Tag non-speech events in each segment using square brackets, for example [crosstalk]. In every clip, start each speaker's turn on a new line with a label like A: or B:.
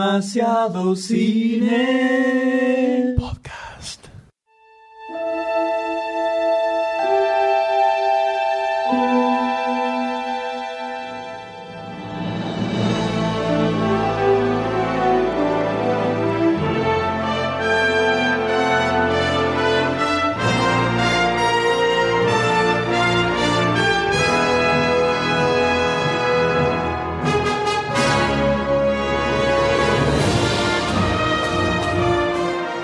A: Demasiado cine. Podcast.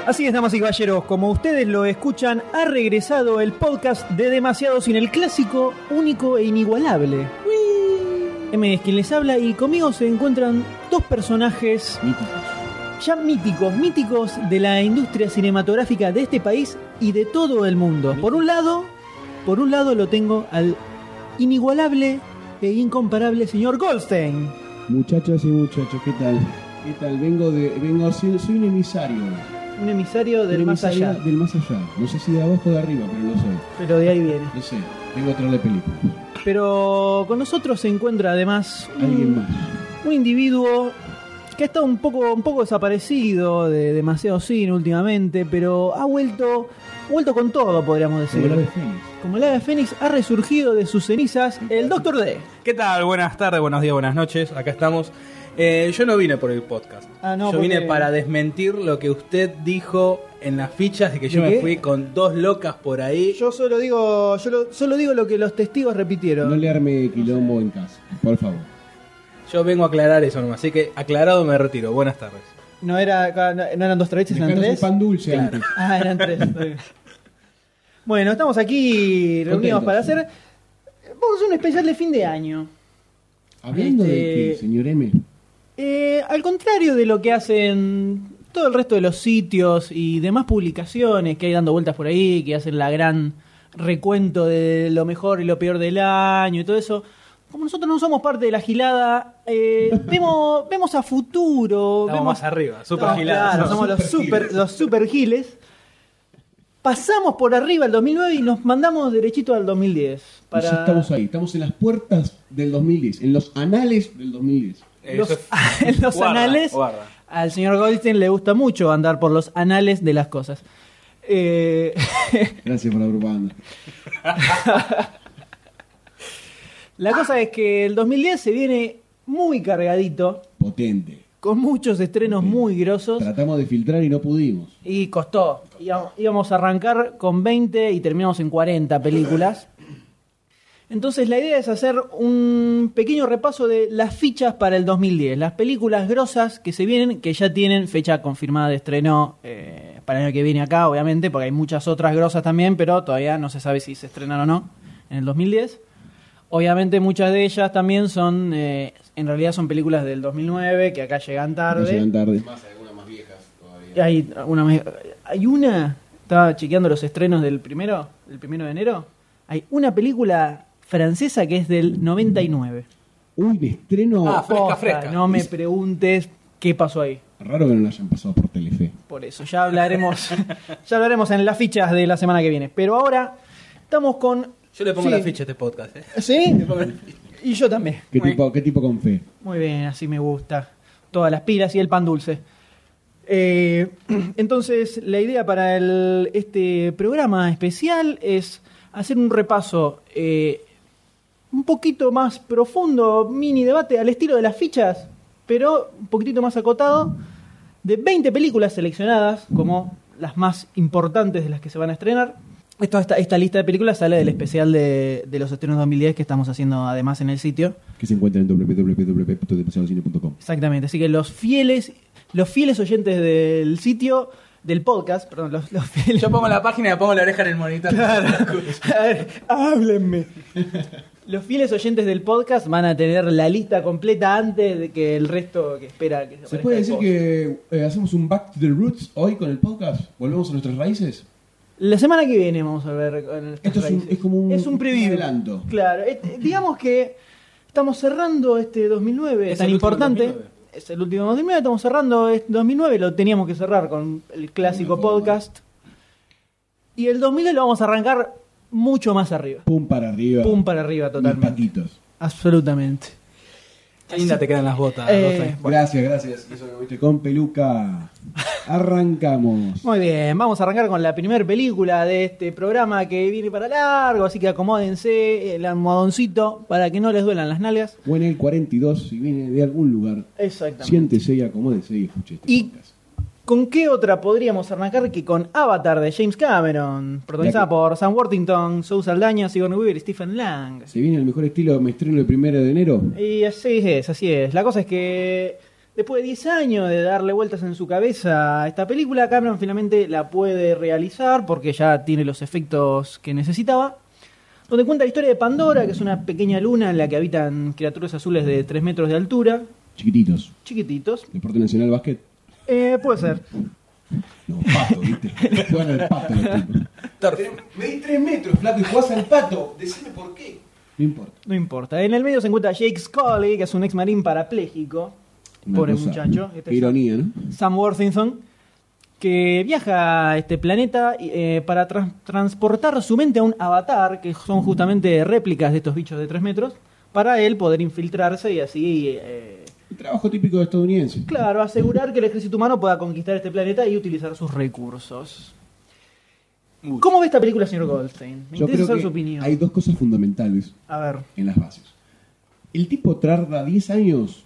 B: Así es, damas y caballeros, como ustedes lo escuchan, ha regresado el podcast de Demasiado Sin, el clásico, único e inigualable. M es quien les habla y conmigo se encuentran dos personajes ya míticos, míticos de la industria cinematográfica de este país y de todo el mundo. Por un lado, por un lado lo tengo al inigualable e incomparable señor Goldstein.
C: Muchachos y muchachos, ¿qué tal? ¿Qué tal? Vengo de. Vengo, soy, soy un emisario.
B: Un emisario del
C: Un
B: más
C: emisario
B: allá,
C: Del más allá. No sé si de abajo o de arriba, pero lo soy.
B: pero de ahí viene.
C: No sé. Vengo a traerle películas.
B: Mm. Pero con nosotros se encuentra además un-
C: Alguien más.
B: un individuo que ha estado un poco, un poco desaparecido de demasiado cine últimamente, pero ha vuelto, vuelto con todo, podríamos
C: Como el ave
B: decir.
C: fénix.
B: Como el ave fénix ha resurgido de sus cenizas el Doctor D.
D: ¿Qué tal? Buenas tardes, buenos días, buenas noches. Acá estamos. Eh, yo no vine por el podcast.
B: Ah, no,
D: yo vine
B: porque-
D: para desmentir lo que usted dijo en las fichas de que yo
B: ¿De
D: me
B: qué?
D: fui con dos locas por ahí.
B: Yo solo digo, yo lo- solo digo lo que los testigos repitieron.
C: No le arme quilombo en casa, por favor.
D: Yo vengo a aclarar eso nomás. Así que aclarado me retiro. Buenas tardes.
B: No era, no eran dos travestis, eran
C: Dejanos un
B: tres.
C: pan dulce antes.
B: [laughs] Ah, eran tres. está bien. bueno, estamos aquí reunidos
C: Contentos.
B: para hacer. Vamos a hacer un especial de fin de año.
C: Hablando de qué,
B: Este-
C: señor M. Pues
B: Eh, al contrario de lo que hacen todo el resto de los sitios y demás publicaciones que hay dando vueltas por ahí, que hacen la gran recuento de lo mejor y lo peor del año y todo eso, como nosotros no somos parte de la gilada,
D: [laughs]
B: eh, vemos, vemos a futuro,
D: Estamos
B: vemos
D: más arriba. Super
B: Estamos,
D: giladas.
B: claro,
D: ¿no?
B: somos los super, los super giles. Pasamos por arriba el 2009 y nos mandamos derechito al 2010. Para...
C: Ya estamos ahí. Estamos en las puertas del 2010. En los anales del 2010.
D: Eh,
B: los-
D: eso es-
B: en [laughs] los
D: Guarda,
B: anales.
D: guarda.
B: Al señor Goldstein le gusta mucho andar por los anales de las cosas. Eh, [laughs]
C: Gracias por la propaganda.
B: la cosa es que el 2010 se viene muy cargadito,
C: Potente.
B: con muchos estrenos muy grosos.
C: Tratamos de filtrar y no pudimos.
B: Y costó. Íbamos, íbamos a arrancar con 20 y terminamos en 40 películas. Entonces la idea es hacer un pequeño repaso de las fichas para el 2010, las películas grosas que se vienen, que ya tienen fecha confirmada de estreno eh, para el año que viene acá, obviamente, porque hay muchas otras grosas también, pero todavía no se sabe si se estrenan o no en el 2010. Obviamente muchas de ellas también son, eh, en realidad son películas del 2009 que acá llegan
C: Ya llegan
B: tarde.
C: tarde.
B: Hay una, más- hay una, estaba chequeando los estrenos del primero, del primero de enero. Hay una película francesa que es del 99.
C: Uy, un estreno.
D: Ah, fresca,
B: Posta,
D: fresca.
B: No me preguntes qué pasó ahí.
C: Raro que no la hayan pasado por Telefe.
B: Por eso, ya hablaremos, [laughs] ya hablaremos en las fichas de la semana que viene. Pero ahora estamos con.
D: Yo le pongo
B: Sí.
D: la ficha a este podcast. eh.
B: ¿Sí? Y yo también.
C: ¿Qué tipo, ¿Qué tipo con fe?
B: Muy bien, así me gusta. Todas las pilas y el pan dulce. Eh, [clears throat] entonces, la idea para el- este programa especial es hacer un repaso eh, un poquito más profundo, mini debate al estilo de las fichas, pero un poquitito más acotado, de 20 películas seleccionadas como las más importantes de las que se van a estrenar. Esto- esta, esta lista de películas sale del especial de, de los estrenos 2010 que estamos haciendo además en el sitio.
C: que se encuentra en www.demasiadocine.com.
B: Exactamente, así que los fieles, los fieles oyentes del sitio, del podcast, perdón, los, los fieles. [laughs]
D: Yo pongo la página y pongo la oreja en el monitor.
B: A ver, háblenme. Los fieles oyentes del podcast van a tener la lista completa antes de que el resto que espera que
C: ¿Se
B: aparezca
C: puede
B: el
C: decir
B: post.
C: que eh, hacemos un back to the roots hoy con el podcast? ¿Volvemos a nuestras raíces?
B: La semana que viene vamos a ver con estas
C: Esto es un-
B: raíces.
C: es como un-
B: es un preview.
C: un adelanto.
B: Claro, eh, eh, digamos que estamos cerrando este 2009
D: Es
B: tan
D: el último
B: importante.
D: 2009.
B: Es el último 2009, estamos cerrando este 2009, lo teníamos que cerrar con el clásico
C: Una forma.
B: podcast. Y el 2010 lo vamos a arrancar mucho más arriba.
C: Pum para arriba.
B: Pum para arriba
C: Mis
B: totalmente.
C: patitos.
B: Absolutamente.
D: [laughs] Qué linda te quedan las botas.
B: Eh,
D: Rosa. Bueno,
C: Gracias, gracias. Eso que viste con
B: [laughs]
C: peluca. Arrancamos.
B: Muy bien, vamos a arrancar con la primera película de este programa que viene para largo, así que acomódense el almohadoncito para que no les duelan las nalgas.
C: O en el 42, si viene de algún lugar,
B: Exactamente.
C: siéntese y acomódese y escuche este
B: Y-
C: podcast.
B: ¿Con qué otra podríamos arrancar que con Avatar de James Cameron? Protagonizada
C: Ya que-
B: por Sam Worthington, Sousa Aldaña, Sigourney Weaver y Stephen Lang.
C: ¿Se viene el mejor estilo? ¿Me estreno el primero de enero?
B: Y así es, así es. La cosa es que después de 10 años de darle vueltas en su cabeza a esta película, Cameron finalmente la puede realizar porque ya tiene los efectos que necesitaba. Donde cuenta la historia de Pandora, que es una pequeña luna en la que habitan criaturas azules de 3 metros de altura,
C: Chiquititos.
B: chiquititos.
C: Deporte Nacional Básquet.
B: Eh, puede ser.
C: No, pato, ¿viste? Juegan al pato los tipos.
D: Torf.
C: Me di tres metros, flaco, y jugás al pato. Decime por qué. No importa.
B: No importa. En el medio se encuentra Jake Scully, que es un ex marín parapléjico.
C: Una
B: Pobre
C: cosa-
B: muchacho. Este
C: Qué
B: es
C: ironía, ¿no?
B: Sam Worthington, que viaja a este planeta eh, para trans- transportar su mente a un avatar, que son justamente réplicas de estos bichos de 3 metros, para él poder infiltrarse y así, eh,
C: El trabajo típico estadounidense.
B: claro, asegurar que el ejército humano pueda conquistar este planeta y utilizar sus recursos.
D: Uy.
B: ¿Cómo ve esta película, señor Goldstein? Me interesa
C: Yo creo
B: saber
C: que
B: su opinión.
C: hay dos cosas fundamentales
B: A ver,
C: en las bases. El tipo tarda 10 años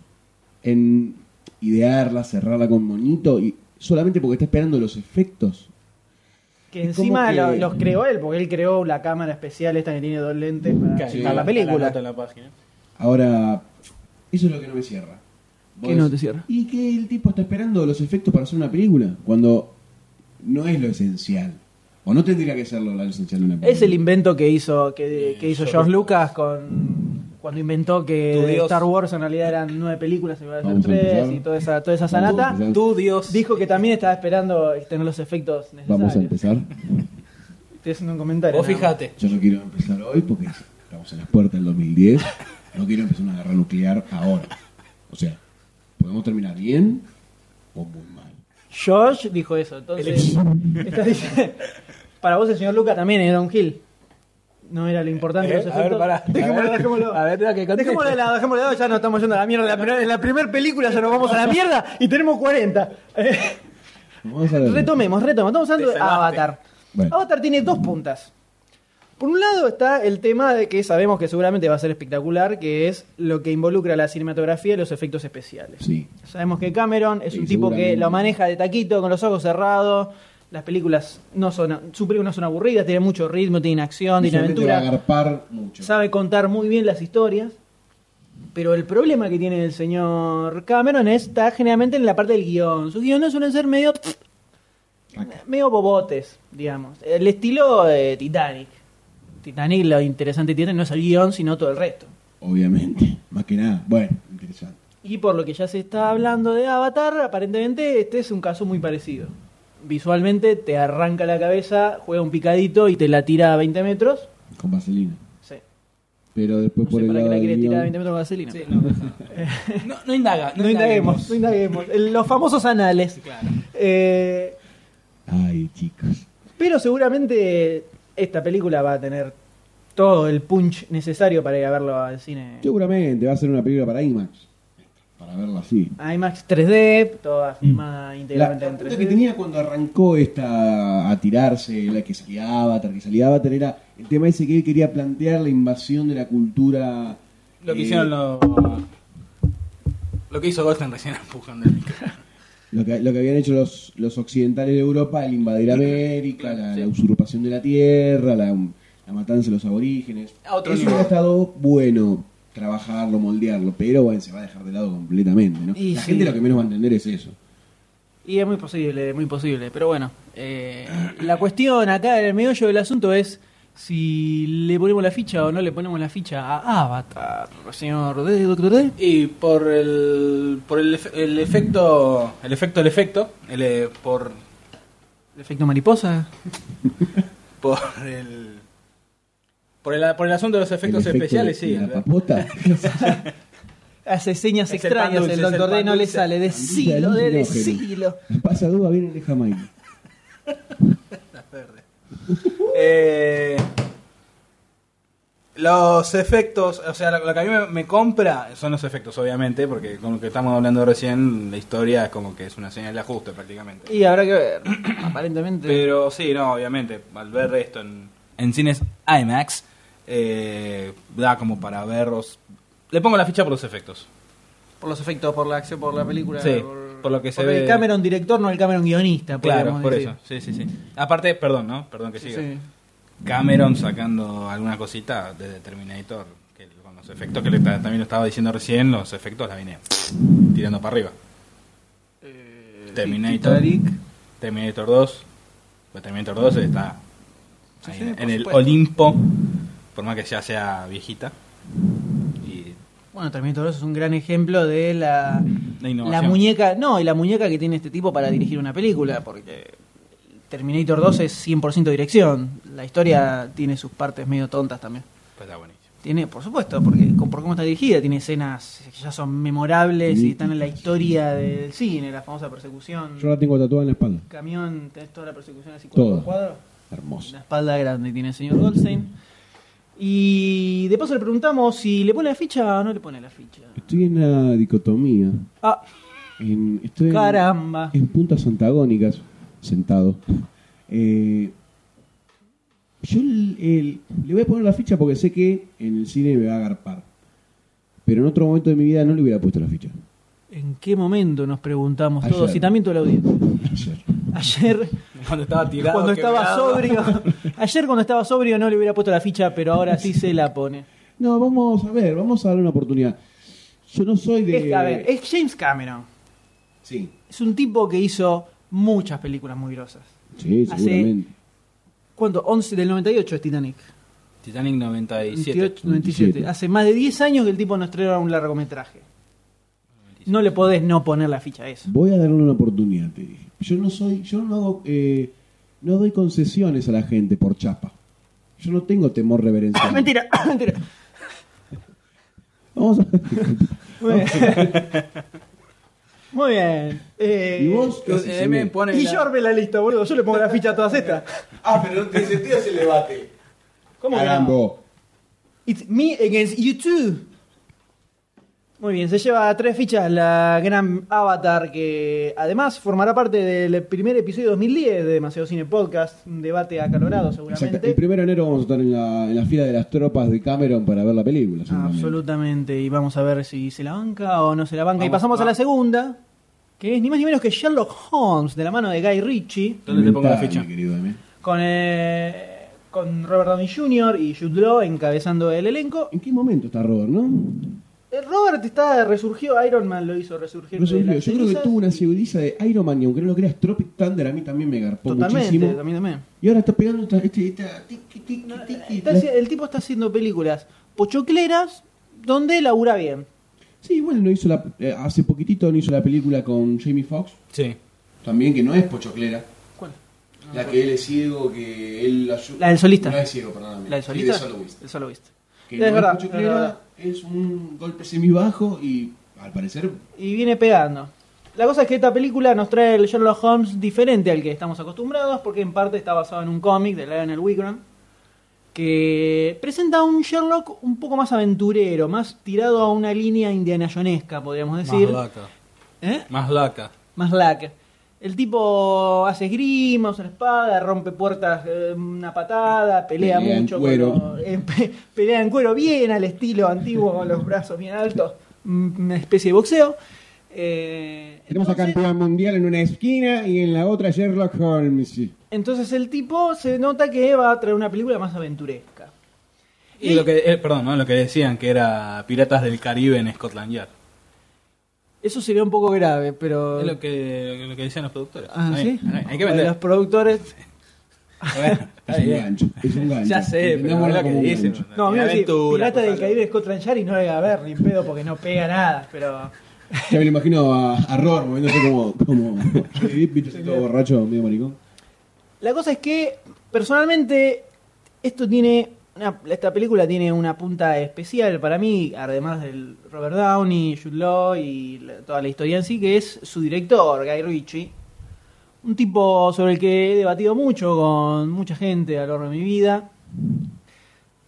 C: en idearla, cerrarla con monito, y solamente porque está esperando los efectos.
B: que
C: Es
B: encima
C: como
B: lo-
C: que-
B: los creó él, porque él creó la cámara especial esta que tiene dos lentes para
D: Sí,
B: filmar la película.
D: nota en la página.
C: Ahora, eso es lo que no me cierra. Vos
B: ¿Qué no
C: decís,
B: te cierra?
C: Y que el tipo está esperando los efectos para hacer una película, cuando no es lo esencial. O no tendría que ser lo lo esencial de una película.
B: Es el invento que hizo que, que
D: Eh,
B: hizo
D: yo-
B: George Lucas con cuando inventó
D: Tu
B: que
D: Dios.
B: Star Wars en realidad eran nueve películas, se iban a hacer
C: Vamos a
B: tres
C: empezar.
B: y toda esa toda esa
C: Vamos a
B: sanata.
C: empezar.
D: Tú, Dios.
B: Dijo que también estaba esperando tener los efectos necesarios.
C: Vamos a empezar.
B: Estoy haciendo un comentario.
D: Vos
B: nada más.
D: fijate.
C: Yo no quiero empezar hoy porque estamos en las puertas del 2010. No quiero empezar una guerra nuclear ahora. O sea, podemos terminar bien o muy mal.
B: George dijo eso. Entonces, estás diciendo- para vos el señor Lucas también era un Gil. No era lo importante.
D: Eh,
B: los
D: a
B: efectos.
D: ver, pará.
B: [laughs] Dejémoslo,
D: A ver,
B: dejémoslo.
D: a ver, tenga que contestar.
B: Dejémoslo de lado, dejémoslo de lado. Ya nos estamos yendo a la mierda. Pero en la primera película ya nos vamos a la mierda y tenemos 40. Eh.
C: Vamos a ver.
B: Retomemos, retomemos. Estamos hablando
D: Te
B: de
D: salvaste.
B: Avatar.
C: Bueno.
B: Avatar tiene dos puntas. Por un lado está el tema de que sabemos que seguramente va a ser espectacular, que es lo que involucra la cinematografía y los efectos especiales.
C: Sí.
B: Sabemos que Cameron es
C: Sí,
B: un tipo que
C: seguramente.
B: lo maneja de taquito, con los ojos cerrados. Las películas no son, sus películas no son aburridas, tienen mucho ritmo, tienen acción, tienen
C: Visualmente va a
B: aventura.
C: agarpar mucho.
B: Sabe contar muy bien las historias. Pero el problema que tiene el señor Cameron está generalmente en la parte del guión. Sus guiones suelen ser medio
C: Acá.
B: medio bobotes, digamos. El estilo de Titanic. Titanic, lo interesante de Titanic no es el guión, sino todo el resto.
C: Obviamente. Más que nada. Bueno, interesante.
B: Y por lo que ya se está hablando de Avatar, aparentemente este es un caso muy parecido. Visualmente te arranca la cabeza, juega un picadito y te la tira a 20 metros.
C: Con vaselina.
B: Sí.
C: Pero después
B: No
C: por
B: sé
C: el
B: para qué
C: lado
B: la
C: del
B: quiere tirar a
C: guión-
B: 20 metros con vaselina.
D: Sí,
B: pero-
D: no, no, no indaga.
B: no, indaguemos, no indaguemos. El- Los famosos anales.
D: Claro.
B: Eh,
C: Ay, chicos.
B: Pero seguramente esta película va a tener todo el punch necesario para ir a verlo al cine.
C: Seguramente va a ser una película para IMAX. Para verla así.
B: IMAX 3D, toda filmada
C: La,
B: íntegramente
C: la
B: en
C: puta
B: 3D.
C: que tenía cuando arrancó esta a tirarse, la que salía Avatar, que salía Avatar, era el tema ese que él quería plantear la invasión de la cultura.
D: Lo que
C: eh,
D: hicieron lo... Lo que hizo Goldstein recién [laughs] empujando el micro.
C: Lo que, lo que habían hecho los, los occidentales de Europa, el invadir América, la, la usurpación de la tierra, la, um, la matanza de los aborígenes.
D: A otro
C: Eso
D: nivel.
C: ha estado bueno trabajarlo, moldearlo, pero bueno, se va a dejar de lado completamente. ¿no?
B: Y
C: la
B: sí.
C: gente lo que menos va a entender es eso.
B: Y es muy posible, muy posible. Pero bueno, eh, la cuestión acá en el meollo del asunto es si le ponemos la ficha o no le ponemos la ficha a Avatar, señor D, Doctor D.
D: Y por el... Por el, efe- el efecto... El efecto, el efecto. El, eh, por...
B: ¿El efecto mariposa?
D: Por el... Por el, por el asunto de los efectos
C: El efecto
D: especiales,
C: de-
D: sí.
C: de La
D: [laughs]
C: papota.
B: Hace señas
D: Es el
B: extrañas,
D: pan dulce,
B: el
D: es el
B: Doctor D
D: pan
B: no le
D: dulce.
B: sale. Decilo, D,
C: Alucinógeno.
B: decilo.
C: Pasa duda, viene de Jamaica.
D: Eh, Los efectos, o sea, lo, lo que a mí me, me compra son los efectos, obviamente, porque con lo que estamos hablando recién, la historia es como que es una señal de ajuste prácticamente.
B: Y habrá que ver, [clears throat] aparentemente.
D: Pero sí, no, obviamente, al ver esto en, en cines IMAX, eh, da como para verlos. Le pongo la ficha por los efectos.
A: Por los efectos, por la acción, por la película.
D: Sí,
A: por-
D: por lo que se
B: Porque
D: ve.
B: el Cameron director, no el Cameron guionista.
D: Claro,
B: podríamos
D: por
B: decir.
D: eso. Sí, sí, sí. Aparte, perdón, ¿no? Perdón que
A: Sí,
D: siga.
A: sí.
D: Cameron sacando alguna cosita de Terminator, que con los efectos que le ta- también lo estaba diciendo recién, los efectos la vine tirando para arriba.
A: Eh,
D: Terminator.
A: Titanic.
D: Terminator 2, pues Terminator 2 está
A: Sí,
D: ahí
A: sí,
D: en,
A: por
D: en el
A: supuesto.
D: Olimpo, por más que ya sea viejita. Y
B: Bueno, Terminator 2 es un gran ejemplo de la,
D: la
B: la
D: innovación.
B: muñeca. No, y la muñeca que tiene este tipo para dirigir una película, porque Terminator 2 es 100% dirección. La historia tiene sus partes medio tontas también.
D: Pues está buenísimo.
B: Tiene, por supuesto, porque con- por cómo está dirigida, tiene escenas que ya son memorables y están en la historia del cine, la famosa persecución.
C: Yo la tengo tatuada en la espalda.
B: Camión, tenés toda la persecución así
C: Todo.
B: cuadro por cuadro.
C: Hermoso.
B: Una espalda grande tiene el señor Goldstein. Y de paso le preguntamos si le pone la ficha o no le pone la ficha.
C: Estoy en la dicotomía.
B: Ah,
C: En, estoy en-
B: caramba.
C: en puntas antagónicas, sentado. Eh, yo el- el- le voy a poner la ficha porque sé que en el cine me va a agarpar. Pero en otro momento de mi vida no le hubiera puesto la ficha. [laughs]
B: ¿En qué momento nos preguntamos
C: Ayer.
B: todos? Y también toda la audiencia.
C: Ayer.
B: Ayer,
D: Cuando estaba tirado.
B: cuando estaba
D: quebrado.
B: sobrio, [laughs] ayer cuando estaba sobrio no le hubiera puesto la ficha, pero ahora sí se la pone.
C: No, vamos a ver, vamos a darle una oportunidad. Yo no soy de.
B: Es, a ver, es James Cameron.
C: Sí,
B: Es un tipo que hizo muchas películas muy grosas.
C: sí,
B: Hace-
C: seguramente.
B: ¿Cuánto? 11 del 98 es Titanic.
D: Titanic 97.
B: 98, 97.
C: 97.
B: Hace más de 10 años que el tipo nos trae un largometraje. No le podés no poner la ficha a eso.
C: Voy a darle una oportunidad, te dije. Yo no soy, yo no hago, eh, no doy concesiones a la gente por chapa. Yo no tengo temor reverencial.
B: Ah,
C: [coughs]
B: Mentira, mentira.
C: Vamos a
B: Muy bien. Muy bien. Eh,
C: ¿Y vos?
D: Eh, eh, me pone
B: Y
D: la-
B: yo armé la lista, boludo. Yo le pongo la ficha a todas estas.
E: Ah, pero no tiene sentido ese debate.
B: ¿Cómo que no?
C: Carambo.
B: It's me against you too. Muy bien, se lleva tres fichas la gran Avatar que además formará parte del primer episodio 2010 de Demasiado Cine Podcast, un debate acalorado
C: Exacto. El
B: seguramente.
C: primero de enero vamos a estar en la, en la fila de las tropas de Cameron para ver la
B: Ah,
C: película. seguramente.
B: Absolutamente, y vamos a ver si se la banca o no se la banca. y
D: Vamos,
B: pasamos a la
D: vamos.
B: segunda, que es ni más ni menos que Sherlock Holmes, de la mano de Guy Ritchie.
D: ¿Dónde te pongo la
C: Mental,
D: ficha?
C: mi querido Damián.
B: con, eh, con Robert Downey Jr. y Jude Law encabezando el elenco.
C: ¿En qué momento está Robert, no?
B: Eh, Robert está resurgió, Iron Man lo hizo resurgir.
C: No sé,
B: de las
C: yo creo que
B: cenizas.
C: tuvo una seguidiza de Iron Man y aunque no lo creas, Tropic Thunder a mí también me garpó
B: Totalmente,
C: muchísimo.
B: también, también.
C: Y ahora está pegando esta, este, esta- tiqui, tiqui,
B: No,
C: tiqui.
B: está haci- el tipo está haciendo películas pochocleras donde labura bien.
C: Sí, igual no hizo la, eh, hace poquitito no hizo la película con Jamie Foxx,
D: Sí.
C: también que no es pochoclera.
B: ¿Cuál?
E: La que él es ciego, que él ayuda.
B: Ah, pues. La del solista.
E: No es ciego, perdóname.
B: ¿La del
E: Sí,
B: solista?
E: de Soloist.
B: El soloista.
C: Que
B: Es
C: no
B: verdad,
C: es pochoclera,
B: es verdad.
C: es un golpe semibajo y al parecer
B: Y viene pegando. La cosa es que esta película nos trae el Sherlock Holmes diferente al que estamos acostumbrados, porque en parte está basado en un cómic de Lionel Wigram, que presenta un Sherlock un poco más aventurero, más tirado a una línea indianayonesca, podríamos decir.
D: Más laca.
B: ¿Eh?
D: Más laca.
B: Más lac. El tipo hace esgrima, usa la espada, rompe puertas eh, una patada, pelea,
C: Pelea en
B: mucho. con
C: cuero.
B: los- eh, pe- [laughs] pelea en cuero bien al estilo antiguo, con los brazos bien altos, mm, una especie de boxeo. Eh,
C: tenemos a
B: entonces-
C: campeón mundial en una esquina y en la otra Sherlock Holmes.
B: Entonces el tipo se nota que va a traer una película más aventuresca.
D: Y, lo que, eh, perdón, ¿no? lo que decían que era Piratas del Caribe en Scotland Yard.
B: Eso sería un poco grave, pero...
D: Es lo que, lo que decían los productores.
B: Ah,
D: Está bien,
B: ¿sí?
D: está bien, Hay que
B: Bueno,
D: vender.
B: Los
D: [laughs]
B: productores...
D: Bueno, está
B: [laughs]
C: Es un
D: bien.
C: gancho, es [laughs] un gancho.
D: Ya sé, pero es
C: Entendámoslo
D: lo que
C: como un
D: dicen.
C: gancho.
B: No, a mí me decís,
D: Aventura,
B: Pirata del
D: cosas-
B: Caribe Scotland Yard y no debe haber ni en pedo porque no pega nada, pero...
C: Ya me lo imagino a, a Robert moviéndose como, [laughs] como Johnny Depp, viste, así todo borracho, medio maricón.
B: La cosa es que, personalmente, esto tiene. una- esta película tiene una punta especial para mí, además del Robert Downey, Jude Law y la- toda la historia en sí, que es su director, Guy Ritchie. Un tipo sobre el que he debatido mucho con mucha gente a lo largo de mi vida.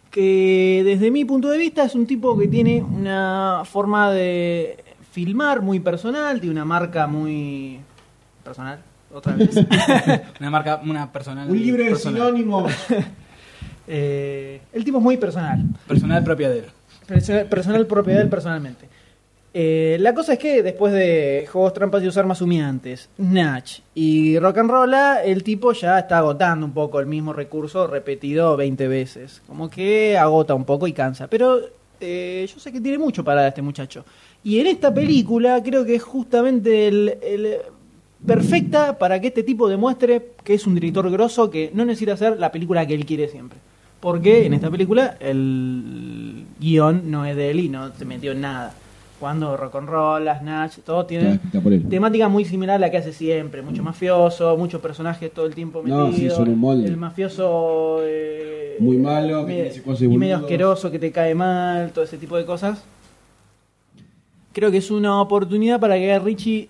B: que desde mi punto de vista es un tipo que tiene una forma de filmar muy personal, tiene una marca muy personal, otra vez.
D: Una marca, una personal.
C: Un libro de
D: personal.
C: sinónimos.
B: Eh, el tipo es muy personal.
D: Personal propia de él.
B: Personal, personal propiedad del personalmente. Eh, la cosa es que después de Juegos Trampas y los Armas Humeantes, Natch y Rock and Rolla, el tipo ya está agotando un poco el mismo recurso repetido 20 veces. Como que agota un poco y cansa. Pero eh, yo sé que tiene mucho para este muchacho. Y en esta película creo que es justamente el, el perfecta para que este tipo demuestre que es un director grosso que no necesita hacer la película que él quiere siempre. Porque en esta película el guión no es de él y no se metió en nada. Cuando Rock and Roll, las Snatch, todo
C: Está
B: tiene
C: escrita por él.
B: temática muy similar a la que hace siempre. Mucho mafioso, muchos personajes todo el tiempo
C: No,
B: metidos.
C: sí, son un molde.
B: El mafioso... eh,
C: Muy malo, que
B: medio-
C: dice cosas
B: y medio
C: boludas.
B: asqueroso, que te cae mal, todo ese tipo de cosas. Creo que es una oportunidad para que Richie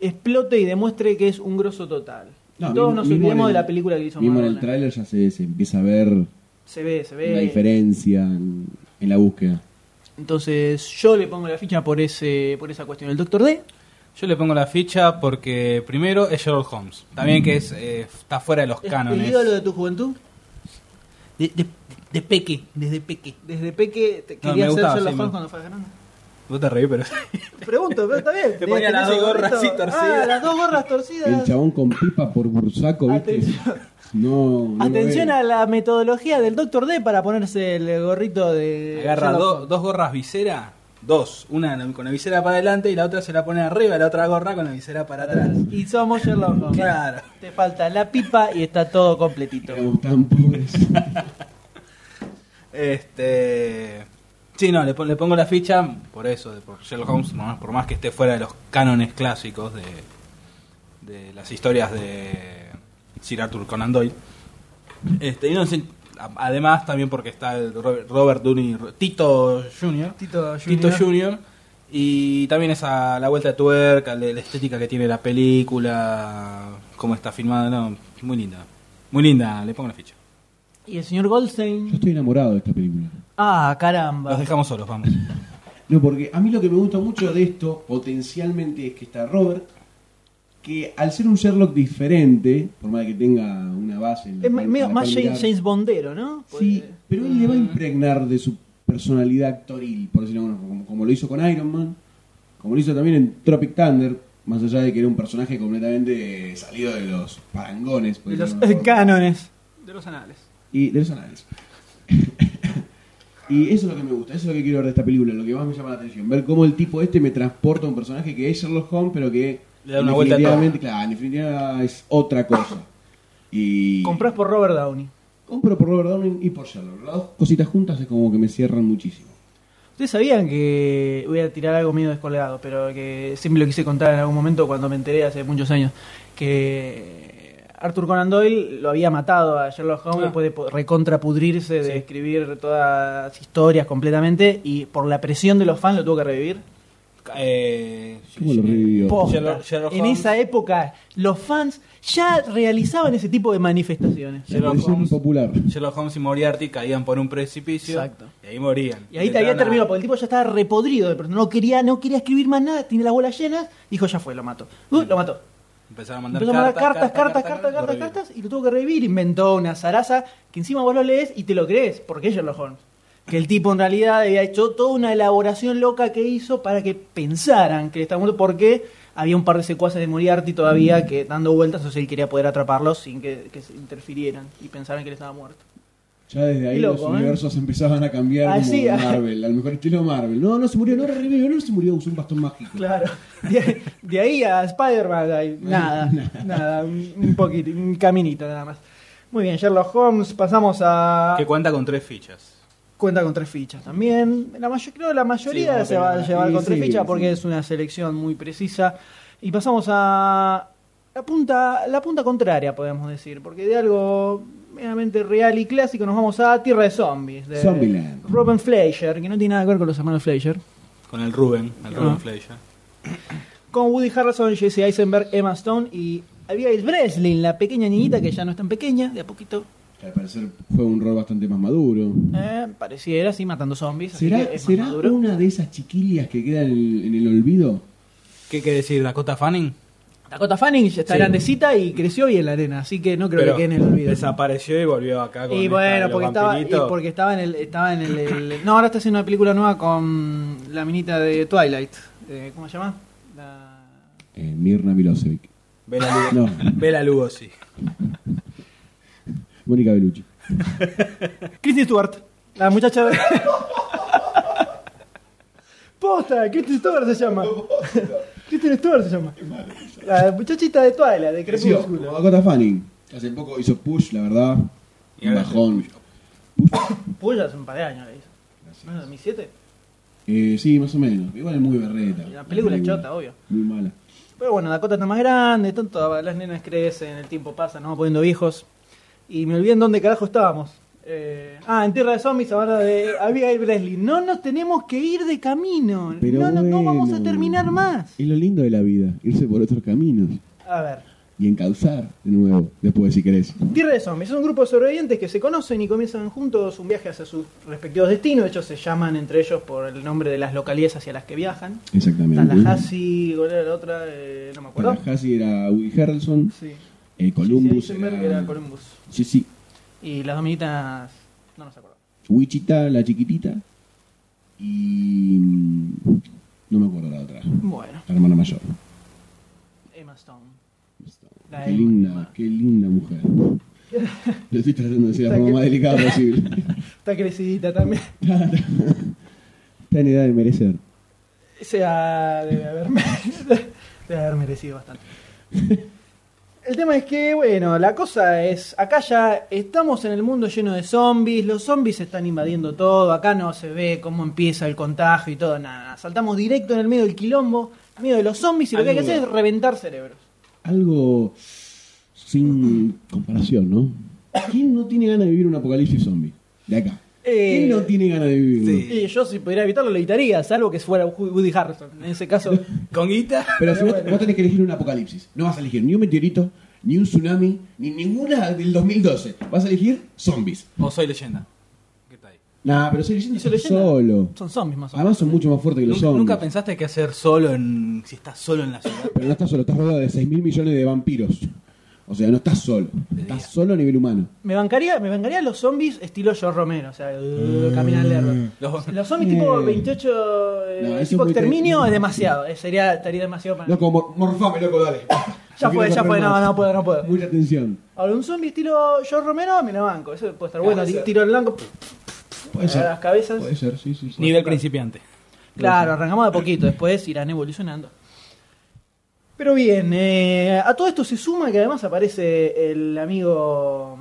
B: explote y demuestre que es un grosso total. Y
C: No,
B: todos
C: mi-
B: nos
C: mismo
B: olvidemos
C: en
B: de
C: el-
B: la película que hizo
C: Mismo en el
B: Madonna.
C: tráiler ya se, se empieza a ver
B: Se ve, se ve.
C: la diferencia en, en la búsqueda.
B: Entonces yo le pongo la ficha por ese por esa cuestión. El Doctor D,
D: Yo le pongo la ficha porque primero es Sherlock Holmes. También que es, eh, está fuera de los
B: ¿es
D: cánones.
B: el ídolo de tu juventud.
D: De, de- de peque, desde peque.
B: Desde peque te
D: No, me
B: querías ser
D: gustaba,
B: Sherlock
D: sí,
B: Holmes
D: me-
B: cuando fueras grande.
D: Vos te reís, pero... [laughs]
B: Pregunto, pero está bien.
D: Te ponía
B: Tenés
D: las
B: ese
D: dos gorras
B: gorrito.
D: así torcidas.
B: Ah, las dos gorras
C: El
B: torcidas. Ah,
C: chabón con pipa por bursaco, ¿viste?
B: Atención.
C: No, no lo
B: Atención
C: veo.
B: a la metodología del Doctor D para ponerse el gorrito de.
D: Agarra
B: Sherlock
D: do-
B: Holmes.
D: dos gorras visera, dos. Una con la visera para adelante y la otra se la pone arriba, la otra gorra con la visera para atrás.
B: Y somos Sherlock Holmes.
D: Claro.
B: Te falta la pipa y está todo completito.
C: Éramos tan pobres.
D: Este. Sí, no, le, pon- le pongo la ficha por eso, de por Sherlock Holmes, no, por más que esté fuera de los cánones clásicos de, de las historias de Sir Arthur Conan Doyle. Este, y no sé, a- además, también porque está el Robert, Robert Downey, Tito Jr.
B: Tito Jr.
D: Tito Jr. Y también esa la vuelta de tuerca, la, la estética que tiene la película, cómo está filmada, no, muy linda. Muy linda, le pongo la ficha.
B: Y el señor
C: Yo
B: Goldstein.
C: estoy enamorado de esta película.
B: Ah,
D: Los
B: caramba.
D: dejamos solos, vamos.
C: No, porque a mí lo que me gusta mucho de esto, potencialmente, es que está Robert, que al ser un Sherlock diferente, por más que tenga una base en la
B: Es
C: cual-
B: medio
C: a la
B: más
C: cual
B: James,
C: mirar,
B: James Bondero, ¿no?
C: Sí,
B: Pues,
C: pero él le va a impregnar de su personalidad actoril, por decirlo de alguna forma, como, como lo hizo con Iron Man, como lo hizo también en Tropic Thunder, más allá de que era un personaje completamente salido de los parangones. por
B: De los
C: decirlo de alguna forma.
B: cánones. De los anales.
C: Y de los análisis. [coughs] y eso es lo que me gusta, eso es lo que quiero ver de esta película, lo que más me llama la atención. Ver cómo el tipo este me transporta a un personaje que es Sherlock Holmes, pero que.
D: Le da una vuelta a todo.
C: definitivamente- Claro, en definitiva es otra cosa. Y.
B: Comprás por Robert Downey.
C: Compro por Robert Downey y por Sherlock. Las dos cositas juntas es como que me cierran muchísimo.
B: Ustedes sabían que voy a tirar algo medio descolgado, pero que siempre lo quise contar en algún momento cuando me enteré hace muchos años que Arthur Conan Doyle lo había matado a Sherlock Holmes
D: Ah.
B: después de po- recontrapudrirse, de
D: Sí.
B: escribir todas las historias completamente y por la presión de los fans lo tuvo que revivir.
D: Eh,
C: ¿Cómo lo revivió?
B: Posta.
D: Sherlock- Sherlock
B: en
D: Holmes.
B: esa época los fans ya realizaban ese tipo de manifestaciones.
C: La
D: Sherlock
C: presión
D: Holmes.
C: popular.
D: Sherlock Holmes y Moriarty caían por un precipicio
B: Exacto.
D: y ahí morían.
B: Y ahí te había
D: Intentaron
B: terminado,
D: a-
B: porque el tipo ya estaba repodrido, de pronto no quería, no quería escribir más nada, tiene las bolas llenas, dijo ya fue, lo mató. Uh, lo mató.
D: Empezaron a mandar
B: Empezó a mandar cartas, cartas, cartas, cartas,
D: lo
B: cartas,
D: revivieron.
B: y lo tuvo que revivir. Inventó una zaraza que encima vos lo lees y te lo crees, porque es Sherlock Holmes. Que el tipo en realidad había hecho toda una elaboración loca que hizo para que pensaran que le estaba muerto, porque había un par de secuaces de Moriarty todavía que dando vueltas, entonces él quería poder atraparlos sin que, que se interfirieran y pensaran que él estaba muerto.
C: Ya desde ahí
B: Qué loco,
C: los
B: ¿eh?
C: universos empezaban a cambiar
B: Así,
C: como
B: ah.
C: Marvel, al mejor estilo Marvel. No, no se murió, no revivió, no se murió, usó un bastón mágico.
B: Claro. De, de ahí a Spider-Man, ahí,
C: [laughs]
B: nada, nada, un, un poquito, un caminito nada más. Muy bien, Sherlock Holmes, pasamos a...
D: Que cuenta con tres fichas.
B: Cuenta con tres fichas también. La mayo- creo que la mayoría
D: Sí,
B: se va a
C: sí,
B: llevar con
C: sí,
B: tres fichas
C: sí.
B: porque es una selección muy precisa. Y pasamos a la punta, la punta contraria, podemos decir, porque de algo meramente real y clásico nos vamos a Tierra de Zombies. De
C: Zombieland.
B: Robin Fleischer, que no tiene nada que ver con los hermanos Fleischer.
D: Con el Rubén, el
B: Ah.
D: Rubén Fleischer.
B: Con Woody Harrelson, Jesse Eisenberg, Emma Stone y Abigail Breslin, la pequeña niñita que ya no es tan pequeña, de a poquito
C: que al parecer juega un rol bastante más maduro.
B: Eh, pareciera así matando zombies. así que
C: ¿Será,
B: es más
C: será
B: maduro.
C: una de esas chiquillas que queda en el, en el olvido?
D: ¿Qué quiere decir Dakota Fanning?
B: Dakota Fanning ya está
D: Sí.
B: grandecita y creció y en la arena, así que no creo
D: Pero
B: que quede en el olvido.
D: Desapareció y volvió acá con
B: Y
D: esta de
B: bueno,
D: los
B: porque estaba, y
D: vampiritos.
B: porque estaba en el. Estaba en el, el- No, ahora está haciendo una película nueva con la minita de Twilight. Eh, ¿Cómo se llama? La-
C: Eh, Mirna Milosevic.
D: Bela, Lu-
C: No,
D: Bela Lugosi.
C: Mónica Bellucci.
B: Kristen Stewart. La muchacha de. Posta, Kristen Stewart se llama. Kristen Stewart se llama. La muchachita de Twilight, de
C: Creció,
B: Crepúsculo.
C: como Dakota Fanning. Hace poco hizo Push, la verdad.
D: Y
C: Un
D: ahora
C: bajón.
B: Puya hace un par de años le hizo. ¿No es 2007?
C: Eh, sí, más o menos. Igual es muy berreta.
B: La película es chota, obvio.
C: Muy mala.
B: Pero bueno, Dakota está más grande, tonto, las nenas crecen, el tiempo pasa, nos vamos poniendo viejos. Y me olvidé en dónde carajo estábamos. Eh, ah, en Tierra de Zombies, ahora de Abigail Breslin. No nos tenemos que ir de camino.
C: Pero
B: no, no, no vamos a
C: bueno.
B: terminar más.
C: Es lo lindo de la vida, irse por otros caminos
B: A ver.
C: y encauzar de nuevo, después si querés.
B: Tierra de Zombies es un grupo de sobrevivientes que se conocen y comienzan juntos un viaje hacia sus respectivos destinos. De hecho, se llaman entre ellos por el nombre de las localidades hacia las que viajan.
C: Exactamente.
B: Tallahassee, ¿cuál era la otra? Eh, no me acuerdo.
C: Tallahassee era Woody Harrelson,
B: Sí.
C: eh, Columbus
B: Sí, Eisenberg era Columbus.
C: Sí, sí.
B: Y las dominitas. No nos acordamos.
C: Wichita, la chiquitita. Y. mm, No me acuerdo la otra.
B: Bueno,
C: La hermana mayor.
B: Emma Stone. La
C: Qué
B: Emma,
C: linda,
B: Emma.
C: qué linda mujer. [laughs] Lo estoy tratando de decir de la
B: Está
C: forma
B: que-
C: más delicada posible. [laughs]
B: Está crecidita también.
C: Está en edad de merecer.
B: Se ha debe haber, [laughs] debe haber merecido bastante. [laughs] El tema es que, bueno, la cosa es, acá ya estamos en el mundo lleno de zombies, los zombies están invadiendo todo, acá no se ve cómo empieza el contagio y todo, nada, nada. saltamos directo en el medio del quilombo, en medio de los zombies y lo que hay que
C: Ayuda.
B: hacer es reventar cerebros.
C: Algo sin comparación, ¿no? ¿Quién no tiene ganas de vivir un apocalipsis zombie? De acá.
B: Eh,
C: ¿Quién no tiene ganas de vivirlo?
D: sí.
B: Y yo si pudiera evitarlo lo evitaría, salvo que fuera Woody Harrison, en ese caso...
D: ¿Con guita?
C: Pero si vos, vos tenés que elegir un apocalipsis, no vas a elegir ni un meteorito, ni un tsunami, ni ninguna del 2012. Vas a elegir zombies.
D: ¿O soy leyenda? ¿Qué tal?
C: Nah, pero soy
B: ¿Y
C: leyenda,
B: soy leyenda?
C: solo.
B: Son zombies más o menos.
C: Además son mucho más fuertes que los
D: ¿Nunca,
C: zombies.
D: nunca pensaste que hacer solo en. si estás solo en la ciudad?
C: Pero no estás solo, estás rodeado de 6 mil millones de vampiros. O sea, no estás solo. Estás
D: día.
C: solo a nivel humano.
B: Me bancaría, me bancaría los zombies estilo yo Romero, o sea, uh, caminar lerdo.
D: Los-
B: Los zombies tipo
C: Eh.
B: 28, eh,
C: No, eso es
B: tipo
C: muy
B: exterminio
C: terrible.
B: es demasiado, eh, sería estaría demasiado para
C: Loco, mor- morfame, loco, dale.
B: Ya
C: No
B: fue,
C: quiero
B: ya fue,
C: correr
B: no,
C: más.
B: no puedo, no puedo.
C: Mucha atención.
B: Ahora un zombie estilo yo Romero me lo banco, eso puede estar bueno,
E: Puede
B: ti-
E: ser.
B: tiro al blanco, pf,
C: Puede
B: a las
C: ser.
B: cabezas.
C: Ah, Puede ser, sí, sí. sí.
D: Nivel principiante.
B: Claro, arrancamos de poquito, después irán evolucionando. Pero bien, eh, a todo esto se suma que además aparece el amigo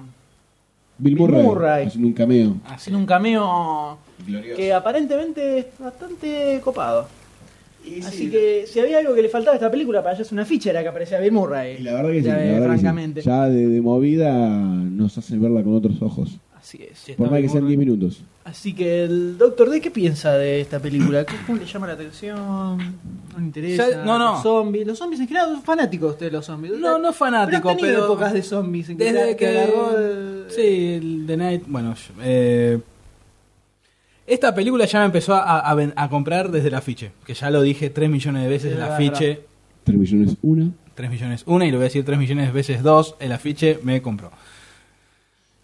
C: Bill
B: Bill
C: Murray,
B: Murray.
C: haciendo un cameo.
B: haciendo un cameo
E: Glorioso.
B: que aparentemente es bastante copado.
E: Y sí,
B: Así que si había algo que le faltaba a esta película para allá es una ficha era que aparecía Bill Murray.
C: Y la verdad que sí,
B: Ya, eh,
C: la verdad que sí.
B: francamente.
C: Ya de, de movida nos hacen verla con otros ojos.
B: Así es.
D: Sí, está
C: Por más
D: Bill
C: que sean
D: Murray.
C: 10 minutos.
B: Así que el Doctor D, ¿qué piensa de esta película? ¿Qué- ¿Cómo le llama la atención? ¿No le interesa?
D: Ya- no, no.
B: Los zombies. Los zombies en general son fanáticos ustedes de los zombies.
D: No, no fanático,
B: pero... han tenido
D: pero-
B: épocas de zombies en que
D: Desde
B: te- te
D: que
B: agarró el-
D: Sí, el The Night. Bueno, yo- eh, esta película ya me empezó a, a ven- a comprar desde el afiche. Que ya lo dije 3 millones de veces
B: Es
D: el
B: verdad, es
D: afiche.
C: 3 millones, una.
D: 3 millones una y lo voy a decir 3 millones de veces dos. El afiche me compró.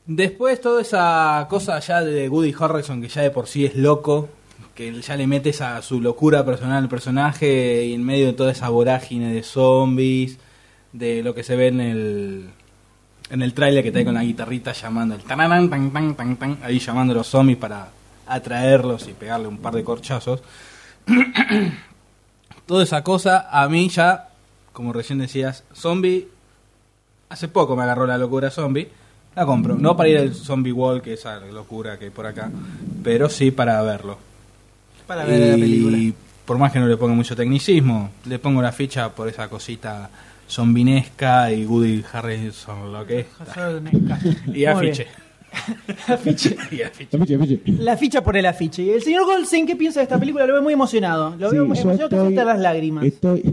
D: Después toda esa cosa ya de Woody Harrelson que ya de por sí es loco. Que ya le metes a su locura personal al personaje y en medio de toda esa vorágine de zombies, de lo que se ve en el, en el tráiler que trae con la guitarrita llamando el tararán, tan, tan, tan, tan, ahí llamando a los zombies para atraerlos y pegarle un par de corchazos. [coughs] Toda esa cosa a mí ya, como recién decías, zombie, hace poco me agarró la locura zombie, la compro. No para ir al zombie wall, que es esa locura que hay por acá, pero sí para verlo.
B: Para ver la película.
D: Y por más que no le ponga mucho tecnicismo, le pongo la ficha por esa cosita zombinesca y Woody Harrison, lo que es. Y
B: Muy bien.
D: afiche.
B: afiche.
D: Y [laughs] afiche.
C: Afiche, afiche.
B: La ficha por el afiche. Y el señor Goldstein, ¿qué piensa de esta película? Lo veo muy emocionado. Lo
C: Sí,
B: veo
C: yo
B: muy emocionado que se
C: estoy-
B: hasta las lágrimas.
C: Estoy,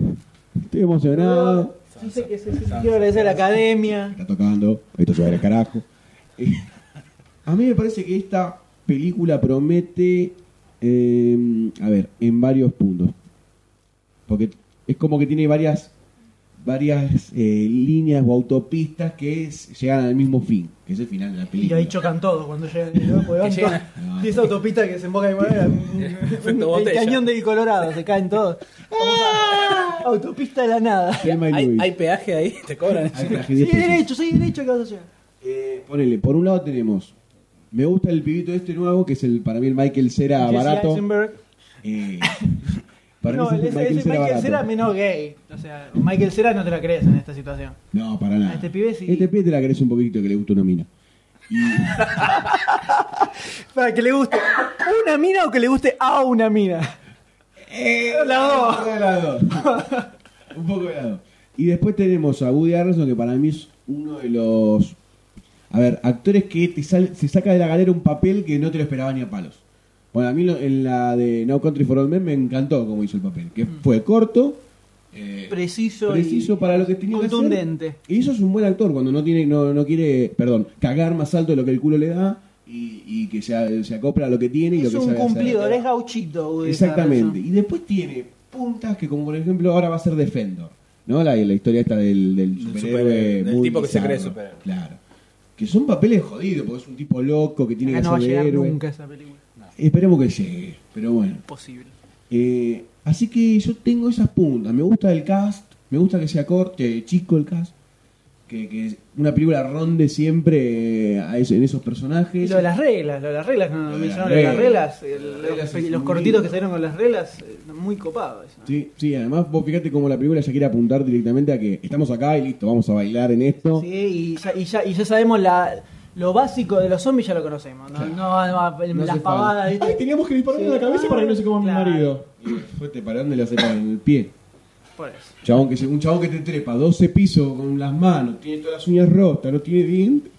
C: estoy emocionado.
B: Dice que se- se- quiero agradecer a la academia. [laughs]
C: Está tocando. Esto se va a ir al carajo. A mí me parece que esta película promete, eh, a ver, en varios puntos. Porque es como que tiene varias, varias eh, líneas o autopistas que es- llegan al mismo fin, que es el final de la
B: Y
C: película.
B: ahí chocan todos cuando llegan. ¿no? Porque van
D: Que llegan-
B: todos- Y esa autopista que se emboca igual
C: [laughs]
B: era un-
D: Efecto
B: un- el
D: botella.
B: cañón del Colorado, se caen todos. Vamos a- autopista de la nada.
C: Thelma y
D: ¿Hay,
C: Louise.
D: hay peaje ahí, te cobran.
C: Hay traje
B: Sigue
C: 10 pesos.
B: derecho, sigue derecho que vas a llegar.
C: Eh, ponele, por un lado tenemos, me gusta el pibito este nuevo, que es el para mí el Michael Cera
B: Jesse
C: Ah, barato.
B: Eisenberg.
C: Eh, para
B: No,
C: mí
B: ese,
C: es el Michael Cera
B: Michael
C: barato.
B: Cera menos gay. O sea, Michael Cera no te la crees en esta situación.
C: No, para nada.
B: A este pibe sí.
C: Este pibe te la querés un poquito que le gusta una mina.
B: Para que le guste una mina o que le guste a una mina. La dos.
C: Eh, Un poco de las dos. un poco de las dos. Y después tenemos a Woody Harrelson, que para mí es uno de los. A ver, actores que te sal- se saca de la galera un papel que no te lo esperaba ni a palos. Bueno, a mí lo- en la de No Country for Old Men me encantó cómo hizo el papel. Que fue corto, eh,
B: Preciso,
C: preciso
B: y
C: para lo que tenía que hacer.
B: contundente.
C: Y eso es un buen actor cuando no tiene, no, no quiere, perdón, cagar más alto de lo que el culo le da y, y que se, se acopla a lo que tiene y
B: Es
C: lo que
B: un
C: sabe hacer.
B: cumplidor, es gauchito. Woody
C: Exactamente.
B: Harrelson.
C: Y después tiene puntas que, como por ejemplo, ahora va a ser Defender. ¿No? La, la historia esta del, del superhéroe.
D: superhéroe, del
C: muy
D: tipo que se
C: bizarro.
D: cree superhéroe.
C: Claro. Que son papeles jodidos, porque es un tipo loco que tiene
B: Acá
C: que
B: no va a
C: ser de
B: llegar
C: héroe.
B: nunca esa película.
C: Esperemos que llegue, pero bueno.
A: Posible.
C: Eh, así que yo tengo esas puntas. Me gusta el cast, me gusta que sea corte, chico el cast. Que, que una película ronde siempre eh, a ese- en esos
B: Y
C: personajes.
B: lo de las reglas, lo de las reglas, no
C: Lo de
B: mencionaron
C: las
B: lo de las reglas,
C: reglas.
B: el-
C: Las reglas
B: los,
C: es
B: los
C: un
B: cortitos
C: libro.
B: que salieron con las reglas, eh, muy copado eso.
C: Sí, sí, además vos fíjate cómo la película ya quiere apuntar directamente a que estamos acá y listo, vamos a bailar en esto.
B: Sí, y ya, y ya, y ya sabemos la, lo básico de los zombies, ya lo conocemos. No,
C: Claro.
B: no, no, el-
C: No
B: las
C: hace
B: pavadas,
C: falta.
B: ¿viste?
C: [laughs] Ay, teníamos que dispararle
B: Sí.
C: en la cabeza para que no se coma
B: Claro.
C: mi marido. Y fue te paró donde le hace en el pie.
B: Por eso.
C: Chabón que, se- un chabón que te trepa 12 pisos con las manos, tiene todas las uñas rotas, no tiene dientes.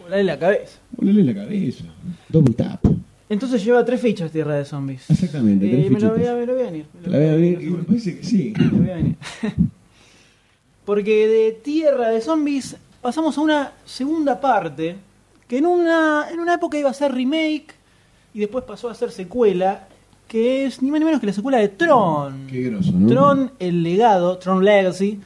B: Volarle la cabeza.
C: Volale en la cabeza. Double tap.
B: Entonces lleva tres fichas Tierra de Zombies.
C: Exactamente,
B: Eh,
C: tres
B: me, lo
C: fichitas.
B: voy a, me lo voy a venir. me lo
C: Te la voy a venir
B: no se
C: y me
B: preocupe.
C: parece que sí.
B: Me voy a venir. [coughs] Porque de Tierra de Zombies pasamos a una segunda parte que en una, en una época iba a ser remake y después pasó a ser secuela, que es ni más ni menos que la secuela de Tron.
C: Qué groso, ¿no?
B: Tron, el legado, Tron Legacy,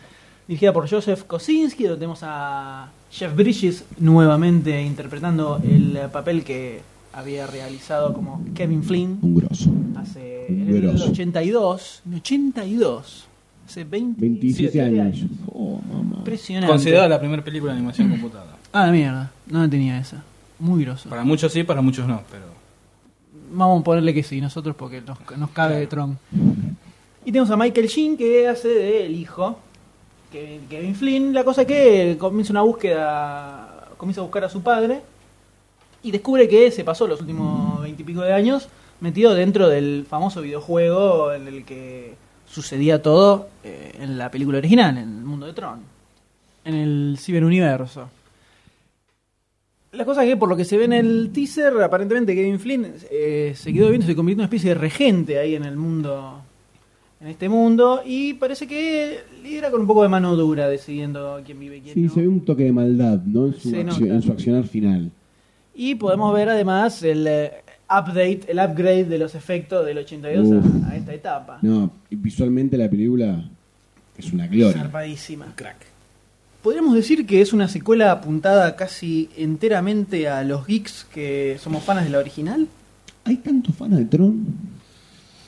B: dirigida por Joseph Kosinski, donde tenemos a Jeff Bridges nuevamente interpretando el papel que había realizado como Kevin Flynn
C: Un grosso.
B: hace
C: Un
B: en el
C: grosso.
B: 82, en 82, hace 20,
C: 27
B: años.
C: años. Oh, mamá.
B: Impresionante.
D: Considerada la primera película de animación computada.
B: Ah, la mierda, no la tenía esa. Muy groso.
D: Para muchos sí, para muchos no, pero.
B: Vamos a ponerle que sí, nosotros porque nos, nos cabe de Tron. Y tenemos a Michael Sheen que hace de el hijo, Kevin, Kevin Flynn. La cosa que comienza una búsqueda, comienza a buscar a su padre y descubre que se pasó los últimos veintipico de años metido dentro del famoso videojuego en el que sucedía todo eh, en la película original, en el mundo de Tron, en el ciberuniverso. La cosa es que por lo que se ve en el teaser, aparentemente Kevin Flynn eh, se quedó viendo, se convirtió en una especie de regente ahí en el mundo, en este mundo, y parece que lidera con un poco de mano dura decidiendo quién vive y quién
C: Sí,
B: no.
C: se ve un toque de maldad, ¿no? En su,
B: Se
C: accio-
B: nota.
C: en su accionar final.
B: Y podemos ver además el eh, update, el upgrade de los efectos del 82 a-
C: Uf.
B: a, esta etapa.
C: No, y visualmente la película es una gloria.
B: Zarpadísima.
D: Crack.
B: Podríamos decir que es una secuela apuntada casi enteramente a los geeks que somos fans de la original.
C: ¿Hay tantos fans de Tron?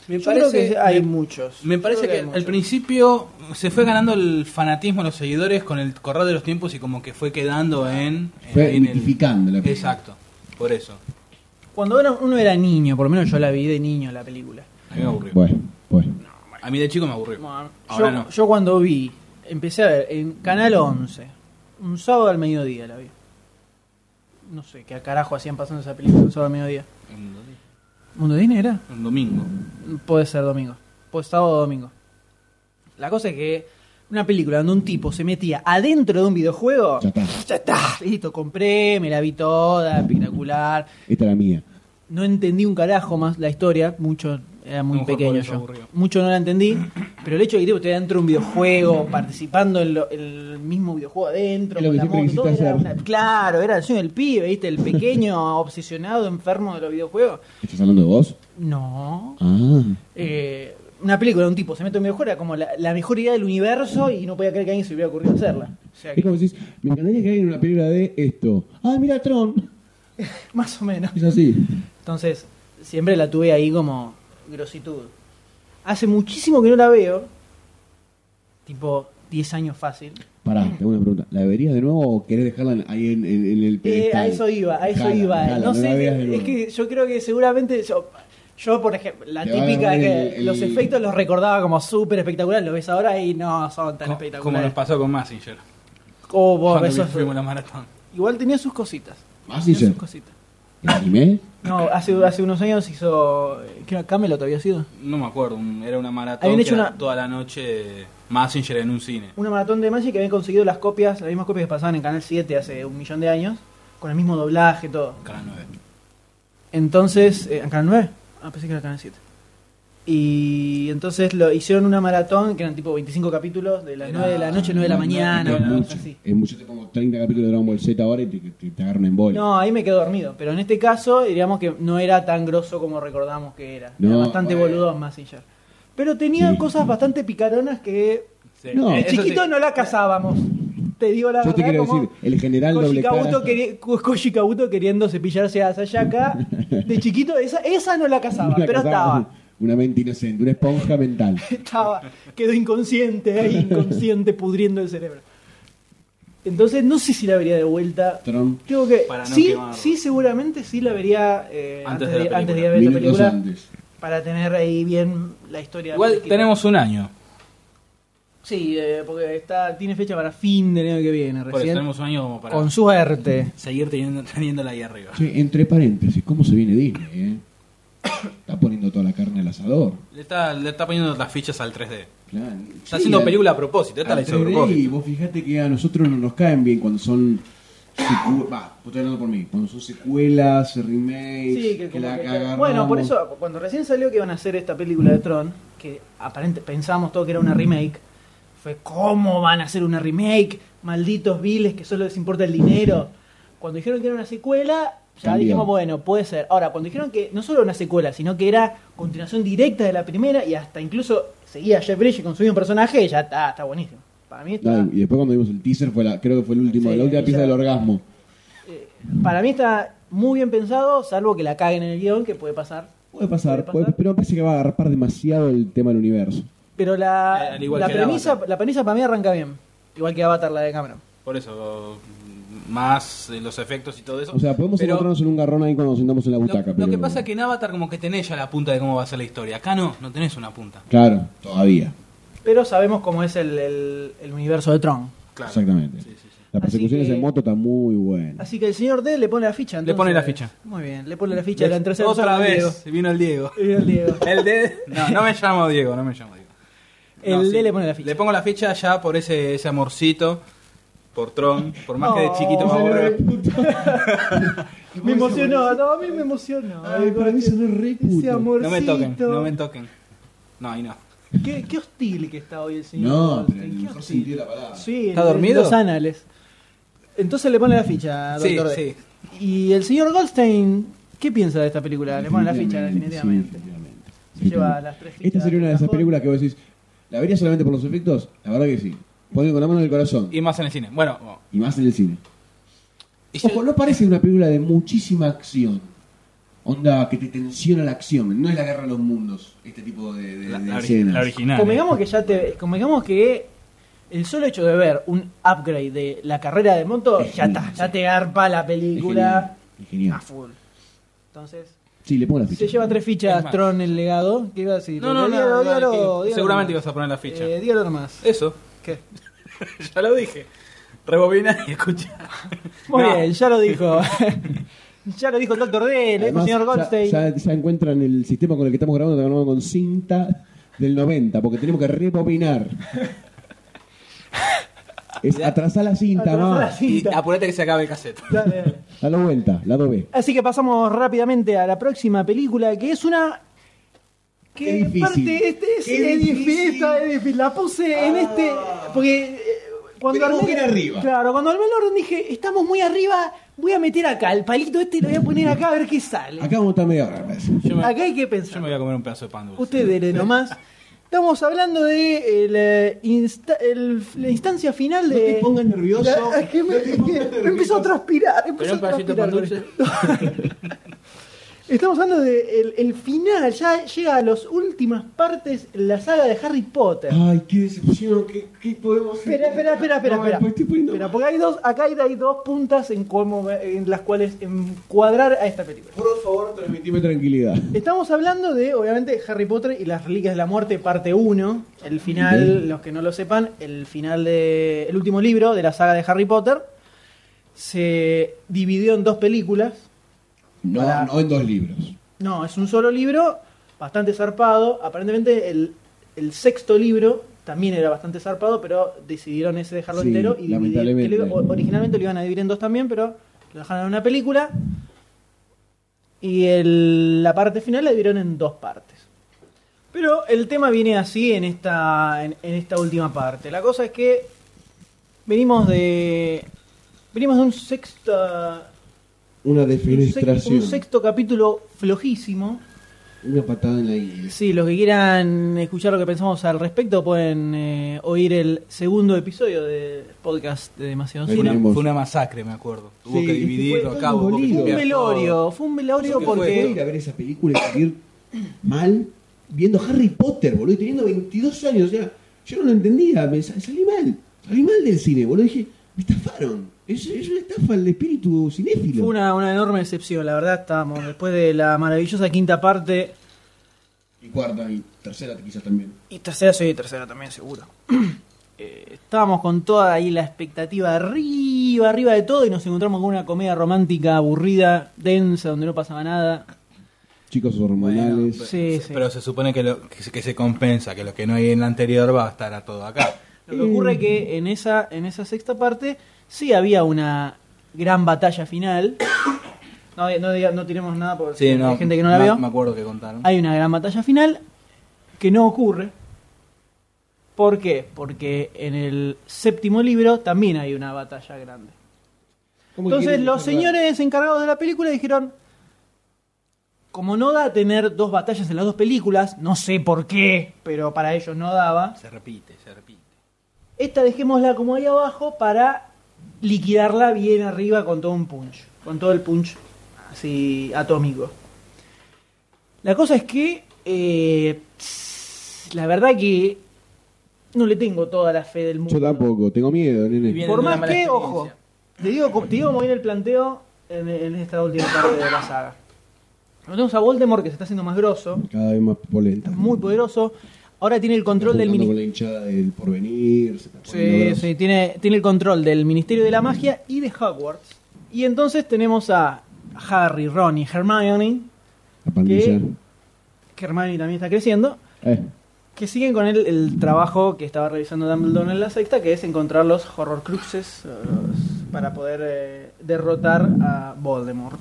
D: Me
B: Yo creo que hay muchos.
D: Me parece
B: Yo creo
D: que
B: hay
D: al
B: muchos.
D: principio se fue ganando el fanatismo de los seguidores con el correr de los tiempos y como que fue quedando en.
C: Fue
D: en el-
C: mitificando la película.
D: Exacto, por eso.
B: Cuando era- uno era niño, por lo menos yo la vi de niño la película.
D: A mí me aburrió.
C: Bueno, bueno.
D: A mí de chico me aburrió.
B: Bueno,
D: Ahora
B: yo,
D: no.
B: yo cuando vi, empecé a ver en Canal 11, un sábado al mediodía la vi. No sé qué carajo hacían pasando esa película un sábado al mediodía.
D: Un do-
B: ¿Mundo Disney era?
D: un domingo.
B: Puede ser domingo. Puede sábado o domingo. La cosa es que una película donde un tipo se metía adentro de un videojuego.
C: Ya está.
B: Ya está. Listo, compré, me la vi toda, espectacular.
C: Esta es la mía.
B: No entendí un carajo más la historia, mucho era muy
D: A lo mejor
B: pequeño
D: por eso
B: yo.
D: aburrido.
B: Mucho no la entendí. Pero el hecho de que tipo, esté dentro de un videojuego, participando en, lo- en el mismo videojuego adentro,
C: Es lo
B: con
C: que
B: la
C: siempre
B: moto, todo,
C: quisiste
B: era
C: hacer.
B: una- claro, era el sueño del pibe, ¿viste? El pequeño [laughs] obsesionado, enfermo de los videojuegos.
C: ¿Estás hablando de vos?
B: No.
C: Ah.
B: Eh, una película de un tipo se mete en un videojuego, era como la, la mejor idea del universo y no podía creer que a alguien se le hubiera ocurrido hacerla. O sea,
C: Es
B: que-
C: como decís, me encantaría que hagan una película de esto. Ah, mira Tron.
B: [laughs] más o menos.
C: Es así.
B: Entonces, siempre la tuve ahí como grositud. Hace muchísimo que no la veo. Tipo, 10 años fácil.
C: Pará, te hago una pregunta. ¿La verías de nuevo o querés dejarla ahí en, en- en el
B: Eh,
C: pedestal?
B: a eso iba, a eso
C: Dejala,
B: iba. eh.
C: dejala,
B: no sé,
C: la veas de
B: es
C: nuevo.
B: que yo creo que seguramente yo, yo, por ejemplo, la
C: Te va a
B: típica
C: agarrar
B: que
C: el-
B: los
C: el-
B: efectos los recordaba como súper espectaculares, lo ves ahora y no son tan
D: Co- Como nos
B: espectaculares.
D: pasó con Massinger.
B: Oh, vos,
D: Cuando
B: esos-
D: fuimos a la maratón.
B: igual tenía sus cositas.
C: ¿Más
B: tenía
C: dice?
B: sus cositas.
C: ¿El anime?
B: No, hace, hace unos años hizo. ¿Qué era Camelot había sido?
D: No me acuerdo, un- era una maratón
B: Habían
D: que
B: hecho
D: era
B: una-
D: toda la noche Massinger en un cine.
B: Una maratón de Magic que habían conseguido las copias, las mismas copias que pasaban en Canal 7 hace un millón de años, con el mismo doblaje, todo.
D: Canal 9.
B: Entonces, eh, ¿en Canal 9? Ah, pensé que era Canal 7. Y entonces lo hicieron una maratón que eran tipo 25 capítulos de las
D: Era-
B: 9 de la noche, 9 de la
D: no,
B: mañana, una
D: no,
C: es
B: cosa
C: Ah, mucho.
B: así.
C: Es mucho. Yo te pongo 30 capítulos de Dragon Ball Z ahora y te, te, te agarro una embolia.
B: No, ahí me quedo dormido, pero en este caso diríamos que no era tan grosso como recordamos que era. era
C: No,
B: bastante
C: bueno.
B: boludo más Pero tenía
C: Sí.
B: cosas bastante picaronas que
C: No.
B: de
C: Eso
B: chiquito no la casábamos. Te digo la
C: Yo te
B: verdad
C: quiero
B: como
C: decir, el general
B: Koji
C: doble cara.
B: Kabuto, queri- Ko- Koji Kabuto queriendo cepillarse a Sayaka. De chiquito, esa, esa no la
C: [laughs]
B: casaba,
C: Una
B: pero
C: casada,
B: estaba.
C: Una mente inocente, una esponja mental.
B: Estaba, quedó inconsciente,
C: [laughs]
B: ahí, inconsciente, pudriendo el cerebro. Entonces, no sé si la vería de vuelta.
C: Tron,
B: Creo que
D: Para no
B: sí,
D: quemarlo.
B: sí, seguramente sí la vería eh, antes,
D: Antes
B: de,
D: de la
B: antes de ir a ver la
C: minutos
B: película
C: antes.
B: para tener ahí bien la historia.
D: Igual
B: fresquita.
D: tenemos un año.
B: Sí, eh, porque está, tiene fecha para fin del año que viene,
D: Por eso
B: recién.
D: tenemos un año como para
B: Con suerte.
D: seguir teniendo, teniéndola ahí arriba.
C: Che, entre paréntesis, ¿cómo se viene Disney, eh? Está poniendo toda la carne al asador.
D: Le está, le está poniendo las fichas al 3D.
C: Claro.
D: Está
C: Sí,
D: haciendo
C: al-
D: película a propósito. Esta la
C: al
D: hizo a
C: 3D, Y
D: propósito.
C: vos fijate que a nosotros no nos caen bien cuando son. secu- Va, vos estás hablando por mí. Cuando son secuelas, remakes.
B: Sí, que como
C: la
B: que-
C: cagamos.
B: Bueno, por eso, cuando recién salió que iban a hacer esta película de Tron, que aparente pensamos todo que era una remake, fue ¿cómo van a hacer una remake? Malditos viles que solo les importa el dinero. Cuando dijeron que era una secuela, ya
C: Cambió.
B: dijimos, bueno, puede ser. Ahora, cuando dijeron que no solo era una secuela, sino que era continuación directa de la primera y hasta incluso seguía Jeff Bridges con su mismo personaje, ya está, está buenísimo. Para mí está...
C: No, y después cuando vimos el teaser, fue la, creo que fue el último,
B: Sí,
C: la última
B: y
C: pieza
B: ya-
C: del orgasmo.
B: Eh, Para mí está muy bien pensado, salvo que la caguen en el guión, que puede pasar.
C: Puede
B: Puede
C: pasar,
B: pasar.
C: puede- pero me parece que va a agarrar demasiado el tema del universo.
B: Pero la,
D: Eh, al igual
B: la
D: que
B: premisa,
D: Avatar.
B: la premisa para mí arranca bien. Igual que Avatar, la de Cameron.
D: Por eso, más eh, los efectos y todo eso.
C: O sea, podemos
D: Pero
C: encontrarnos en un garrón ahí cuando nos sentamos en la
D: lo-
C: butaca.
D: lo,
C: pero-
D: que pasa es que en Avatar como que tenés ya la punta de cómo va a ser la historia. Acá no, no tenés una punta.
C: Claro, todavía.
B: Pero sabemos cómo es el, el- el universo de Tron.
D: Claro.
C: Exactamente.
D: Sí, sí, sí.
C: Las
B: Así
C: persecuciones
B: que-
C: en moto están muy buenas.
B: Así que el señor D le pone la ficha.
D: Le
B: entonces.
D: pone la ficha.
B: Muy bien, le pone la ficha. La entró
D: Otra
B: al
D: vez vino el Diego.
B: Diego. El Diego.
D: El D. No, no me llamo Diego, no me llamo Diego.
B: El
D: [laughs] No,
B: D
D: sí.
B: le pone la ficha.
D: Le pongo la ficha ya por ese, ese amorcito, por Tron, por más que de
B: No,
D: chiquito me
B: señor,
D: aburra.
B: [laughs] Me emocionó, no, a mí me emocionó.
C: Ay, para mí eso no es re
B: Ese
C: puto.
B: amorcito.
D: No me toquen, no me toquen. No, ahí no.
B: Qué, qué hostil que está hoy el señor.
C: No,
B: Goldstein,
C: pero en el
B: qué
C: mejor
B: hostil.
C: sentido de la palabra.
B: Sí,
D: ¿Está
B: en- en
D: dormido?
B: Los anales. Entonces le pone la ficha, Ah,
D: Sí,
B: doctor D.
D: sí.
B: Y el señor Goldstein, ¿qué piensa de esta película? Le pone la ficha,
C: Sí,
B: definitivamente.
C: definitivamente.
B: Se lleva las tres fichas.
C: Esta sería una de esas
B: Cajón.
C: películas que vos decís, ¿la verías solamente por los efectos? La verdad que sí. Ponle con la mano en el corazón.
D: Y más en el cine. Bueno, bueno.
C: Y más en el cine.
D: Y yo-
C: Ojo, no parece una película de muchísima acción. Onda que te tensiona la acción. No es la guerra de los mundos, este tipo de, de-
D: la,
C: de
D: la ori-
C: escenas.
D: la original.
B: Convengamos que ya te. Convengamos que el solo hecho de ver un upgrade de la carrera de moto,
C: Es
B: ya
C: genial,
B: está.
C: sí.
B: Ya te garpa la
C: Es
B: película
C: genial, es genial.
B: a full. Entonces.
C: Sí, le pongo la ficha.
B: Se lleva tres
D: Es
B: fichas
D: más.
B: Tron el legado. ¿Qué iba a decir?
D: eh. No, no, no.
B: Dígalo,
D: no,
B: dígalo,
D: que-
B: dígalo
D: seguramente
B: nomás.
D: ibas a poner la ficha.
B: Eh, dígalo nomás.
D: Eso, [laughs]
B: ¿Qué?
D: ya lo dije. Rebobina y escucha.
B: Muy
D: No.
B: bien, ya lo
D: [laughs]
B: dijo. [laughs] ya lo dijo el doctor D, lo dijo el
C: Además,
B: ¿eh, señor
C: ya-
B: Goldstein.
C: Ya, ya encuentran el sistema con el que estamos grabando, estamos grabando con cinta del 90, porque tenemos que
B: [laughs]
C: rebobinar. es atrasar la cinta,
B: Atrasá la
C: va.
B: cinta.
D: Y apurate que se acabe el cassette.
B: Dale, dale.
C: Dale vuelta, lado B.
B: Así que pasamos rápidamente a la próxima película, que es una que
C: Qué difícil.
B: parte este es,
C: Qué
B: es difícil,
C: difícil.
B: está, es difícil. La puse en
C: Ah.
B: este. Porque eh, cuando
C: Pero vos que era arriba.
B: Claro, cuando armé el orden dije, estamos muy arriba, voy a meter acá el palito este y lo voy a poner acá a ver qué sale.
C: Acá vamos a estar media hora, me parece.
D: Yo me,
B: Acá hay que
D: yo
B: pensar.
D: me voy a comer un pedazo de pan dulce.
B: Usted dele nomás. Estamos hablando de eh, la, insta- el- la instancia final
C: No te
B: de.
C: pongas nervioso.
B: La- es que me,
C: [laughs] No te pongas
B: es que me empezó a transpirar.
A: Pero
B: Empezó
A: un
B: a
A: pedacito de
B: transpirar
A: pan dulce.
B: [laughs] Estamos hablando de el, el final, ya llega a las últimas partes la saga de Harry Potter.
C: Ay, qué decepción. ¿Qué, qué podemos hacer?
B: Espera, espera, espera, espera,
C: No,
B: espera.
C: pues estoy poniendo-
B: Espera, porque hay dos, acá hay, hay dos puntas en, cómo- en las cuales encuadrar a esta película.
C: Por favor, transmitime tranquilidad.
B: Estamos hablando de, obviamente, Harry Potter y las Reliquias de la Muerte, parte 1. El final,
C: Bien.
B: los que no lo sepan, el final de. El último libro de la saga de Harry Potter se dividió en dos películas.
C: No,
B: Para-
C: no en dos libros.
B: No, es un solo libro, bastante zarpado. Aparentemente, el, el sexto libro también era bastante zarpado, pero decidieron ese dejarlo
C: Sí,
B: entero y dividir.
C: lamentablemente.
B: que lo- o- originalmente lo iban a dividir en dos también, pero lo dejaron en una película. Y el- la parte final la dividieron en dos partes. Pero el tema viene así en esta, en, en esta última parte. La cosa es que venimos de. Venimos de un sexta.
C: Una
B: un sec-
C: defenestración.
B: un sexto capítulo flojísimo.
C: Una patada en la inglés.
B: Sí, los que quieran escuchar lo que pensamos al respecto pueden eh, oír el segundo episodio del podcast de Demasiado
D: Fue una,
B: Cine.
C: Tenemos.
D: fue una masacre, me acuerdo. Hubo
C: Sí,
D: que
C: es que fue
D: dividirlo
C: todo
D: acá, hubo que
C: dolido.
B: Fue un
D: limpiar todo.
B: velorio, fue un velorio
D: Eso que
B: porque...
C: Puedo ir a ver esa película y salir mal viendo Harry Potter, boludo, y teniendo 22 años. O sea, yo no lo entendía, me sa- salí mal. Salí mal del cine, boludo. Dije, me estafaron. Es, es una estafa al espíritu cinéfilo.
B: Fue una, una enorme decepción, la verdad. Estábamos después de la maravillosa quinta parte.
C: Y cuarta y tercera quizás también.
B: Y tercera, soy tercera también, seguro. [clears throat] Eh, estábamos con toda ahí la expectativa arriba, arriba de todo. Y nos encontramos con una comedia romántica aburrida, densa, donde no pasaba nada.
C: Chicos
D: Bueno,
C: hormonales.
D: pero-
B: Sí, sí.
D: Pero se supone que, lo, que, se- que se compensa, que lo que no hay en la anterior va a estar a todo acá.
B: Lo que
D: Eh.
B: ocurre que en esa, en esa sexta parte sí había una gran batalla final. [coughs] No, no, diga- no tiremos nada porque
D: Sí, no,
B: hay gente que no la
D: me-
B: vio.
D: Me acuerdo que contaron.
B: Hay una gran batalla final que no ocurre. ¿Por qué? Porque en el séptimo libro también hay una batalla grande.
C: ¿Cómo que
B: Entonces
C: quieren
B: los
C: cerrar?
B: señores encargados de la película dijeron, como no da a tener dos batallas en las dos películas, no sé por qué, pero para ellos no daba,
D: Se repite, se repite.
B: esta dejémosla como ahí abajo para liquidarla bien arriba con todo un punch, con todo el punch así atómico. La cosa es que eh, la verdad que no le tengo toda la fe del mundo.
C: Yo tampoco, tengo miedo, nene.
D: Bien.
B: Por
D: Tienen una
B: más
D: mala
B: que,
D: experiencia.
B: ojo, te digo, co- te digo cómo viene el planteo en, en esta última parte de la saga. Lo Tenemos a Voldemort que se está haciendo más grosso,
C: Cada vez más polenta.
B: muy poderoso. Ahora tiene el control del
C: Está jugando
B: ministerio.
C: con la hinchada del porvenir. se está poniendo
B: Sí,
C: grosso.
B: sí, tiene, tiene el control del Ministerio de la Magia y de Hogwarts. Y entonces tenemos a Harry, Ron y Hermione,
C: La pandilla.
B: que Hermione también está creciendo,
C: Eh,
B: que siguen con el, el trabajo que estaba realizando Dumbledore en la sexta, que es encontrar los Horrorcruxes eh, los- para poder eh, derrotar a Voldemort.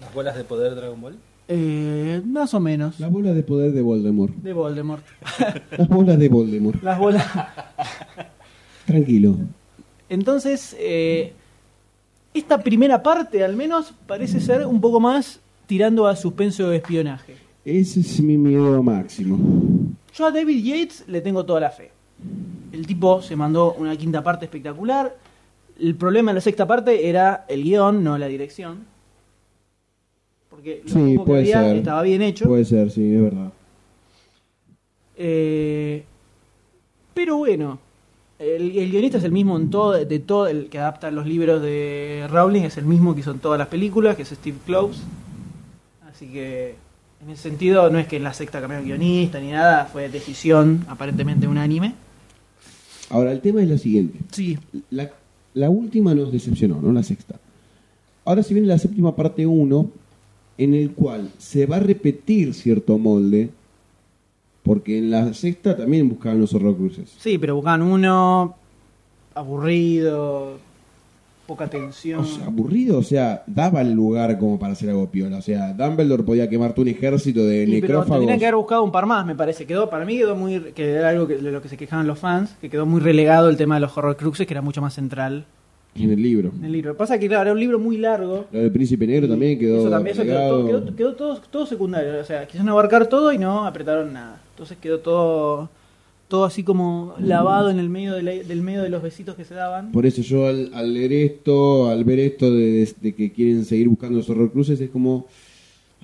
D: ¿Las bolas de poder Dragon Ball?
B: Eh, más o menos.
C: la bola de poder de Voldemort.
B: De Voldemort.
C: Las bolas de Voldemort.
B: Las bolas.
C: Tranquilo.
B: Entonces, eh, esta primera parte, al menos, parece ser un poco más tirando a suspenso de espionaje.
C: Ese es mi miedo máximo.
B: Yo a David Yates le tengo toda la fe. El tipo se mandó una quinta parte espectacular. El problema en la sexta parte era el guión, no la dirección. Porque lo
C: Sí,
B: poco que
C: puede
B: había
C: ser.
B: estaba bien hecho.
C: Puede ser, sí, es verdad.
B: Eh, pero bueno, el, el guionista es el mismo en todo, de todo, el que adapta los libros de Rowling es el mismo que hizo en todas las películas, que es Steve Kloves. Así que en ese sentido no es que en la sexta cambiaron guionista ni nada, fue decisión aparentemente unánime.
C: Ahora, el tema es lo siguiente.
B: Sí,
C: La, la última nos decepcionó, no la sexta. Ahora si viene la séptima parte 1, en el cual se va a repetir cierto molde, porque en la sexta también buscaban los horrocruces.
B: sí, pero buscaban uno aburrido. poca tensión.
C: O sea, aburrido, o sea, daba el lugar como para hacer algo piola. O sea, Dumbledore podía quemarte un ejército de
B: Y, pero
C: necrófagos.
B: tendrían que haber buscado un par más, me parece. Quedó, para mí quedó muy. que era algo que, de lo que se quejaban los fans, que quedó muy relegado el tema de los horrorcruxes, que era mucho más central
C: En el libro.
B: en el libro. Pasa que, claro, era un libro muy largo.
C: Lo del Príncipe Negro también quedó.
B: Eso también, eso quedó, todo,
C: relegado.
B: quedó- quedó todo, todo secundario. O sea, quisieron abarcar todo y no apretaron nada. Entonces quedó todo. todo así como lavado en el medio de la- del medio de los besitos que se daban.
C: Por eso yo al, al leer esto, al ver esto de, de- de que quieren seguir buscando los horror cruces, es como.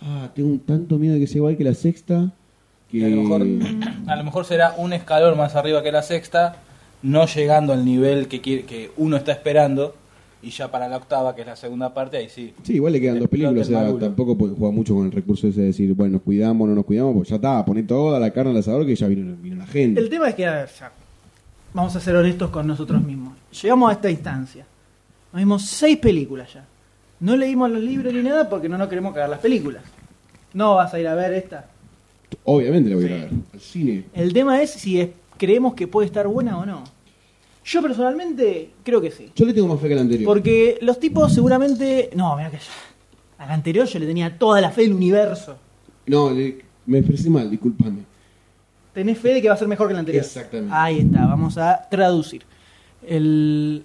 C: Ah, tengo un tanto miedo de que sea igual que la sexta. Que Mm.
D: Y a lo mejor a lo mejor será un escalón más arriba que la sexta, no llegando al nivel que quiere- que uno está esperando y ya para la octava, que es la segunda parte, ahí sí.
C: Sí, igual le quedan dos
D: Explota
C: películas, o
D: el
C: sea,
D: marulo.
C: tampoco pueden jugar mucho con el recurso ese de decir, bueno, nos cuidamos, no nos cuidamos, pues ya está, poné toda la carne al asador que ya vino, vino la gente.
B: El tema es que, a ver, ya, vamos a ser honestos con nosotros mismos. Llegamos a esta instancia. Nos vimos seis películas ya. No leímos los libros ni nada porque no nos queremos cagar las películas. No vas a ir a ver esta.
C: Obviamente la voy a
B: Sí.
C: ir a ver, al cine.
B: El tema es si es- creemos que puede estar buena o no. Yo personalmente creo que sí.
C: Yo le tengo más fe que la anterior.
B: Porque los tipos seguramente... No, mira que yo... Al anterior yo le tenía toda la fe del universo.
C: No, le- me expresé mal, discúlpame.
B: Tenés fe de que va a ser mejor que el anterior.
C: Exactamente.
B: Ahí está, vamos a traducir. El...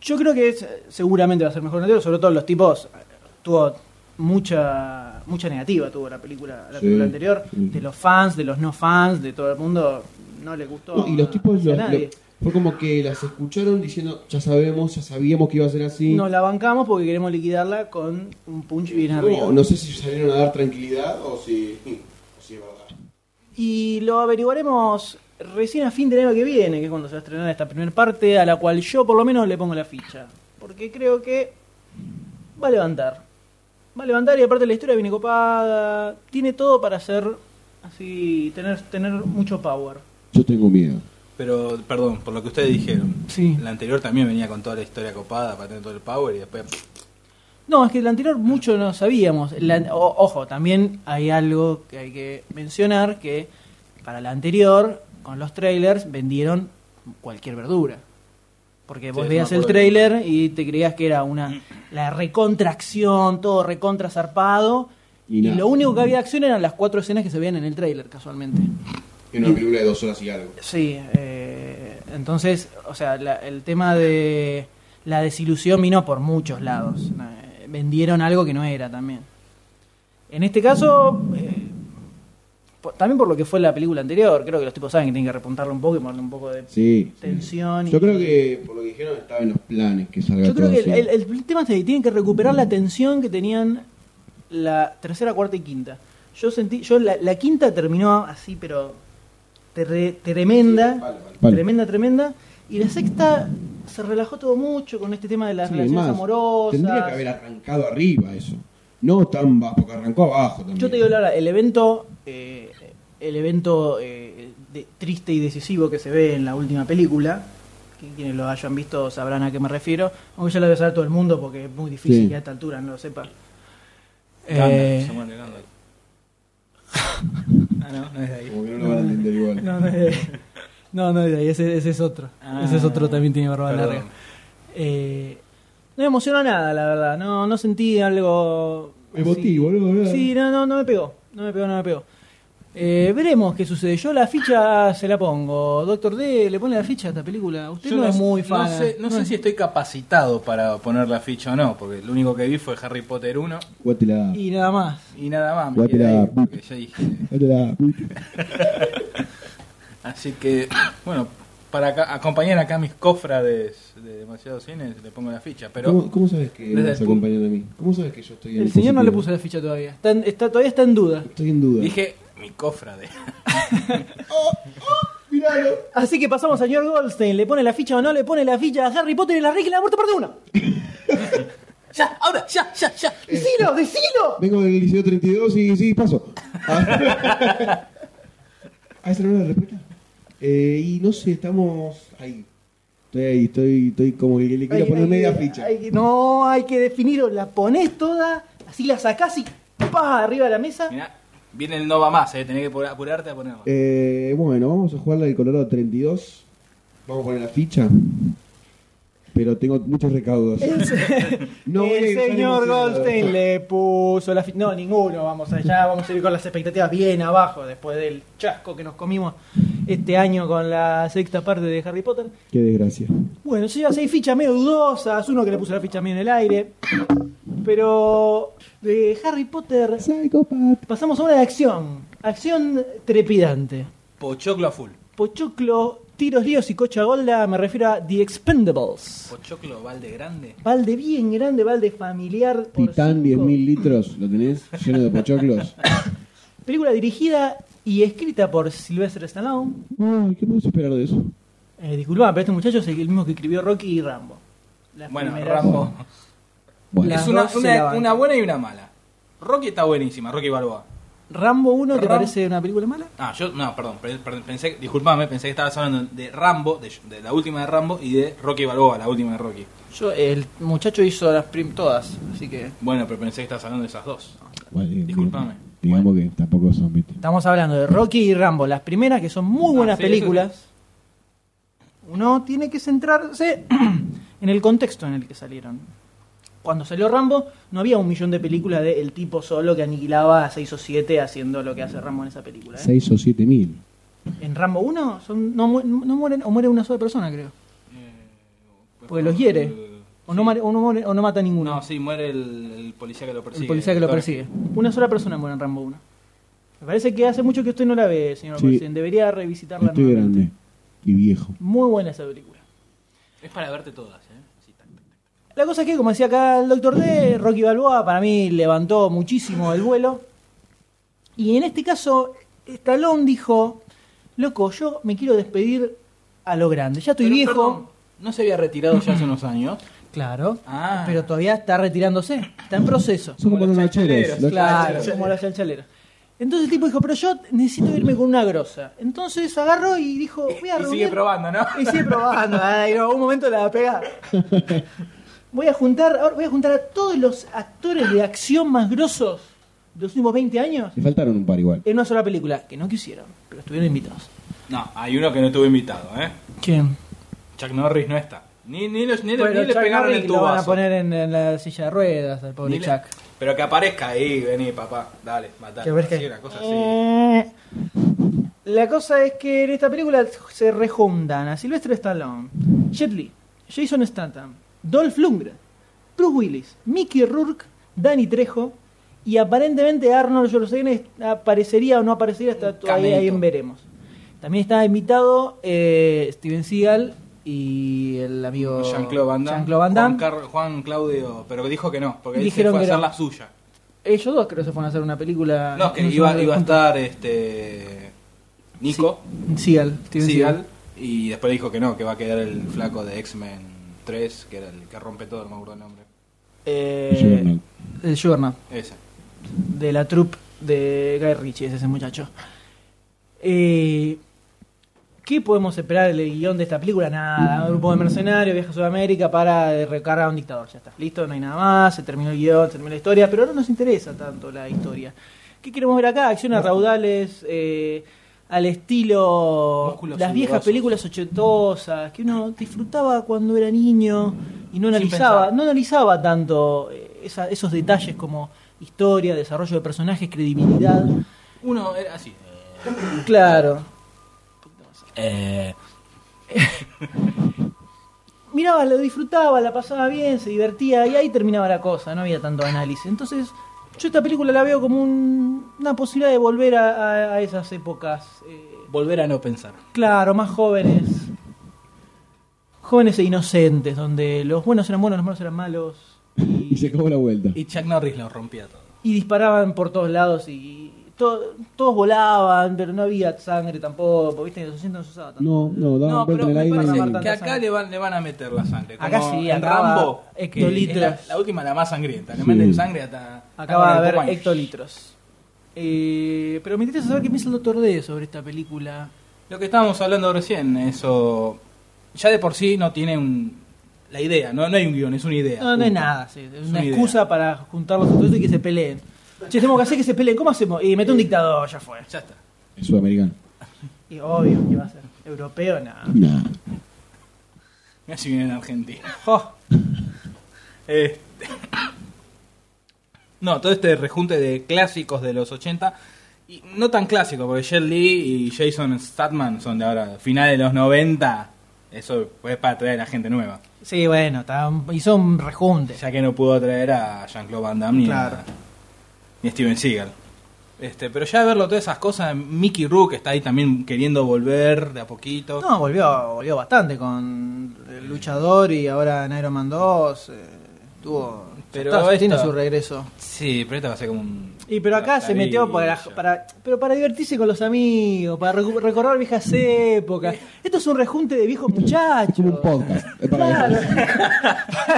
B: Yo creo que es- seguramente va a ser mejor que el anterior, sobre todo los tipos. eh, Tuvo mucha mucha negativa, tuvo la película, la
C: Sí, Mm.
B: película anterior,
C: sí.
B: de los fans, de los no fans, de todo el mundo. No le gustó.
C: No, y los tipos
B: a
C: los-
B: nadie.
C: los- fue como que las escucharon diciendo, ya sabemos, ya sabíamos que iba a ser así.
B: Nos la bancamos porque queremos liquidarla con un punch bien arriba.
C: no, no sé si salieron a dar tranquilidad o si... [laughs]
E: O sí, es verdad.
B: Y lo averiguaremos recién a fin de año que viene, que es cuando se va a estrenar esta primera parte, a la cual yo por lo menos le pongo la ficha. Porque creo que va a levantar. Va a levantar y aparte la historia viene copada. Tiene todo para ser así, tener, tener mucho power.
C: Yo tengo miedo.
D: Pero, perdón, por lo que ustedes dijeron,
B: Sí.
D: la anterior también venía con toda la historia copada para tener todo el power y después
B: No, es que el anterior mucho no sabíamos. La- o- ojo, también hay algo que hay que mencionar, que para la anterior, con los trailers, vendieron cualquier verdura. Porque vos
D: Sí,
B: veías
D: me
B: el
D: acuerdo. Mm.
B: trailer y te creías que era una la recontracción, todo recontra zarpado.
C: Y
B: Y,
C: nada.
B: lo único que había de acción eran las cuatro escenas que se veían en el trailer, casualmente.
C: En una película de dos horas y algo.
B: Sí, eh, entonces, o sea, la- el tema de la desilusión vino por muchos lados. Eh, Vendieron algo que no era también. En este caso, eh, po- también por lo que fue la película anterior, creo que los tipos saben que tienen que repuntarle un poco y ponerle un poco de
C: Sí. sí.
B: tensión. y-
C: Yo creo que, por lo que dijeron, estaba en los planes que salga
B: Yo creo
C: todo
B: que el,
C: así.
B: el- el tema es que tienen que recuperar la tensión que tenían la tercera, cuarta y quinta. Yo sentí, yo la, la quinta terminó así, pero terre- tremenda.
E: Vale, vale.
C: Vale.
B: Tremenda, tremenda. Y la sexta se relajó todo mucho con este tema de las
C: Sí,
B: relaciones
C: más,
B: amorosas.
C: Tendría que haber arrancado arriba eso. No tan bajo, porque arrancó abajo también.
B: Yo te digo, Laura, el evento, eh, el evento eh, de- triste y decisivo que se ve en la última película, que quienes lo hayan visto sabrán a qué me refiero, aunque ya lo debe saber todo el mundo porque es muy difícil
C: Sí.
B: que a esta altura no lo sepa.
D: Gandalf,
B: Eh,
D: se muere Gandalf. ah, no, no es de ahí.
C: Como que no lo van a entender igual.
B: no, no es de, no, no es de ahí, ese, ese es otro. ese es otro,
D: Ah,
B: también tiene barba
D: perdón.
B: larga. Eh, no me emocionó nada, la verdad. No, no sentí algo así.
C: Emotivo, ¿no? ¿verdad?
B: Sí, no, no, no me pegó. No me pegó, no me pegó. Eh, veremos qué sucede. Yo la ficha se la pongo. Doctor D, ¿le pone la ficha a esta película? Usted
D: Yo
B: no, es
D: s-
B: muy
D: no
B: fan.
D: sé- no sé si estoy capacitado para poner la ficha o no, porque lo único que vi fue Harry Potter 1
C: Guatela.
B: Y nada más.
D: y nada más. Me
C: Guate
D: quedé
C: la
D: ahí,
C: puta.
D: porque ya dije.
C: Guatela.
D: Así que, bueno, para acá- acompañar acá mis cofrades de demasiados cines, le pongo la ficha, pero
C: ¿Cómo, cómo sabes que
D: Desde
C: me
D: el
C: vas
D: punto-
C: acompañando a mí? ¿Cómo sabes que yo estoy en
B: El señor no le puso
C: positivo?
B: la ficha todavía. Está en- está- todavía está en duda.
C: Estoy en duda.
D: dije mi cofrade. [laughs]
C: Miralo.
B: Así que pasamos al señor Goldstein. ¿Le pone la ficha o no le pone la ficha a Harry Potter y la regla de la muerte parte
C: [laughs]
B: 1?
D: ya, ahora, ya, ya, ya.
B: ¡Decilo, decilo!
C: Vengo del liceo 32 y sí,
D: [laughs]
C: paso. Ah, Ah, esa no era la respuesta. Eh, y no sé, estamos ahí. Estoy ahí, estoy, estoy como que le quiero
B: Hay-
C: poner
B: hay
C: media
B: que-
C: ficha.
B: hay que- no, hay que definirlo. La pones toda, así la sacás y pa arriba de la
C: [laughs]
B: mesa.
D: Mirá, viene el Nova más, eh, tenés que apura- apurarte a ponerlo.
C: Eh, bueno, vamos a jugarla del Colorado 32. Vamos a poner la ficha. pero tengo muchos recaudos. No voy a
B: el
C: ir tan
B: señor
C: emocionado.
B: Goldstein le puso la fi- No, ninguno, vamos
C: [laughs]
B: allá, vamos a ir con las expectativas bien abajo después del chasco que nos comimos este año con la sexta parte de Harry Potter.
C: Qué desgracia.
B: Bueno, yo lleva seis fichas medio dudosas, uno que le puso la ficha medio en el aire. Pero de Harry Potter
C: Psychopath.
B: pasamos a una de acción. Acción trepidante.
D: Pochoclo a full.
B: Pochoclo, tiros, líos y cocha golda, me refiero a The Expendables.
D: Pochoclo balde grande.
B: Balde bien grande, balde familiar. por
C: Titán
B: cinco.
C: 10.000 litros, ¿lo tenés? Lleno de pochoclos.
B: Película dirigida y escrita por Sylvester Stallone.
C: Ay, ¿qué puedes esperar de eso?
B: Eh, disculpame, pero este muchacho es el mismo que escribió Rocky y Rambo. Las
D: Bueno,
B: primeras-
D: Rambo.
C: Bueno,
B: Las
D: Es una,
B: dos se la
D: una,
B: bancan.
D: una buena y una mala. Rocky está buenísima, Rocky Balboa.
B: ¿Rambo 1 te
D: Ram-
B: parece una película mala?
D: Ah, yo, no, perdón, pe- perdón, pensé, disculpame, pensé que estabas hablando de Rambo, de, de la última de Rambo y de Rocky Balboa, la última de Rocky.
A: Yo, el muchacho hizo las prim todas, así que.
D: Bueno, pero pensé que estabas hablando de esas dos.
C: bueno, digamos-
D: disculpame.
C: Digamos que tampoco son, ¿viste?
B: Estamos hablando de Rocky y Rambo, las primeras que son muy
D: Ah,
B: buenas
D: sí,
B: películas. Uno tiene que centrarse [clears throat] en el contexto en el que salieron. Cuando salió Rambo, no había un millón de películas de el tipo solo que aniquilaba a 6 o 7 haciendo lo que hace Rambo en esa película. ¿eh?
C: 6 o 7 mil.
B: En Rambo 1 son, no, mu- no mueren, o muere una sola persona, creo. Porque Eh, pues los hiere. O, no, mare- o no muere- o no mata a ninguno.
D: No, sí, muere el, el policía que lo persigue.
B: el policía que lo
D: Torres.
B: persigue. Una sola persona muere en Rambo 1. Me parece que hace mucho que usted no la ve, señor
C: Sí.
B: Goldstein. Debería revisitarla
C: Estoy
B: nuevamente.
C: grande y viejo.
B: Muy buena esa película.
D: Es para verte todas, ¿eh? Así, tac, tac.
B: La cosa es que, como decía acá el doctor D, Rocky Balboa para mí levantó muchísimo el vuelo. Y en este caso, Stallone dijo, loco, yo me quiero despedir a lo grande. Ya estoy
D: Pero,
B: viejo.
D: perdón, no se había
B: [clears throat]
D: retirado ya hace unos años.
B: Claro.
D: Ah. [laughs]
B: Pero todavía está retirándose. Está en proceso.
C: Son como
D: Como
C: los
D: los
C: nacheros.
D: chanchaleros,
C: los-
B: Claro, como la chanchalera. Entonces el tipo dijo, pero yo necesito irme con una grosa. Entonces agarró y dijo, voy a
D: Y sigue
B: reunir-
D: probando, ¿no?
B: Y sigue probando. Ay, no, un momento la va a pegar. Voy a juntar, ahora voy a juntar a todos los actores de acción más grosos de los últimos 20 años
C: Le faltaron un par igual.
B: en una sola película, que no quisieron, pero estuvieron invitados.
D: No, hay uno que no estuvo invitado, ¿eh?
B: ¿Quién?
D: Chuck Norris no está. Ni, ni, los- ni, le-
B: Bueno,
D: ni le
B: Chuck
D: pegaron
B: Norris
D: el
B: lo van a
D: tubazo.
B: poner en, en la silla de ruedas al pobre
D: Ni le-
B: Chuck.
D: Pero que aparezca ahí, vení, papá. Dale, matá.
B: Que aparezca
D: Así,
B: ahí.
D: una cosa así.
B: Eh, La cosa es que en esta película se rejuntan a Sylvester Stallone, Jet Li, Jason Statham, Dolph Lundgren, Bruce Willis, Mickey Rourke, Danny Trejo y aparentemente Arnold Schwarzenegger aparecería o no aparecería hasta
D: Un
B: todavía ahí
D: cameíto.
B: en veremos. También está invitado eh, Steven Seagal y el amigo
D: Jean-Claude Van Damme.
B: Jean-Claude Van Damme.
D: Juan, Car- Juan Claudio, pero que dijo que no, porque él se
B: Dijeron
D: fue a
B: que
D: hacer
B: no. Ah,
D: la suya.
B: Ellos dos creo que se fueron a hacer una película.
D: No, que
B: sé
D: iba,
B: dónde
D: iba a
B: juntos.
D: estar este Nico
B: Seagal, Steven
D: Seagal,
B: Seagal.
D: y después dijo que no, que va a quedar el flaco de X-Men 3, que era el que rompe todo, no me acuerdo el nombre.
B: Eh,
C: Juggernaut.
B: El Juggernaut,
D: Ese.
B: de la troupe de Guy Ritchie, es ese muchacho. Eh, ¿Qué podemos esperar del guión de esta película? Nada, un grupo de mercenarios viaja a Sudamérica para eh, recargar a un dictador. Ya está, listo, no hay nada más, se terminó el guión, se terminó la historia, pero no nos interesa tanto la historia. ¿Qué queremos ver acá? Acciones raudales, eh, al estilo
D: Músculos
B: las viejas
D: sudorosos.
B: películas ochentosas, que uno disfrutaba cuando era niño y no
D: Sin
B: analizaba,
D: pensar.
B: no analizaba tanto eh, esa- esos detalles como historia, desarrollo de personajes, credibilidad.
D: Uno era así.
B: Claro.
D: Eh,
B: Miraba, lo disfrutaba, la pasaba bien, se divertía y ahí terminaba la cosa, no había tanto análisis. Entonces, yo esta película la veo como un- una posibilidad de volver a, a- a esas épocas. eh,
D: Volver a no pensar.
B: Claro, más jóvenes. Jóvenes e inocentes, donde los buenos eran buenos, los malos eran malos.
C: Y se acabó la vuelta.
D: Y Chuck Norris lo rompía todo.
B: Y disparaban por todos lados y to- todos volaban, pero no había sangre tampoco. ¿Viste? En los 80 no se usaba tanto.
C: No, no, daban
D: No,
C: vuelta
D: pero
C: en el
D: me
C: aire.
B: parece
C: y-
B: tanta
D: Que acá
B: sangre.
D: le van, le van a meter la sangre. Como
B: Acá sí,
D: en
B: acá va
D: Rambo. que
B: hectolitros.
D: es La, la última, la más sangrienta. Le
C: Sí.
D: meten sangre hasta.
B: Acaba de
D: hasta con
B: haber
D: Ah, el Popeye.
B: hectolitros. Eh, pero me interesa saber qué piensa el doctor D sobre esta película.
D: Lo que estábamos hablando recién, eso. Ya de por sí no tiene un. La idea, no, no hay un guión, es una idea.
B: No, no es
D: punto.
B: nada, sí, es una
D: una
B: excusa para juntarlos todos y que se peleen. Che, tenemos que hacer que se peleen, ¿cómo hacemos? Y mete un dictador, ya fue.
D: Ya está.
C: Es Sudamericano.
D: Ah.
B: Y obvio que va a ser europeo, nada.
C: Nah.
D: Mira si viene
B: [laughs]
D: en Argentina.
B: Jo.
D: Este. [coughs] No, todo este rejunte de clásicos de los 80. Y no tan clásicos, porque Shell Lee y Jason Statman son de ahora, finales de los 90. Eso es para traer a gente nueva.
B: Sí, bueno, está- hizo un rejunte.
D: Ya que no pudo traer a Jean-Claude Van Damme ni,
B: Claro.
D: a, ni a Steven Seagal. Este, pero ya verlo todas esas cosas, Mickey Rook está ahí también queriendo volver de a poquito.
B: No, volvió, volvió bastante con el Luchador y ahora en Iron Man 2. eh, tuvo,
D: Pero
B: está-
D: esta-
B: tiene su regreso.
D: Sí, pero esta va a ser como un...
B: Y pero acá se metió para,
D: Maravilla.
B: para- pero para divertirse con los amigos, para recu- recordar viejas épocas. Esto es un rejunte de viejos
C: Es como un
B: muchachos.
C: podcast. Es, para
B: Claro.
C: eso.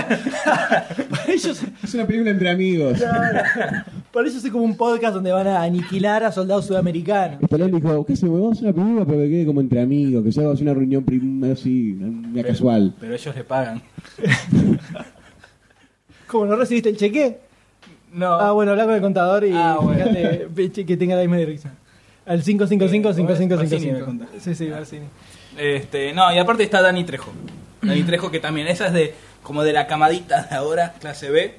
B: Para ellos,
C: es una película entre amigos.
B: para ellos es como un podcast donde van a aniquilar a soldados sudamericanos.
C: Estalón dijo, ¿qué se me vamos a hacer una película pero que quede como entre amigos, que se haga así una reunión prim- así, una
D: Pero-
C: casual.
D: Pero ellos le pagan.
B: Como no recibiste el cheque.
D: No.
B: Ah, bueno, habla con el contador y
D: Ah, bueno.
B: fíjate pinche, que tenga la misma dirección. Al 555
D: Eh, Barcini Ah. me
B: 5555
D: contó.
B: Sí, sí, Barcini.
D: Este, no, y aparte está Dani Trejo.
B: [clears throat]
D: Dani Trejo que también, esa es de como de la camadita de ahora, clase B.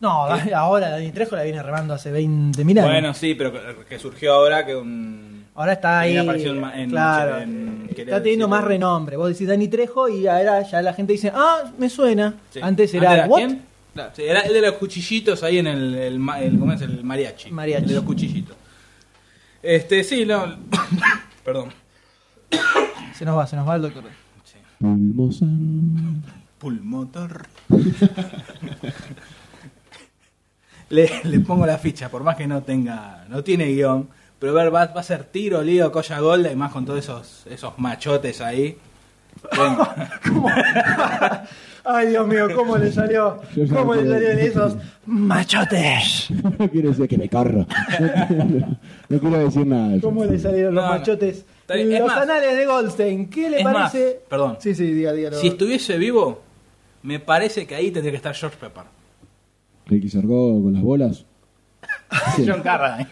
B: No,
D: ¿Qué?
B: ahora Dani Trejo la viene remando hace 20 mil años.
D: Eh. Bueno, sí, pero que- que surgió ahora que un...
B: Ahora está ahí.
D: Tiene aparición ma- en-
B: claro.
D: en- quería
B: está teniendo
D: decir-
B: más renombre. Vos decís Dani Trejo y ahora ya la gente dice, ah, me suena.
D: sí.
B: Antes era, ¿what?
D: quién? Sí, era el de los cuchillitos ahí en el, el, ma- el- ¿cómo es? El mariachi.
B: Mariachi.
D: El de los cuchillitos. Este, sí, no... [coughs] Perdón.
B: Se nos va, se nos va el doctor.
D: Sí.
C: Pulmosan.
D: Pulmotor. [laughs] le, le pongo la ficha, por más que no tenga, no tiene guión, pero ver, va, va a ser tiro, lío, colla golda y más con todos esos, esos machotes ahí. Bueno,
B: Ay, Dios mío, ¿cómo le salió?
C: Yo ya
B: ¿Cómo
C: no
B: le
C: puedo.
B: salieron esos machotes?
C: No quiero decir que me corro. No quiero, no quiero decir nada. de eso.
B: ¿Cómo le salieron los
D: No, no.
B: machotes?
D: Está bien, es
B: Los
D: más.
B: anales de Goldstein, ¿qué le
D: Es más,
B: parece?
D: perdón.
B: Sí, sí, diga, diga. [laughs]
D: si estuviese vivo, me parece que ahí tendría que estar George Pepper.
C: Ricky Sargó con las bolas. Ah, Sí.
D: John Carradine.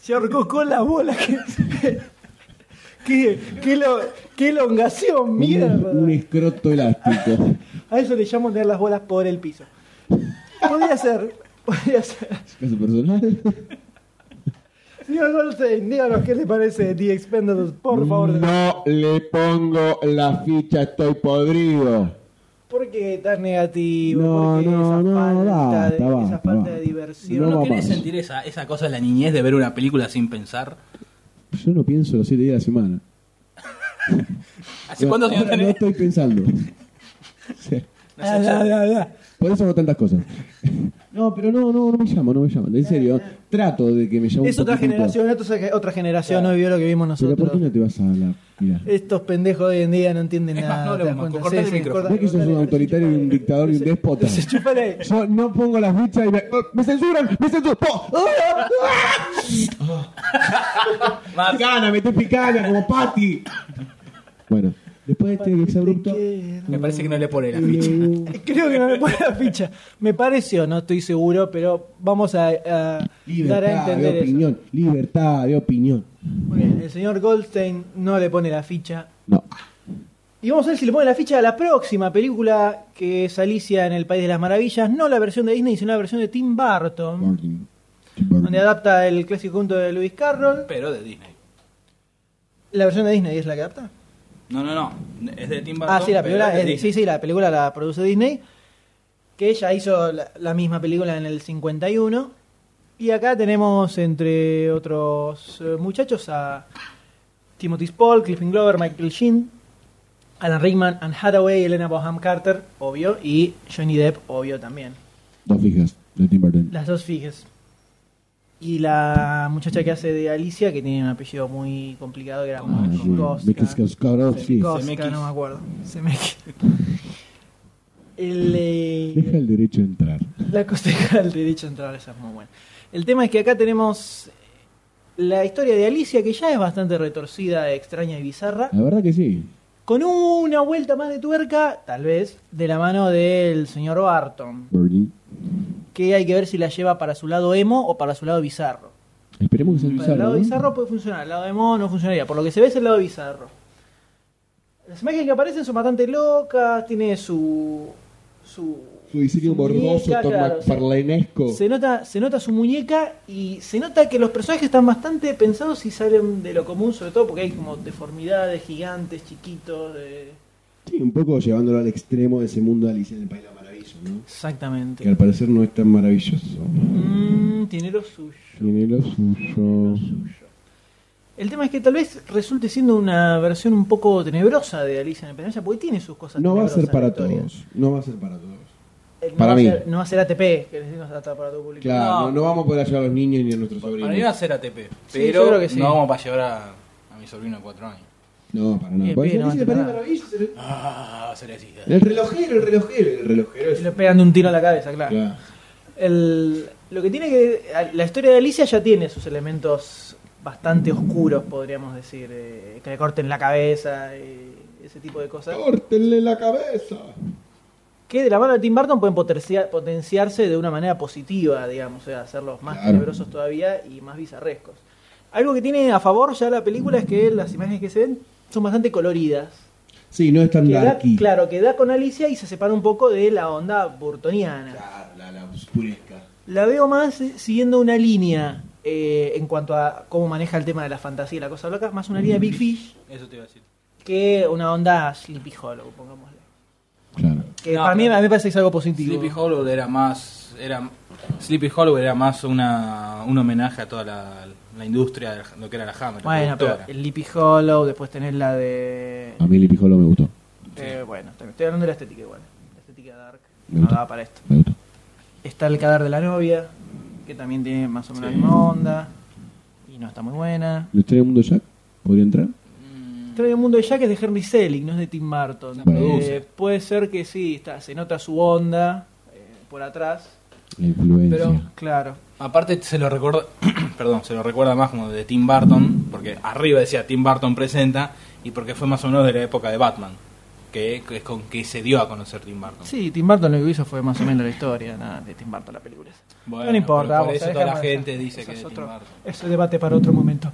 B: Se ahorcó con las bolas. que- [laughs] ¿Qué, qué, lo- qué elongación, [laughs]
C: Un,
B: mierda.
C: un escroto elástico.
B: A eso le llamo tener las bolas por el piso. Podría ser, podría ser.
C: Caso personal.
B: Señor Goldstein, díganos qué le parece The Expendables, por favor.
C: No le pongo la ficha, estoy podrido.
B: ¿Por qué tan negativo?
C: No,
B: ¿Por qué
C: no,
B: esa
C: no,
B: falta,
C: basta,
B: de, esa
C: basta,
B: falta
C: basta.
B: de
C: No
B: diversión?
D: ¿No
C: va
D: querés
C: más.
D: sentir esa, esa cosa de la niñez de ver una película sin pensar?
C: Yo no pienso los siete días de la semana.
D: ¿Hace
C: No,
D: cuántos años
C: ahora No
D: tenés?
C: estoy pensando. Sí.
D: No sé, Ah, ya-
C: Por eso hago tantas cosas. No, pero no, no, no me llamo, no me llaman. En serio, trato de que me llamen.
B: Eh, Es otra generación, esto es otra generación, no vivió lo que vimos
C: Pero ¿por qué
B: nosotros.
C: no te vas a hablar? Mirá.
B: Estos pendejos hoy en día no entienden
D: Es más,
B: nada.
D: no
B: ¿te das
D: hablemos,
B: cuenta?
D: cortale el micrófono.
B: corta-
C: ¿Ves que sos un
B: cortale,
C: autoritario y
B: [laughs]
C: un dictador y un déspota?
B: Chúpale. ahí.
C: Yo no pongo las fichas y me, ¡Oh! me censuran, me censuran. ¡Po! ¡Ah!
D: Más-
C: Picana, meté picana como Patty. Bueno, después de este exabrupto.
D: me parece que no le pone la
B: [laughs]
D: ficha.
C: Mm.
B: Creo que no me pone la ficha. Me pareció, no estoy seguro, pero vamos a, a dar a
C: eh, Libertad
B: entender
C: de
B: eso.
C: opinión, libertad de opinión.
B: Muy bien, el señor Goldstein no le pone la ficha.
C: No,
B: Y vamos a ver si le pone la ficha a la próxima película que es Alicia en el País de las Maravillas. No la versión de Disney, sino la versión de Tim Burton,
C: Martin. Tim Burton.
B: donde adapta el clásico cuento de Lewis Carroll.
D: Pero de Disney.
B: ¿La versión de Disney es la que adapta?
D: No, no, no. Es de Tim Burton.
B: Ah, sí, la
D: pero
B: película,
D: de
B: es-
D: Disney.
B: sí, sí, la película la produce Disney, que ella hizo la, la misma película en el 51. Y acá tenemos, entre otros eh, muchachos, a Timothy Spall, Cliffin Glover, Michael Sheen, Alan Rickman, Anne Hathaway, Elena Bonham Carter, obvio, y Johnny Depp, obvio también.
C: Dos fijas de Tim Burton.
B: Las dos fijes. Y la muchacha que hace de Alicia, que tiene un apellido muy complicado, que era
C: Ah,
B: Mosca-
C: sí. Vicky Skarsgård,
B: Cosca,
D: Zemeckis.
B: no me acuerdo. Zemeckis. [laughs] El, eh,
C: sí. Deja el derecho a entrar.
B: La costeja del derecho a entrar, esa es muy buena. El tema es que acá tenemos la historia de Alicia, que ya es bastante retorcida, extraña y bizarra,
C: La verdad que sí.
B: con una vuelta más de tuerca, tal vez, de la mano del señor Barton,
C: Burton.
B: que hay que ver si la lleva para su lado emo o para su lado bizarro.
C: Esperemos que sea
B: Para el
C: bizarro.
B: lado
C: ¿no?
B: bizarro puede funcionar, el lado emo no funcionaría. Por lo que se ve es el lado bizarro. Las imágenes que aparecen son bastante locas, tiene su. su.
C: Su diseño
B: su
C: borroso,
B: muñeca,
C: Tom
B: claro,
C: McFarlanesco.
B: se nota, se nota su muñeca y se nota que los personajes están bastante pensados y salen de lo común, sobre todo porque hay como deformidades, gigantes, chiquitos. de-
C: Sí, un poco llevándolo al extremo de ese mundo de Alicia en el País de las Maravillas, ¿no? Que
B: Exactamente.
C: al parecer no es tan maravilloso.
B: Mm, tiene lo suyo.
C: Tiene lo
B: lo
C: suyo.
B: suyo. El tema es que tal vez resulte siendo una versión un poco tenebrosa de Alicia en el País de las Maravillas, porque tiene sus cosas
C: No va a
B: tenebrosas
C: ser
B: la
C: para
B: historia.
C: todos. No va a ser para todos.
B: Eh, no
C: Para
B: va a
C: mí.
B: ser- no va a ser ATP, que les digo, no está para todo público.
C: Claro, no.
D: No.
C: no vamos a poder ayudar a los niños ni a nuestros
D: Para mí va a
C: sobrinos.
D: ser ATP,
B: yo
D: pero
B: creo que sí.
D: no vamos para llevar a, a mi sobrino de 4 años.
C: No, para
B: Bien,
C: nada. Porque
B: bien, no
C: Alicia en el
B: va a ser
C: País de las Maravillas. El
D: Ah, va a ser así.
B: ¿Eh?
C: el relojero, el relojero, el relojero.
B: Y
C: es-
B: le pegan de un tiro a la cabeza, claro.
C: Claro.
B: El- lo que tiene que. La historia de Alicia ya tiene sus elementos bastante oscuros, podríamos decir. eh, que le corten la cabeza, eh, ese tipo de cosas.
C: ¡Córtenle la cabeza!
B: Que de la mano de Tim Burton pueden potencia- potenciarse de una manera positiva, digamos, o sea, hacerlos más
C: Claro.
B: tenebrosos todavía y más bizarrescos. Algo que tiene a favor ya la película es que las imágenes que se ven son bastante coloridas.
C: Sí, no es tan
B: Que da-
C: darky.
B: claro, que da con Alicia y se separa un poco de la onda burtoniana.
E: Claro, la, la oscurezca.
B: La veo más eh, siguiendo una línea eh, en cuanto a cómo maneja el tema de la fantasía y la cosa loca, más una línea Big Fish
D: Eso te iba a decir.
B: que una onda Sleepy Hollow, pongámosle.
C: Claro.
B: Que
D: No,
B: para mí,
D: pero-
B: a mí me parece que es algo positivo.
D: Sleepy Hollow era más. Era, Sleepy Hollow era más una, un homenaje a toda la, la industria de lo que era la Hammer. la
B: bueno, pero
D: productora.
B: el Sleepy Hollow, después tenés la de...
C: A mí el pijolo me gustó.
B: eh, bueno, también estoy hablando de la estética igual. La estética dark.
C: Me
B: No
C: gusta.
B: daba para esto.
C: Me gustó.
B: Está el cadáver de la novia, que también tiene más o menos la misma onda. Y no está muy buena.
C: ¿La historia del mundo Jack? ¿Podría entrar?
D: Mm.
B: Trae el mundo de Jack es de Henry Selick, no es de Tim Burton.
C: Bueno.
B: Eh, puede ser que sí, está, se nota su onda eh, por atrás.
C: La influencia.
D: Pero-
B: Claro.
D: Aparte se lo recuerda, [clears throat] perdón, se lo recuerda más como de Tim Burton, porque arriba decía Tim Burton presenta y porque fue más o menos de la época de Batman, que, que es con que se dio a conocer Tim Burton.
B: Sí, Tim Burton lo que hizo fue más o menos la historia nada, de Tim Burton, la película. esa.
D: Bueno,
B: no importa,
D: pero
B: vamos
D: por
B: a
D: eso toda la
B: dejarlo de-
D: gente dice
B: ese
D: que es
B: es
D: de Tim
B: otro.
D: Burton.
B: Ese debate para otro momento.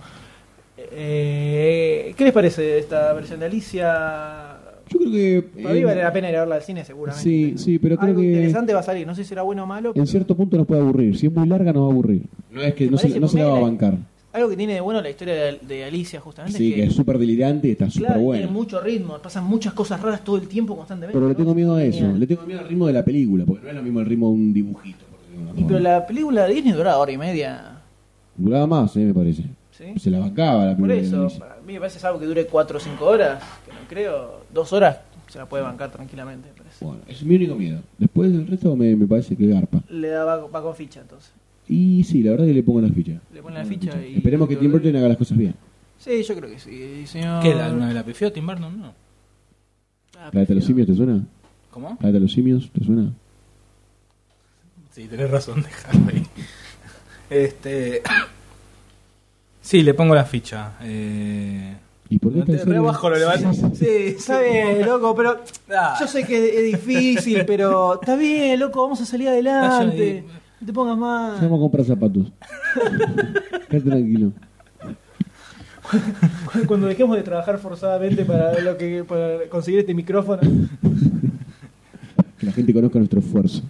B: Eh, ¿Qué les parece esta versión de Alicia?
C: Yo creo que.
B: Para mí
C: eh,
B: vale la pena ir a verla al cine, seguramente.
C: Sí, sí, pero creo
B: Algo
C: que.
B: interesante va a salir, no sé si será bueno o malo.
C: En
B: pero-
C: cierto punto nos puede aburrir. Si es muy larga, nos va a aburrir. No es que no se,
B: parece
C: no se la va a
B: comedia?
C: bancar.
B: Algo que tiene de bueno la historia de, de Alicia, justamente.
C: Sí, que es súper delirante y está súper
B: Claro,
C: buena.
B: tiene mucho ritmo, pasan muchas cosas raras todo el tiempo constantemente.
C: Pero le tengo miedo a eso.
B: Genial.
C: Le tengo miedo al ritmo de la película, porque no es lo mismo el ritmo de un dibujito. por decirlo de una
B: Y pero
C: forma.
B: la película de Disney duraba hora y media,
C: Duraba más, eh, me parece.
B: ¿sí?
C: Se la bancaba la
B: Por
C: película. de
B: eso,
C: Alicia.
B: a mí me parece algo que dure 4 o 5 horas, que no creo, 2 horas se la puede bancar tranquilamente, me parece.
C: Bueno, es mi único miedo. Después el resto me, me parece que garpa.
B: Le da va, va con ficha entonces.
C: Y sí, la verdad es que le pongo la ficha.
B: Le ponen la ficha y
C: Esperemos que Tim Burton haga las cosas bien.
B: Sí, yo creo que sí, señor.
D: ¿Qué? ¿La- ¿Alguna vez la pifió Tim Burton? No.
B: Ah,
C: ¿La de los simios te suena?
D: ¿Cómo?
C: ¿La de los simios te suena?
D: Sí, tenés razón, dejarlo ahí. Este... Sí, le pongo la ficha. Eh...
C: ¿Y por qué está
D: Te
C: en serio?
D: rebajo, lo levantas.
B: Sí, está bien, loco, pero
D: Ah.
B: yo sé que es difícil, pero está bien, loco, vamos a salir adelante. No te pongas más.
C: Vamos a
B: [laughs]
C: comprar zapatos. Quédate tranquilo.
B: [laughs] Cuando dejemos de trabajar forzadamente para lo que para conseguir este micrófono.
C: Que la gente conozca nuestro esfuerzo.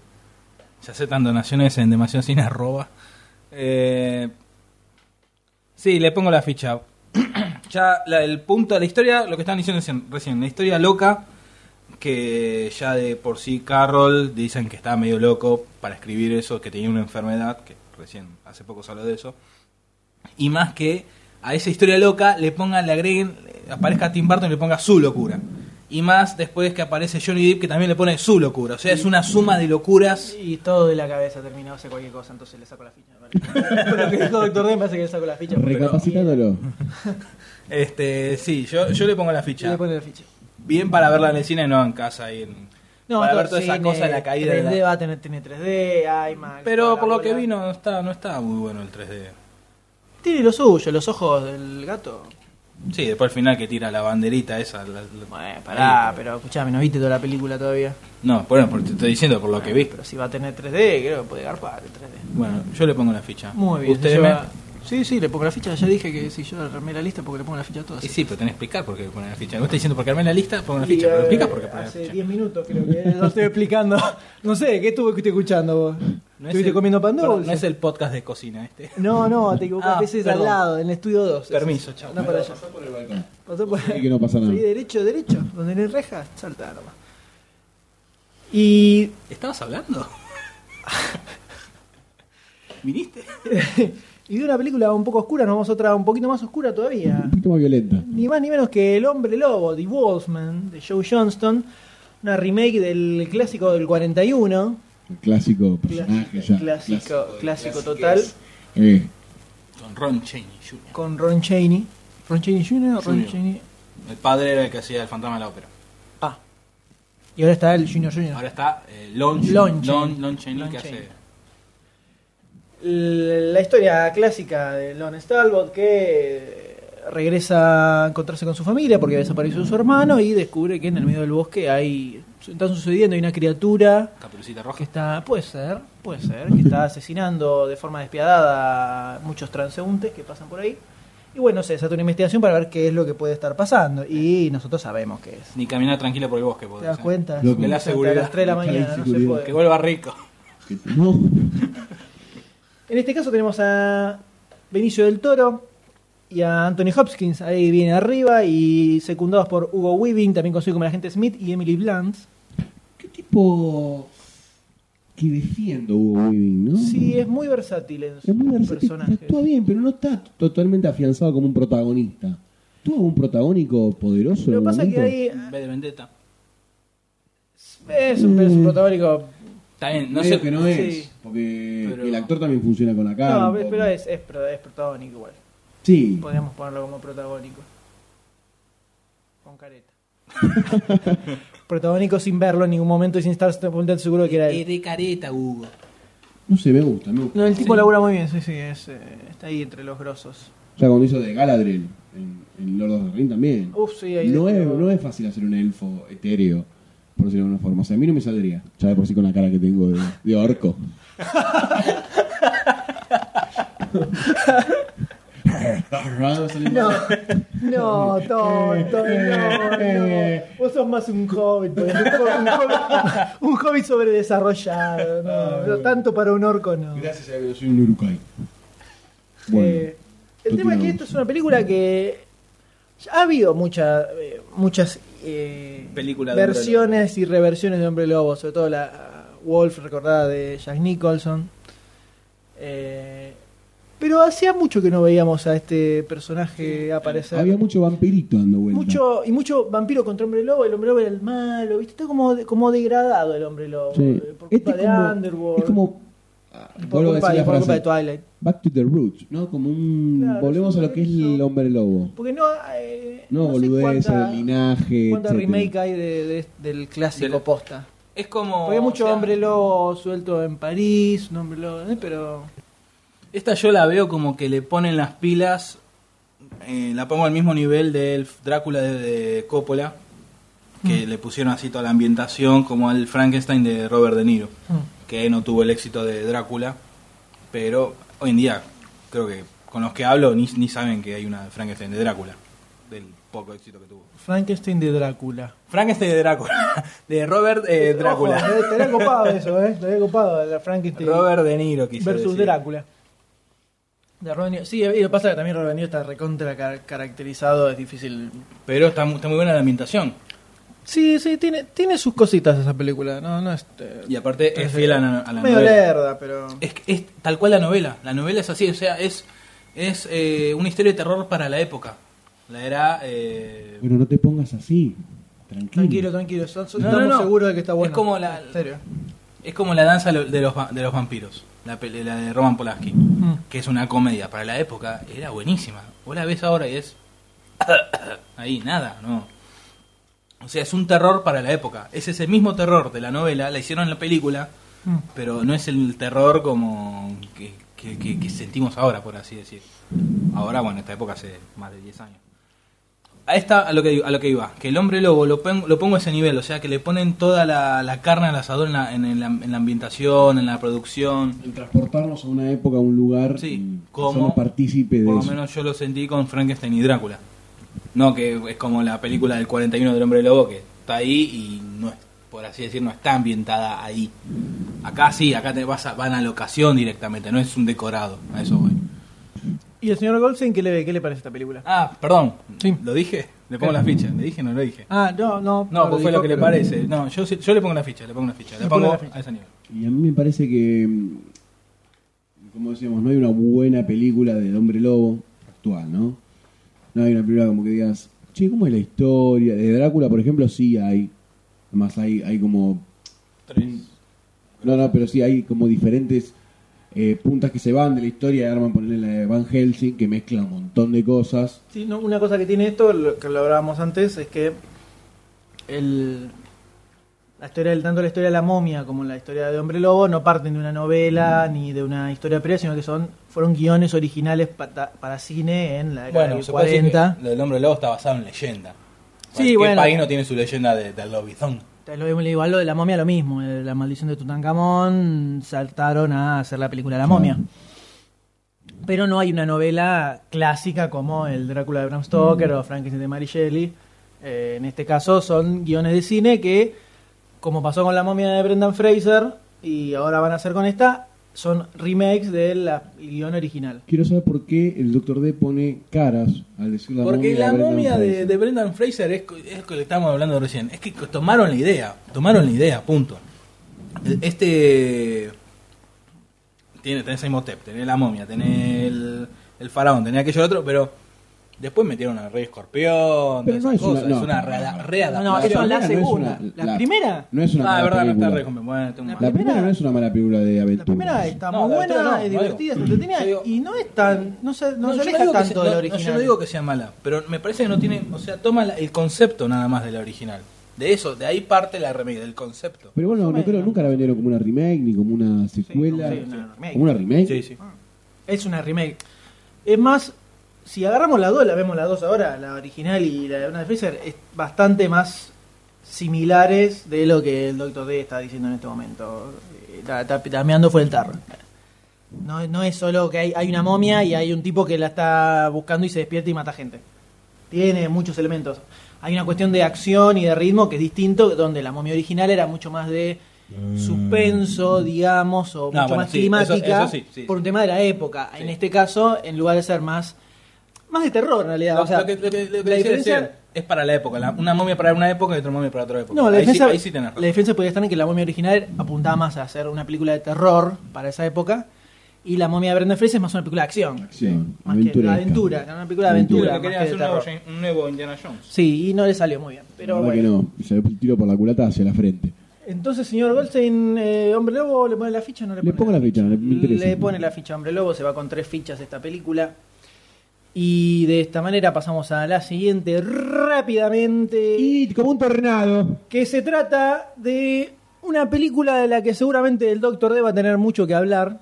D: Ya aceptan donaciones en demasiado sin arroba. Eh, sí, le pongo la ficha. [clears throat] ya la- el punto de la historia, lo que estaban diciendo recién, recién, la historia loca, que ya de por sí Carroll dicen que estaba medio loco para escribir eso, que tenía una enfermedad, que recién hace poco se habló de eso. Y más que a esa historia loca le pongan, le agreguen, eh, aparezca Tim Burton y le ponga su locura. Y más después que aparece Johnny Depp que también le pone su locura. O sea, es una suma de locuras.
B: Y todo de la cabeza terminado hace cualquier cosa, entonces le saco la ficha. me parece. Con [laughs] lo que dijo Doctor D me parece que le saco la ficha. porque-
C: Recapacitándolo.
D: Este, sí, yo, yo le pongo la
B: Y le
D: ficha.
B: pone la ficha.
D: Bien para verla en el cine, no en casa. ahí en- para ver toda esa
B: cine,
D: cosa de la caída de
B: 3D
D: la...
B: va a tener tiene 3D, IMAX. toda
D: Pero
B: la
D: por lo
B: bola.
D: que vi no está, no está muy bueno el 3D.
B: Tiene lo suyo, los ojos del gato.
D: Sí, después al final que tira la banderita esa. la- la-
B: Bueno, pará,
D: ahí, pero-
B: pero escuchame, no viste toda la película todavía.
D: No, bueno, por- te estoy diciendo por lo que vi.
B: Pero si va a tener 3D, creo que puede garpar el 3D.
D: Bueno, yo le pongo la ficha.
B: Muy bien,
D: Usted
B: se
D: me-
B: lleva-
A: Sí, sí, le pongo la ficha. Ya dije que si yo armé la lista porque le pongo la ficha a todas.
D: Y sí, pero tenés que explicar por qué poner la ficha. No estoy diciendo porque armé la lista, pongo la
B: Y,
D: ficha. Pero
B: eh,
D: explica por qué poner la
B: Hace
D: ficha.
B: 10 minutos creo que lo estoy explicando. [laughs] No sé, ¿qué estuviste escuchando vos?
D: No es
B: ¿Estuviste
D: el-
B: comiendo pan
D: perdón,
B: dulce?
D: No es el podcast de cocina este.
B: No, no, te
D: Ah,
B: equivocaste. Ese es al
D: perdón.
B: lado, en el estudio 2.
D: Permiso, chao.
B: Anda para allá. Pasó por-
C: Y que no pasa nada.
B: Seguí derecho, derecho. Donde le reja, salta nomás. Y [laughs]
D: ¿Estabas hablando? ¿Viniste?
B: Y de una película un poco oscura, nos vamos a otra un poquito más oscura todavía.
C: Un poquito más violenta.
B: Ni más ni menos que El Hombre Lobo, The Wolfman, de Joe Johnston. Una remake del clásico del 41.
C: El clásico personaje
B: Clásico,
C: ya.
B: clásico,
E: de
B: clásico
E: clasiquez.
B: total.
C: Eh,
D: Con Ron Cheney Jr.
B: Con Ron Chaney. ¿Ron Chaney Jr. o Ron
D: Junior.
B: Chaney?
D: El padre era el que hacía el fantasma de la ópera.
B: Ah. Y ahora está el Junior Junior.
D: Ahora está eh, Lon,
B: Lon
D: Lon,
B: Chaney.
D: Lon Chaney
B: Lon
D: que
B: Chaney.
D: hace.
B: La historia clásica de Lon Stalbot que regresa a encontrarse con su familia porque desapareció su hermano y descubre que en el medio del bosque hay está sucediendo hay una criatura
D: Caperucita
B: que
D: Roja.
B: está puede ser puede ser que está asesinando de forma despiadada a muchos transeúntes que pasan por ahí y bueno se desata una investigación para ver qué es lo que puede estar pasando y nosotros sabemos qué es
D: Ni caminar tranquilo por el bosque, podés,
B: te das
D: ¿eh?
B: cuenta
C: Loco.
B: Son
D: La
B: hasta
D: seguridad.
B: las 3 de la mañana no se
C: Inseguridad.
B: puede
D: Que vuelva rico.
C: que- no.
B: En este caso tenemos a Benicio del Toro y a Anthony Hopkins, ahí viene arriba, y secundados por Hugo Weaving, también conocido como el agente Smith, y Emily Blunt.
C: ¿Qué tipo que defiendo Hugo Weaving, no?
B: Sí, es muy versátil en su
C: Es muy versátil.
B: personaje.
C: Actúa bien, pero no está totalmente afianzado como un protagonista. ¿Tuvo un protagónico poderoso?
B: Lo
C: en
B: que
C: algún
B: pasa es que
C: momento?
B: ahí eh,
D: Ve de vendetta.
B: es un, es
C: Mm.
B: un protagónico...
D: Está bien, no
C: Medio
D: sé.
C: que no
B: sí.
C: es, porque
D: Pero-
C: el actor también funciona con la cara.
B: No,
C: un poco.
B: pero es, es, pro- es protagónico igual.
C: Sí,
B: Podríamos ponerlo como protagónico. Con careta. [laughs] protagónico sin verlo en ningún momento y sin estar tan seguro de que era él.
D: de careta, Hugo.
C: no sé, me gusta, me gusta.
B: No, el tipo
D: Sí.
B: labura muy bien, sí, sí, es, eh, está ahí entre los grosos.
C: O sea, cuando hizo de Galadriel en, en Lord of the Rings también.
B: Uf, sí, ahí
C: No es,
B: dentro.
C: no es fácil hacer un elfo etéreo, por decirlo de alguna forma. O sea, a mí no me saldría, ya de por sí con la cara que tengo de, de orco.
B: [laughs] No,
C: [laughs]
B: no, tonto, no, no. Vos sos más un hobbit, porque un hobbit- un hobbit, un hobbit sobredesarrollado, no, no, tanto para un orco no.
C: Gracias a Dios, soy un urukai. Bueno,
B: Eh, el tema es que
C: continuamos.
B: esto es una película que ya ha habido mucha, eh, muchas eh,
D: Película de
B: versiones y reversiones de Hombre Lobo, sobre todo la uh, Wolf recordada de Jack Nicholson. Eh, pero hacía mucho que no veíamos a este personaje aparecer.
C: había mucho vampirito dando vuelta.
B: mucho y mucho vampiro contra hombre lobo, el hombre lobo era el malo, viste, está como, como degradado el hombre lobo,
C: Sí.
B: eh, por culpa
C: Este es
B: de
C: como-
B: Underworld,
C: Es como. ah,
B: y por,
C: vuelvo a
B: culpa,
C: decir
B: y
C: la
B: por culpa de
C: frase.
B: Twilight.
C: Back to the roots, ¿no? Como un.
B: Claro, es
C: volvemos a
B: un
C: lo que es el
B: regreso.
C: hombre lobo.
B: Porque no, eh,
C: No,
B: sé
C: boludez,
B: cuánta-
C: el linaje.
B: ¿Cuánta
C: etcétera.
B: remake hay de, de- del clásico
D: Del-
B: posta?
D: Es como.
B: Porque hay mucho
D: o sea,
B: hombre lobo suelto en París, un hombre lobo, eh, pero
D: Esta yo la veo como que le ponen las pilas. eh, la pongo al mismo nivel del Drácula de, de Coppola.
B: Mm.
D: Que le pusieron así toda la ambientación, como al Frankenstein de Robert De Niro.
B: Hmm.
D: Que no tuvo el éxito de Drácula. Pero hoy en día, creo que con los que hablo ni, ni saben que hay una Frankenstein de Drácula. Del poco éxito que tuvo.
B: Frankenstein de Drácula.
D: Frankenstein de Drácula. [laughs] De Robert eh, Drácula.
B: Ojo, eh, estaría
D: [laughs]
B: copado eso, ¿eh? Estaría copado la Frankenstein
D: Robert De Niro quise
B: versus
D: decir.
B: Drácula. De Robert De Niro. Sí, y lo que pasa es que también Robert De Niro está recontra car- caracterizado, es difícil.
D: Pero está, mu- está muy buena la ambientación.
B: Sí, sí, tiene, tiene sus cositas esa película, no, no es...
D: Y aparte es fiel a, la- a la
B: medio
D: novela.
B: lerda, pero...
D: Es, que- es tal cual la novela. La novela es así, o sea, es, es eh, una historia de terror para la época. La era. eh,
C: Bueno, no te pongas así. Tranquilo.
B: Tranquilo, tranquilo, estamos
D: No, no, no.
B: seguros de que está
D: Es
B: bueno.
D: como la-
B: En serio.
D: es como la danza lo- de los, va- de los vampiros. La, pele- la de Roman Polanski.
B: Mm.
D: Que es una comedia para la época. Era buenísima. Vos la ves ahora y es. [coughs] Ahí, nada, no. O sea, es un terror para la época. Es ese mismo terror de la novela. La hicieron en la película.
B: Mm.
D: Pero no es el terror como que, que- que- que sentimos ahora, por así decir. Ahora, bueno, esta época hace más de 10 años. a esta a lo que a lo que iba, que el hombre lobo lo, pon- lo pongo a ese nivel, o sea que le ponen toda la, la carne al asador en la, en, en la, en la ambientación, en la producción.
C: En transportarnos a una época, a un lugar,
D: Sí,
C: y
D: como-
C: hacernos partícipes de
D: Por lo
C: eso.
D: menos yo lo sentí con Frankenstein y Drácula. No que es como la película del 41 del hombre lobo que está ahí y no es, por así decir, no está ambientada ahí. Acá sí, acá te vas a, van a locación directamente, no es un decorado, a eso voy.
B: ¿Y el señor Goldstein qué le, ve? ¿Qué le parece esta película?
D: Ah, perdón,
A: Sí.
D: lo dije, le pongo la ficha, le dije, no lo dije.
B: Ah, no, no.
D: No, pues fue
B: dijo,
D: lo que le
B: pero-
D: parece. No, yo, sí- yo le pongo la ficha, le pongo la ficha, le
B: Le pone
D: pongo
B: la ficha.
D: a ese nivel.
C: Y a mí me parece que, mm, como decíamos, no hay una buena película del hombre lobo actual, ¿no? No hay una película como que digas, che, ¿cómo es la historia? De Drácula, por ejemplo, sí hay. Además hay, hay como... No, no, pero sí hay como diferentes eh, puntas que se van de la historia. Arman ponerle la de Van Helsing, que mezcla un montón de cosas.
B: Sí, no, una cosa que tiene esto, lo que lo hablábamos antes, es que el, la historia del tanto la historia de la momia como la historia de Hombre Lobo no parten de una novela ni de una historia previa, sino que son fueron guiones originales para, para cine en la década
D: Bueno,
B: del
D: se puede decir
B: 40.
D: que lo del hombre lobo está basado en leyenda.
B: Sí,
D: ¿Qué
B: bueno.
D: país no tiene su leyenda de- del lobizón?
B: Te Lo, igual lo de la momia lo mismo, eh, la maldición de Tutankamón saltaron a hacer la película La momia. Pero no hay una novela clásica como el Drácula de Bram Stoker o Frankenstein de Mary Shelley. Eh, en este caso son guiones de cine que, como pasó con la momia de Brendan Fraser y ahora van a hacer con esta, son remakes del la- el guión original.
C: Quiero saber por qué el Doctor D pone caras al decir la
D: Porque
C: momia
D: la
C: de Brendan
D: momia de,
C: Fraser.
D: de Brendan Fraser es, co- es lo que estábamos hablando recién. Es que co- tomaron la idea, tomaron la idea, punto. El- Este. Tiene, tenés a Imhotep, tenés la momia, tenés el, el faraón, tenés aquello otro, pero después metieron al rey escorpión,
C: Pero
D: todas
C: no
D: esas
C: es una-
D: cosas.
C: no,
D: es una
C: no,
D: reada-
C: no, no.
D: readaptación.
B: No, eso es la
C: primera no
B: segunda.
C: una-
B: ¿La primera?
C: No es una
D: Ah,
C: mala
D: es verdad, no está
C: película.
D: re compen- bueno, tengo
B: La
D: más.
C: La primera
B: primera-
C: no es una mala película de
B: La
C: aventura.
B: primera está
D: No,
B: muy
D: la otra
B: buena,
D: no,
B: es
D: no
B: divertida, es
D: digo.
B: entretenida
D: Yo digo-
B: y no es tan. No se, no se
D: yo
B: aleja
D: digo que
B: tanto
D: sea-
B: del
D: no, no,
B: original.
D: yo no digo que sea mala, pero me parece que no tiene, o sea, toma la- el concepto nada más de la original. De eso, de ahí parte la remake, del concepto.
C: Pero bueno, no
B: Bueno.
C: creo, nunca la vendieron como una remake, ni como una secuela.
B: Sí, una remake.
C: ¿Como una remake?
D: Sí, sí.
B: Es una remake. Es más, si agarramos las dos, la vemos las dos ahora, la original y la de Brendan Fraser, es bastante más similares de lo que el Doctor D está diciendo en este momento. Eh, Está, está pitameando fue el tarro. No, no es solo que hay, hay una momia y hay un tipo que la está buscando y se despierta y mata gente. Tiene muchos elementos. Hay una cuestión de acción y de ritmo que es distinto, donde la momia original era mucho más de suspenso, digamos, o
D: Mm. No,
B: mucho
D: bueno,
B: más
D: sí, eso-
B: climática
D: eso sí, sí,
B: por un tema de la época. En
D: Sí.
B: este caso, en lugar de ser más más de terror en realidad,
D: Lo-
B: o sea,
D: lo que, lo que- lo que
B: la
D: decía
B: diferencia-
D: recién, es para la época. la- una momia para una época y otra momia para otra época.
B: no, la
D: ahí,
B: defensa,
D: sí, ahí sí tenés razón.
B: la defensa podría estar en que la momia original apuntaba más a hacer una película de terror para esa época y la momia de Brendan Fraser es más una película de acción,
C: Acción,
B: más que de
C: aventuresca.
B: aventura, era una película de
D: Creo que
B: aventura, más
D: querían
B: que
D: hacer
B: de
D: un nuevo,
B: terror.
D: Jane- un nuevo Indiana Jones.
B: Sí, y no le salió muy bien, pero
C: la verdad
B: bueno.
C: que no, se le tiró por la culata hacia la frente.
B: Entonces, señor Goldstein, eh, Hombre Lobo, ¿le pone la ficha o no le
C: Le
B: pone
C: pongo la ficha, me interesa.
B: Le pone la ficha a Hombre Lobo, se va con tres fichas esta película. Y de esta manera pasamos a la siguiente rápidamente.
C: Y como un tornado.
B: Que se trata de una película de la que seguramente el Doctor D va a tener mucho que hablar.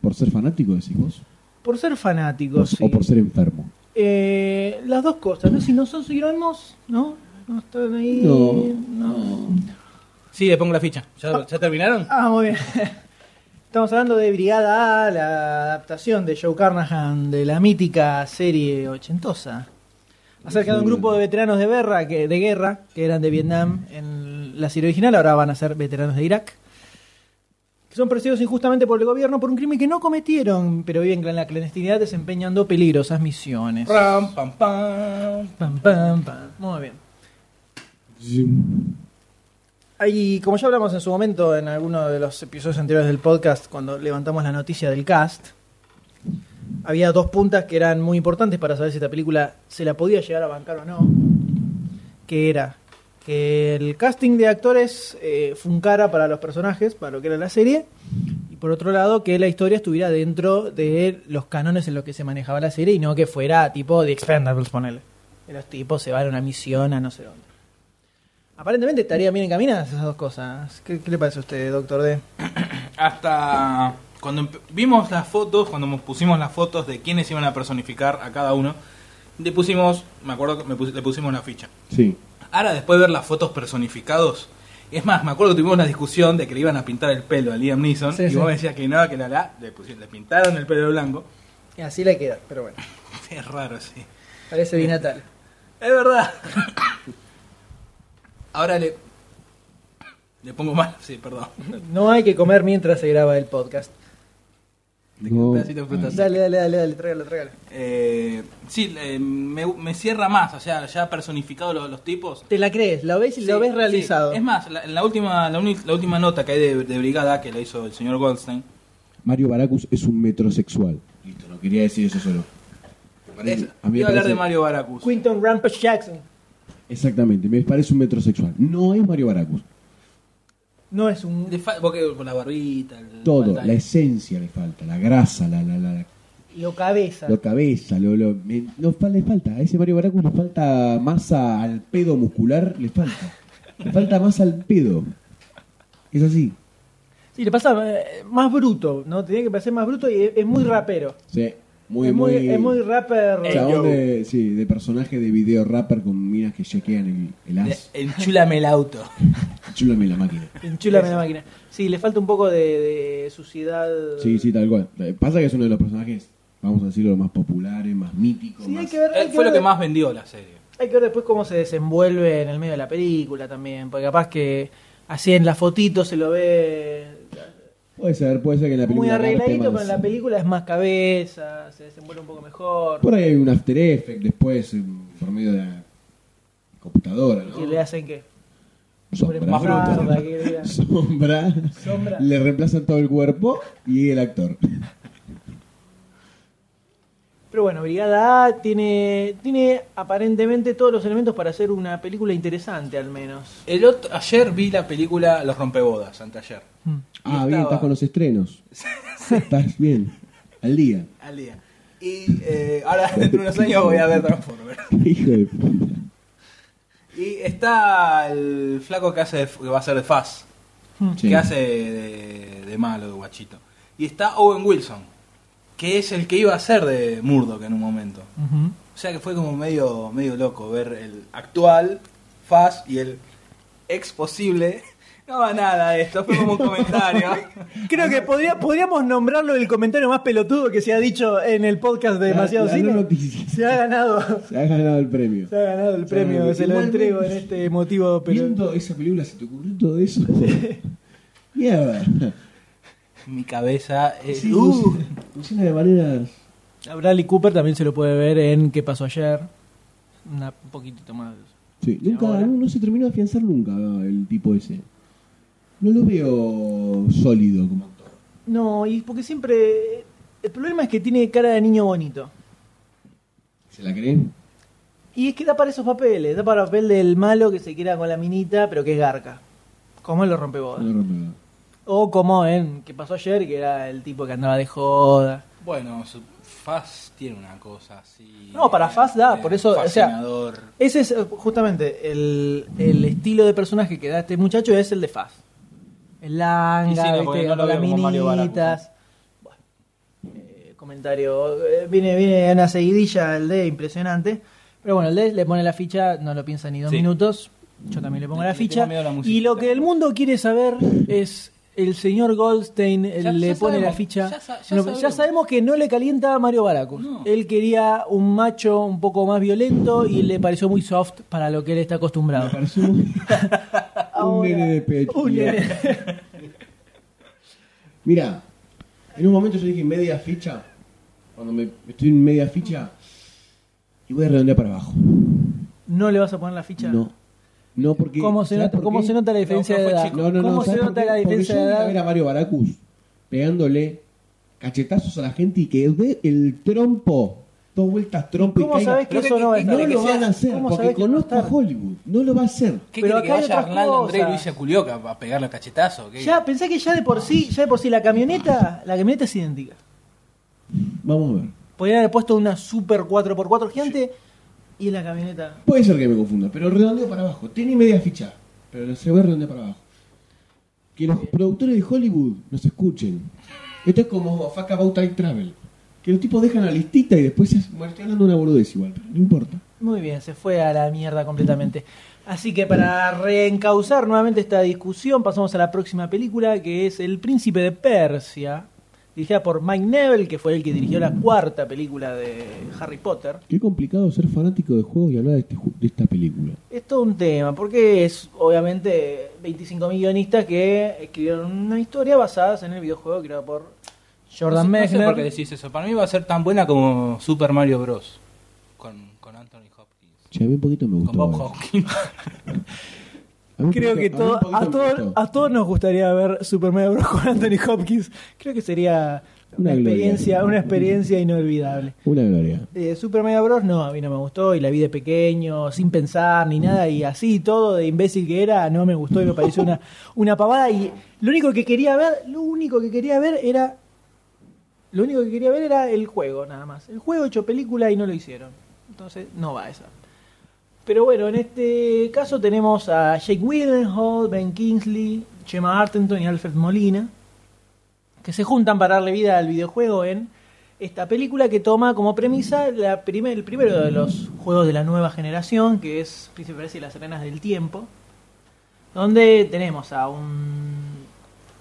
C: ¿Por ser fanático decís vos?
B: Por ser
C: Por-
B: fanáticos. sí.
C: ¿O por ser enfermo?
B: Eh, las dos cosas, ¿no? Si no son sinónimos, ¿no? No están ahí.
C: No.
B: no.
D: Sí, le pongo la ficha. ¿Ya, ya terminaron?
B: Ah, muy bien. [laughs] Estamos hablando de Brigada A, la adaptación de Joe Carnahan de la mítica serie ochentosa. Acerca de un grupo de veteranos de guerra, que, de guerra que eran de Vietnam en la serie original, ahora van a ser veteranos de Irak. Que son perseguidos injustamente por el gobierno por un crimen que no cometieron, pero viven en la clandestinidad desempeñando peligrosas misiones.
D: Ram, pam, pam.
B: Pam, pam, pam. Muy bien. Ahí, como ya hablamos en su momento en alguno de los episodios anteriores del podcast, cuando levantamos la noticia del cast, había dos puntas que eran muy importantes para saber si esta película se la podía llegar a bancar o no. Que era que el casting de actores eh, funcara para los personajes, para lo que era la serie, y por otro lado que la historia estuviera dentro de los cánones en los que se manejaba la serie y no que fuera tipo The Expendables, ponele. Que los tipos se van a una misión a no sé dónde. Aparentemente estarían bien encaminadas esas dos cosas. ¿Qué, qué le parece a usted, doctor D?
D: hasta cuando empe- vimos las fotos, cuando nos pusimos las fotos de quiénes iban a personificar a cada uno, Le pusimos, me acuerdo que me pus- le pusimos la ficha.
C: Sí.
D: Ahora, después de ver las fotos personificados, es más, me acuerdo que tuvimos una discusión de que le iban a pintar el pelo a Liam Neeson
A: Sí,
D: y
A: sí.
D: vos me decías que no, que la la, le, pusi- le pintaron el pelo de blanco. [laughs]
A: Y así le queda, pero bueno,
D: Es raro, sí.
A: parece binatal.
D: Es verdad. [coughs] Ahora le. Le pongo más, sí, perdón.
A: No hay que comer mientras se graba el podcast.
C: No,
D: pedacito de fruta.
C: ay.
A: Dale, dale, dale, dale, tráigalo, tráigalo.
D: Eh, sí, eh, me, me cierra más, o sea, ya personificado los, los tipos.
A: Te la crees, la ves y lo
D: Sí,
A: ves
D: sí.
A: realizado.
D: Es más, la, la última, la, uni- la última nota que hay de, de brigada que la hizo el señor Goldstein.
C: Mario Baracus es un metrosexual. Eh,
E: Listo, no quería decir eso solo. Me parece-
D: Es-
C: a mí me
D: iba a hablar
C: parece-
D: de Mario Baracus.
A: Quinton Rampage Jackson.
C: Exactamente, me parece un metrosexual. No es Mario Baracus.
A: No es un.
D: Le fa- porque con la barrita, el-
C: Todo,
D: falta-
C: la esencia le falta, la grasa, la, la, la, la-
A: Lo cabeza.
C: lo cabeza, lo, lo- me- no, fa- le falta. A ese Mario Baracus le falta masa al pedo muscular, le falta. Le falta masa al pedo. Es así.
B: Sí, le pasaba eh, más bruto, ¿no? Tenía que parecer más bruto y es, es muy rapero.
C: Sí, muy,
B: es, muy,
C: muy.
B: es muy rapper.
C: chabón de, sí, de personaje de video rapper con minas que chequean el, el
D: de-
C: as.
D: enchúlame
C: [laughs]
D: el auto.
C: Chúlame la máquina.
B: Enchúlame la máquina. Sí, le falta un poco de, de suciedad.
C: Sí, sí, tal cual. Eh, Pasa que es uno de los personajes, vamos a decirlo, más populares, más míticos.
B: Sí, hay
C: más-
B: que ver, hay
D: Eh,
B: que
D: Fue lo
B: ver-
D: que más vendió la serie.
B: Hay que ver después cómo se desenvuelve en el medio de la película también, porque capaz que así en la fotito se lo ve
C: Puede ser, puede ser que en la
B: muy
C: película. agarre
B: arregladito, pero
C: temas-
B: en la película es más cabeza, se desenvuelve un poco mejor,
C: Por ahí hay un After Effect después, em, por medio de la computadora, ¿no?
B: que le hacen que
C: Sombra.
D: Más bruto.
B: Sombra, que le-
C: [laughs] Sombra.
B: Sombra.
C: Le reemplazan todo el cuerpo y el actor.
B: Pero bueno, Brigada A tiene, tiene aparentemente todos los elementos para hacer una película interesante al menos.
D: El otro, ayer vi la película Los Rompebodas, anteayer.
C: Ah, bien,
D: estaba-
C: estás con
B: [laughs]
C: los estrenos. Estás bien. Al día. [laughs]
D: Al día. Y eh, ahora [laughs] dentro de unos años voy a ver Transformers.
C: Hijo de puta.
D: Y está el flaco que hace de- que va a ser de Faz,
C: Sí.
D: que hace de, de malo, de guachito. Y está Owen Wilson, que es el que iba a ser de Murdoch en un momento. O sea que fue como medio, medio loco ver el actual Faz y el ex posible. [laughs] No va nada de esto, fue como
B: [laughs]
D: un comentario.
B: Creo que podría, podríamos nombrarlo el comentario más pelotudo que se ha dicho en el podcast de Demasiado
C: La- la
B: Cine.
C: no noticias.
B: Se ha ganado.
C: Se ha ganado el premio.
B: Se ha ganado el
C: Se ha
B: premio,
C: ganado.
B: se lo
C: Igualmente,
B: entrego en este motivo pero
C: Viendo esa película, ¿se te ocurrió todo eso?
B: [laughs]
C: Mierda.
D: Mi cabeza
B: Eh,
D: es...
C: Sí,
D: Uh.
C: funciona- funciona de maneras.
B: A Bradley Cooper también se lo puede ver en ¿Qué pasó ayer? Una- un poquitito más.
C: Sí, nunca,
B: ahora?
C: no, no se terminó de afianzar nunca el tipo ese. No lo veo sólido como actor.
B: No, y porque siempre... El problema es que tiene cara de niño bonito.
C: ¿Se la creen?
B: Y es que da para esos papeles, da para el papel del malo que se queda con la minita, pero que es garca. Como en los rompebodas.
C: No rompe nada.
B: O como en que pasó ayer, que era el tipo que andaba de joda.
D: Bueno, su- Faz tiene una cosa así...
B: No, para Faz da,
D: eh,
B: por eso, o sea,
D: fascinador.
B: Ese es eh, justamente el, el estilo de personaje que da este muchacho, es el de Faz. El
D: Y sí, no,
B: langa,
D: porque
B: viste,
D: no lo
B: las
D: veo como Mario Baracus,
B: minitas. Bueno, eh, comentario, eh, viene, viene una seguidilla el de impresionante. Pero bueno, el de le pone la ficha, no lo piensa ni dos
D: Sí.
B: minutos. Yo también le pongo
D: Le-
B: la
D: le
B: ficha.
D: tengo miedo a la musiquita.
B: y lo que el mundo quiere saber es el señor Goldstein eh,
D: Ya-
B: le
D: ya
B: pone la
D: sabemos,
B: ficha.
D: ya sa- ya
B: No, ya
D: sabemos.
B: sabemos que no le calienta a Mario Baracus.
D: No.
B: Él quería un macho un poco más violento y le pareció muy soft para lo que él está
C: Me
B: acostumbrado. [laughs]
C: pareció un, un
B: Ahora,
C: nene de pecho.
B: un nene.
C: Mira, en un momento yo dije media ficha. Cuando me estoy en media ficha. Y voy a redondear para abajo.
B: ¿No le vas a poner la ficha?
C: No. No, porque.
B: ¿Cómo se,
C: ¿sabes
B: nota,
C: por
B: cómo
C: qué?
B: se nota la diferencia
D: No, no
B: de
D: fue
B: edad?
D: chico.
C: No, no, no.
B: ¿Cómo se
C: ¿sabes por
B: nota
C: qué?
B: la
C: Porque
B: diferencia
C: yo
B: de
C: iba a ver a
B: edad?
C: Mario Baracus pegándole cachetazos a la gente y que dé el trompo. Dos vueltas trompo
B: ¿Cómo
C: y caiga.
B: sabes que
D: Pero
B: eso
D: que-
B: no va a
D: que
B: estar?
C: No
D: Para
C: lo
D: sea-
C: van a hacer
B: ¿cómo
C: porque
B: sabes que no va a
C: conozco a
B: estar?
C: Hollywood. No lo va a hacer.
D: ¿Qué
B: Pero
D: quiere
B: acá hay
D: que vaya
B: otras
D: Arnaldo André y
B: cosas.
D: Luisa Culioca a pegarle a cachetazo? ¿Qué?
B: Ya, pensé que ya de por sí, ya de por sí la camioneta, la camioneta es idéntica.
C: Vamos a ver.
B: Podrían haber puesto una super 4x4 gigante y la camioneta.
C: Puede ser que me confunda, pero redondeo para abajo. Tenía media ficha, pero se va a redondear para abajo. Que los productores de Hollywood nos escuchen. Esto es como Fuck About Time Travel. Que los tipos dejan la listita y después se... Bueno, estoy hablando de una boludez igual, pero no importa.
B: Muy bien, se fue a la mierda completamente. Así que para reencauzar nuevamente esta discusión, pasamos a la próxima película que es El Príncipe de Persia, dirigida por Mike Neville, que fue el que dirigió la cuarta película de Harry Potter.
C: Qué complicado ser fanático de juegos y hablar de, este ju- de esta película.
B: Es todo un tema, porque es obviamente 25 guionistas que escribieron una historia basada en el videojuego creado por Jordan
D: no sé,
B: Mechner.
D: No sé por qué decís eso. Para mí va a ser tan buena como Super Mario Bros. Con, con Anthony Hopkins.
C: Ya, a mí un poquito me
D: Con
C: gustó.
D: Bob
C: eh.
D: Hopkins.
C: A mí un
B: Creo
C: poquito-
B: que
C: mí
B: todo-
C: un poquito
B: a,
C: me
B: todos,
C: gustó.
B: a todos nos gustaría ver Super Mario Bros. con Anthony Hopkins. Creo que sería una,
C: Una gloria.
B: experiencia,
C: [laughs]
B: una experiencia inolvidable.
C: Una gloria.
B: Eh, Super Mario Bros. no, a mí no me gustó y la vi de pequeño, sin pensar ni nada y así todo de imbécil que era, no me gustó y me pareció
C: [laughs]
B: una, una pavada y lo único que quería ver, lo único que quería ver era lo único que quería ver era el juego nada más. El juego hecho película y no lo hicieron. Entonces no va esa. Pero bueno, en este caso tenemos a Jake Willenhall, Ben Kingsley, Gemma Artenton y Alfred Molina, que se juntan para darle vida al videojuego en esta película que toma como premisa la prime- el primero de los juegos de la nueva generación, que es Príncipe de Persia y las Arenas del Tiempo, donde tenemos a un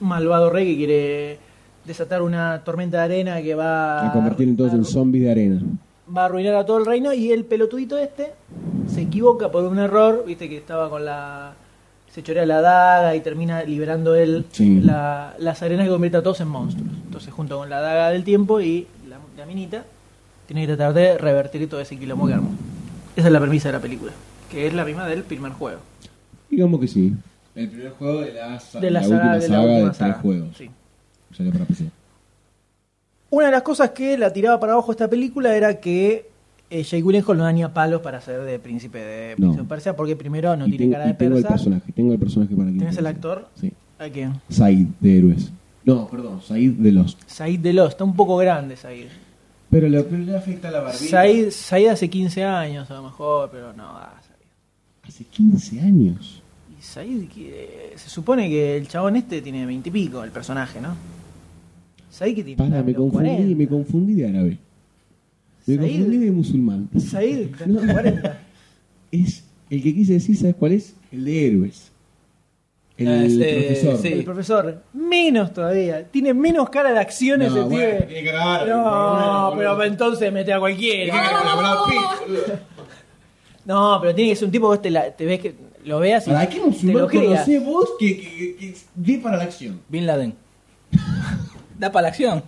B: malvado rey que quiere desatar una tormenta de arena que va
C: A convertir entonces
B: a-
C: en zombies de arena.
B: va a arruinar a todo el reino y el pelotudito este se equivoca por un error, viste que estaba con la... se chorea la daga y termina liberando él
C: Sí.
B: la- las arenas que convierte a todos en monstruos. Entonces junto con la daga del tiempo y la, la minita, tiene que tratar de revertir todo ese quilombo que armó. Esa es la premisa de la película, que es la misma del primer juego.
C: Digamos que sí.
E: El primer juego de la, sa-
B: De la,
C: Ah, La
B: saga,
C: última
B: de la
C: saga de
B: última
C: tres
B: saga.
C: juegos.
B: Sí.
C: Salió para PC.
B: Una de las cosas que la tiraba para abajo esta película era que eh, Jake Gyllenhaal no da ni a palos para ser de príncipe de
C: No.
B: Príncipe de Persia, porque primero no
C: y
B: tiene
C: ten-
B: cara
C: y
B: de
C: tengo el
B: persa.
C: personaje, tengo el personaje para que
B: ¿Tenés el
C: interese.
B: actor?
C: Sí.
B: ¿A quién?
C: Said de Héroes. No, perdón, Said de Lost.
B: Said de Lost, está un poco grande Said.
C: Pero lo
E: Pero le afecta la barbilla.
B: Said, Said hace 15 años a lo mejor, pero no, ah, Said.
C: hace 15 años.
B: Y Said, que- eh, se supone que el chabón este tiene 20 y pico, el personaje, ¿no? Said que tiene...
C: Para, me
B: los
C: confundí,
B: 40.
C: me confundí de árabe. Me
B: Said-
C: confundí de musulmán. [laughs]
B: Said,
C: No.
B: 40.
C: Es el que quise decir, ¿sabes cuál es? El de héroes. El
D: Ah, es,
B: este,
D: eh,
C: profesor.
D: sí.
B: El profesor, menos todavía, tiene menos cara de acción
C: No,
B: ese
C: bueno,
B: pibe.
E: Tiene que grabar.
B: No,
E: boludo,
B: pero pues
E: boludo.
B: entonces mete a
E: Tiene
B: cualquiera.
E: que grabar con la Brad Pitt, boludo.
B: No, pero tiene que ser un tipo que te, la- te ves que lo veas y
C: ¿Para qué
B: te lo
C: musulmán
B: creas.
C: conocés vos que, que, que- que dé para la acción?
D: Bin Laden. da para la acción.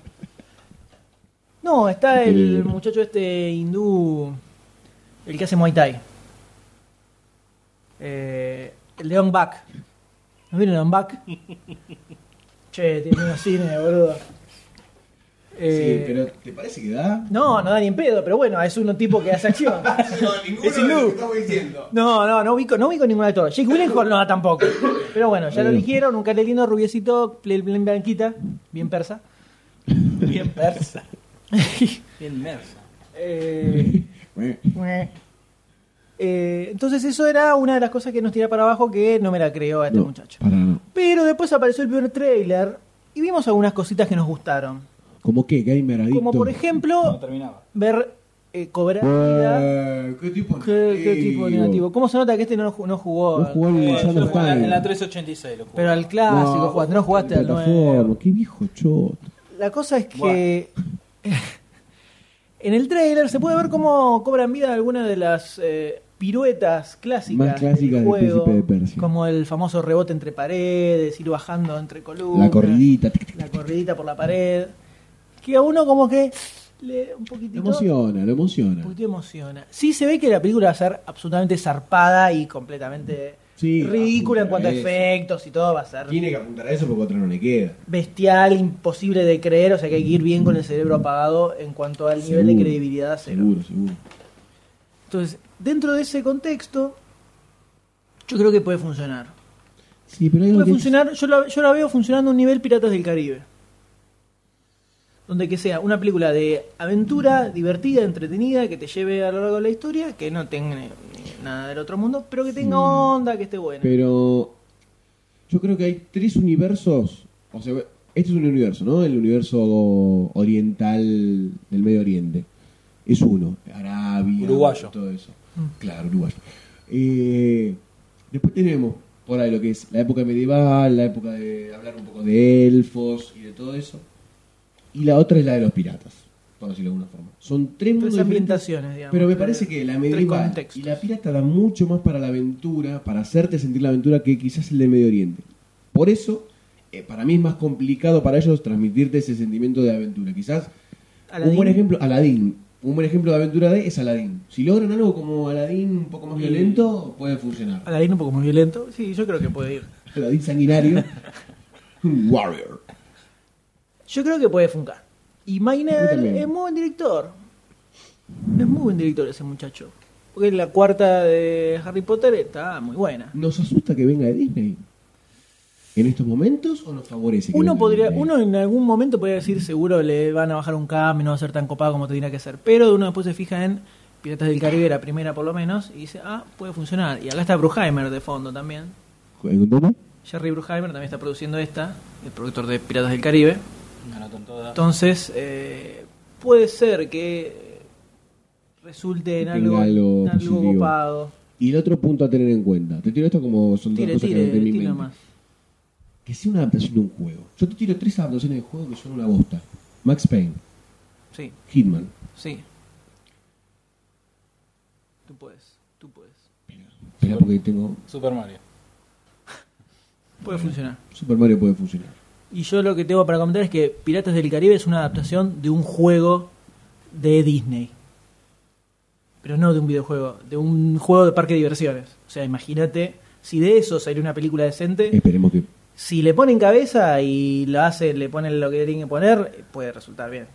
B: No, está
C: Sí,
B: el
C: tiene-
B: muchacho este hindú, el que hace Muay Thai. Eh, el de On Back. ¿No vieron On [laughs] Back? che, tiene menos cine, boludo. Eh,
C: sí, pero ¿te parece que da?
B: No, no da ni en pedo, pero bueno, es un tipo que hace [laughs] acción.
E: No, ninguno
B: Es
E: de lo
B: hindú.
E: que estamos diciendo.
B: No, no, no ubico, no ubico ningún actor. Jake Gyllenhaal no da tampoco. Pero bueno, ya lo eligieron, un cara lindo, rubiecito, piel bien blanquita, bien persa.
D: Bien persa. Bien mersa.
B: Eh,
C: Bueno,
B: [laughs] Eh, entonces eso era una de las cosas que nos tiraba para abajo que no me la creó a este
C: no,
B: muchacho.
C: Para, no.
B: Pero después apareció el primer trailer y vimos algunas cositas que nos gustaron.
C: ¿Cómo qué? Gamer adicto.
B: Como por
D: No
B: ejemplo
D: terminaba.
B: ver eh, cobrar vida.
E: Eh, ¿Qué tipo?
B: ¿Qué, qué tipo de
C: digo.
B: negativo? ¿Cómo se nota que este no, ju- no jugó?
C: No
B: al-
C: jugó al
D: Eh, yo
C: Shadow
D: lo jugué
C: Time.
D: en la 386 lo jugué.
B: Pero al clásico
C: No,
B: jugaste, no jugaste al
C: plataforma,
B: nuevo.
C: qué viejo choto.
B: La cosa es que [laughs] en el trailer se puede ver cómo cobran vida algunas de las eh, piruetas clásicas,
C: Más clásicas del Príncipe de Persia.
B: como el famoso rebote entre paredes, ir bajando entre columnas,
C: La corridita. tic, tic, tic.
B: la corridita por la pared, que a uno como que le un
C: Lo
B: poquitito
C: emociona, lo
B: un
C: emociona.
B: poquitito emociona. Sí se ve que la película va a ser absolutamente zarpada y completamente
C: Sí,
B: ridícula en cuanto a
E: es.
B: efectos y todo va a ser
E: Tiene que apuntar a eso porque otra no le queda.
B: bestial, imposible de creer, o sea que hay que ir bien con el cerebro apagado en cuanto al nivel de
C: Seguro.
B: credibilidad a cero.
C: Seguro, seguro.
B: Entonces, dentro de ese contexto, yo creo que puede funcionar.
C: Sí, pero hay algo
B: Puede
C: que-
B: funcionar, yo la, yo la veo funcionando a un nivel Piratas del Caribe. Donde que sea una película de aventura, divertida, entretenida, que te lleve a lo largo de la historia, que no tenga eh, nada del otro mundo, pero que tenga
C: Sí.
B: onda, que esté buena.
C: Pero yo creo que hay tres universos. O sea, Este es un universo, ¿no? El universo oriental del Medio Oriente. Es uno. Arabia.
D: Uruguayo.
C: Todo eso. Claro, uruguayo. Eh, después tenemos por ahí lo que es la época medieval, la época de hablar un poco de elfos y de todo eso. Y la otra es la de los piratas, por decirlo de alguna forma. Son tres
B: Tres
C: mundos diferentes.
B: ambientaciones, digamos.
C: Pero me parece que la
B: Tres
C: medieval
B: contextos.
C: y la pirata da mucho más para la aventura, para hacerte sentir la aventura que quizás el de Medio Oriente. Por eso, eh, para mí es más complicado para ellos transmitirte ese sentimiento de aventura. Quizás un
B: Aladdin.
C: buen ejemplo, Aladdin. Un buen ejemplo de aventura de es Aladdin. Si logran algo como Aladdin un poco más violento, puede funcionar.
B: Aladdin un poco más violento. Sí, yo creo que puede ir. [laughs]
C: Aladdin sanguinario. Un warrior.
B: Yo creo que puede funcar. Y
C: Yo
B: Maynard
C: también.
B: es muy buen director. Es muy buen director ese muchacho. Porque la cuarta de Harry Potter está muy buena.
C: ¿Nos asusta que venga de Disney? ¿En estos momentos o nos favorece? que venga
B: Uno
C: de
B: podría,
C: Disney?
B: uno en algún momento podría decir seguro le van a bajar un cambio, no va a ser tan copado como tendría que ser. Pero uno después se fija en Piratas del Caribe, la primera por lo menos, y dice, ah, puede funcionar. Y acá está Bruheimer de fondo también.
C: ¿Cómo?
B: Jerry Bruheimer también está produciendo esta, el productor de Piratas del Caribe.
D: Anotan todas.
B: Entonces, eh, puede ser que resulte en
C: Tenga
B: algo,
C: algo
B: en algo
C: positivo.
B: copado.
C: Y el otro punto a tener en cuenta. Te tiro esto como son
B: Tire,
C: dos cosas
B: tire,
C: que de mi
B: tire
C: mente.
B: más.
C: Que sea una adaptación de un juego. Yo te tiro tres adaptaciones de juego que son una bosta. Max Payne,
B: Sí,
C: Hitman.
B: sí. Tú puedes, tú puedes.
C: Espera porque tengo...
D: Super Mario.
B: Puede funcionar.
C: Super Mario puede funcionar.
B: Y yo lo que tengo para comentar es que Piratas del Caribe es una adaptación de un juego de Disney. Pero no de un videojuego, de un juego de parque de diversiones. O sea, imagínate, si de eso saliera una película decente,
C: Esperemos que...
B: si le ponen cabeza y lo hace, le ponen lo que le tienen que poner, puede resultar bien.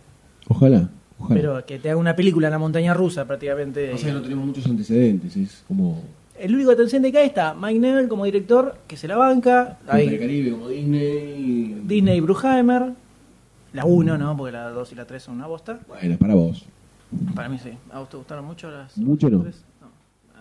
C: Ojalá. Ojalá.
B: Pero eh, que te haga una película en la montaña rusa prácticamente.
C: O sea, no tenemos muchos antecedentes. Es como...
B: El único atencente que hay está Mike Neville como director, que se la banca.
C: Ahí.
B: Hay
C: Caribe, como Disney...
B: Disney y Bruheimer. La 1, ¿no? Porque la 2 y la 3 son una bosta.
C: Bueno, es para vos.
B: Para mí sí. ¿A vos te gustaron mucho las
C: Mucho no.
B: tres? No.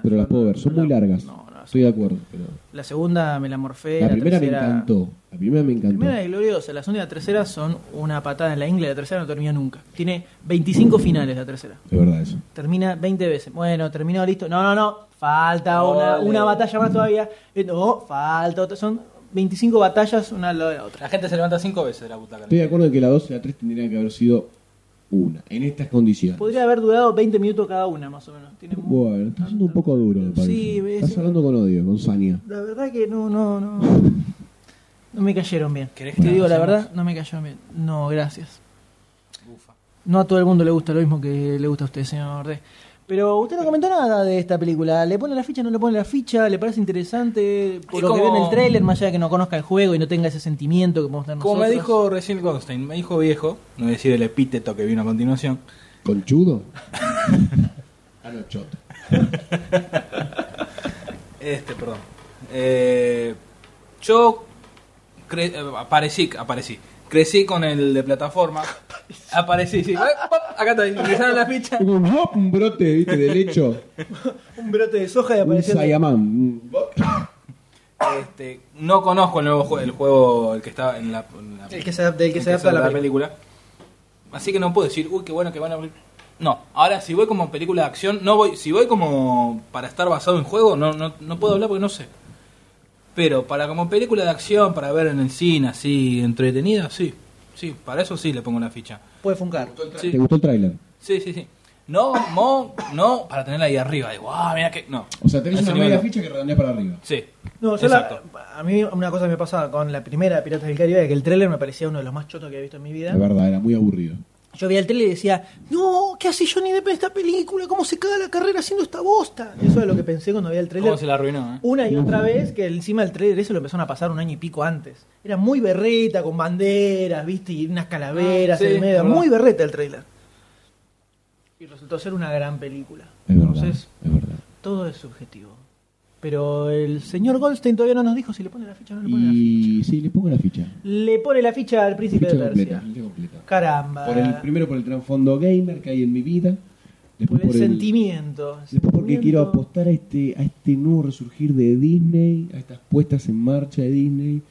C: Pero
B: Ah, no,
C: las puedo ver. Son
B: no,
C: muy largas.
B: No, no,
C: Estoy de acuerdo. Pero...
B: La segunda me Eh, la morfé.
C: La primera me
B: tercera-
C: encantó. La primera me
B: La
C: encantó.
B: primera es gloriosa. La segunda y la tercera son una patada en la ingle. La tercera no termina nunca. Tiene 25 finales la tercera.
C: Es verdad eso.
B: Termina 20 veces. Bueno, terminó, listo. No, no, no. Falta una,
D: Ole.
B: una batalla más todavía. Eh, No, falta otra. Son 25 batallas una al lado de la otra.
D: La gente se levanta cinco veces de la butaca.
C: Estoy de acuerdo en que la 2 y la 3 tendrían que haber sido una. En estas condiciones.
B: Podría haber durado 20 minutos cada una, más o menos. Tiene mu-
C: Bueno, estás siendo un poco duro, me parece.
B: Sí, me-
C: Estás hablando con odio, con saña.
B: La verdad que no, no, no. No me cayeron bien.
D: ¿Querés que
B: Te digo la
D: avancemos?
B: verdad, no me cayeron bien. No, gracias.
D: Ufa.
B: No a todo el mundo le gusta lo mismo que le gusta a usted, señor D. Pero usted no comentó nada de esta película. ¿Le pone la ficha, no le pone la ficha? ¿Le parece interesante? Por
D: Es
B: lo que
D: como-
B: ve en el tráiler, más allá de que no conozca el juego y no tenga ese sentimiento que podemos tener
D: Como me
B: nosotros.
D: dijo recién Goldstein, me dijo viejo, no voy a decir el epíteto que vino a continuación.
B: [laughs]
C: ¿Conchudo? ah, no, choto.
D: Este, perdón. Eh, yo cre- eh, aparecí, aparecí. Crecí con el de plataforma. Aparecí, sí. Eh, pop, Acá está, me sale la ficha.
C: Como un, hop, un brote, ¿viste?
B: [laughs]
C: De lecho.
B: Un brote de soja y
C: un
B: apareció.
C: Sayamán. un-
D: Este, no conozco el nuevo juego, el juego el que está en la, en la-
B: El que se adapta, el que se adapta a la
D: película. Así que no puedo decir, uy, qué bueno que van a abrir. No, ahora si voy como película de acción, no voy, si voy como para estar basado en juego, no, no, no puedo hablar porque no sé. Pero para como película de acción, para ver en el cine así entretenida, sí. Sí, para eso sí le pongo la ficha.
B: Puede funcar.
D: Sí,
C: ¿Te gustó el tráiler?
D: sí, sí. sí. No, mo, no, para tenerla ahí arriba, digo, ah, mira que no.
C: O sea, tenés
D: Ese
C: una media
D: nivel no.
C: ficha que redondea para arriba.
D: Sí.
B: No, yo la,
D: Exacto.
B: a mí una cosa que me pasaba con la primera Piratas del Caribe, que el tráiler me parecía uno de los más chotos que he visto en mi vida.
C: La verdad, era muy aburrido.
B: Yo veía el tele y decía, no, ¿qué hace Johnny Depp en esta película? ¿Cómo se caga la carrera haciendo esta bosta? Eso era lo que pensé cuando veía el
D: ¿Cómo
B: tráiler.
D: se la arruinó? eh?
B: Una y otra vez que encima del tráiler eso lo empezaron a pasar un año y pico antes. Era muy berreta, con banderas, viste, y unas calaveras
D: Ah, Sí,
B: en el medio.
D: es verdad.
B: Muy berreta el tráiler. Y resultó ser una gran película.
C: Es verdad.
B: Entonces,
C: es verdad.
B: todo es subjetivo. Pero el señor Goldstein todavía no nos dijo si le pone la ficha o no le pone la ficha.
C: Y sí, le pongo la ficha.
B: Le pone la ficha al príncipe
C: Ficha
B: de Ah.
C: completa.
B: Persia.
C: ficha completa.
B: Caramba.
C: Por el, primero por el trasfondo gamer que hay en mi vida.
B: Por
C: Después
B: el
C: por el,
B: sentimiento.
C: Después porque
B: Sentimiento.
C: quiero apostar a este, a este nuevo resurgir de Disney, a estas puestas en marcha de Disney.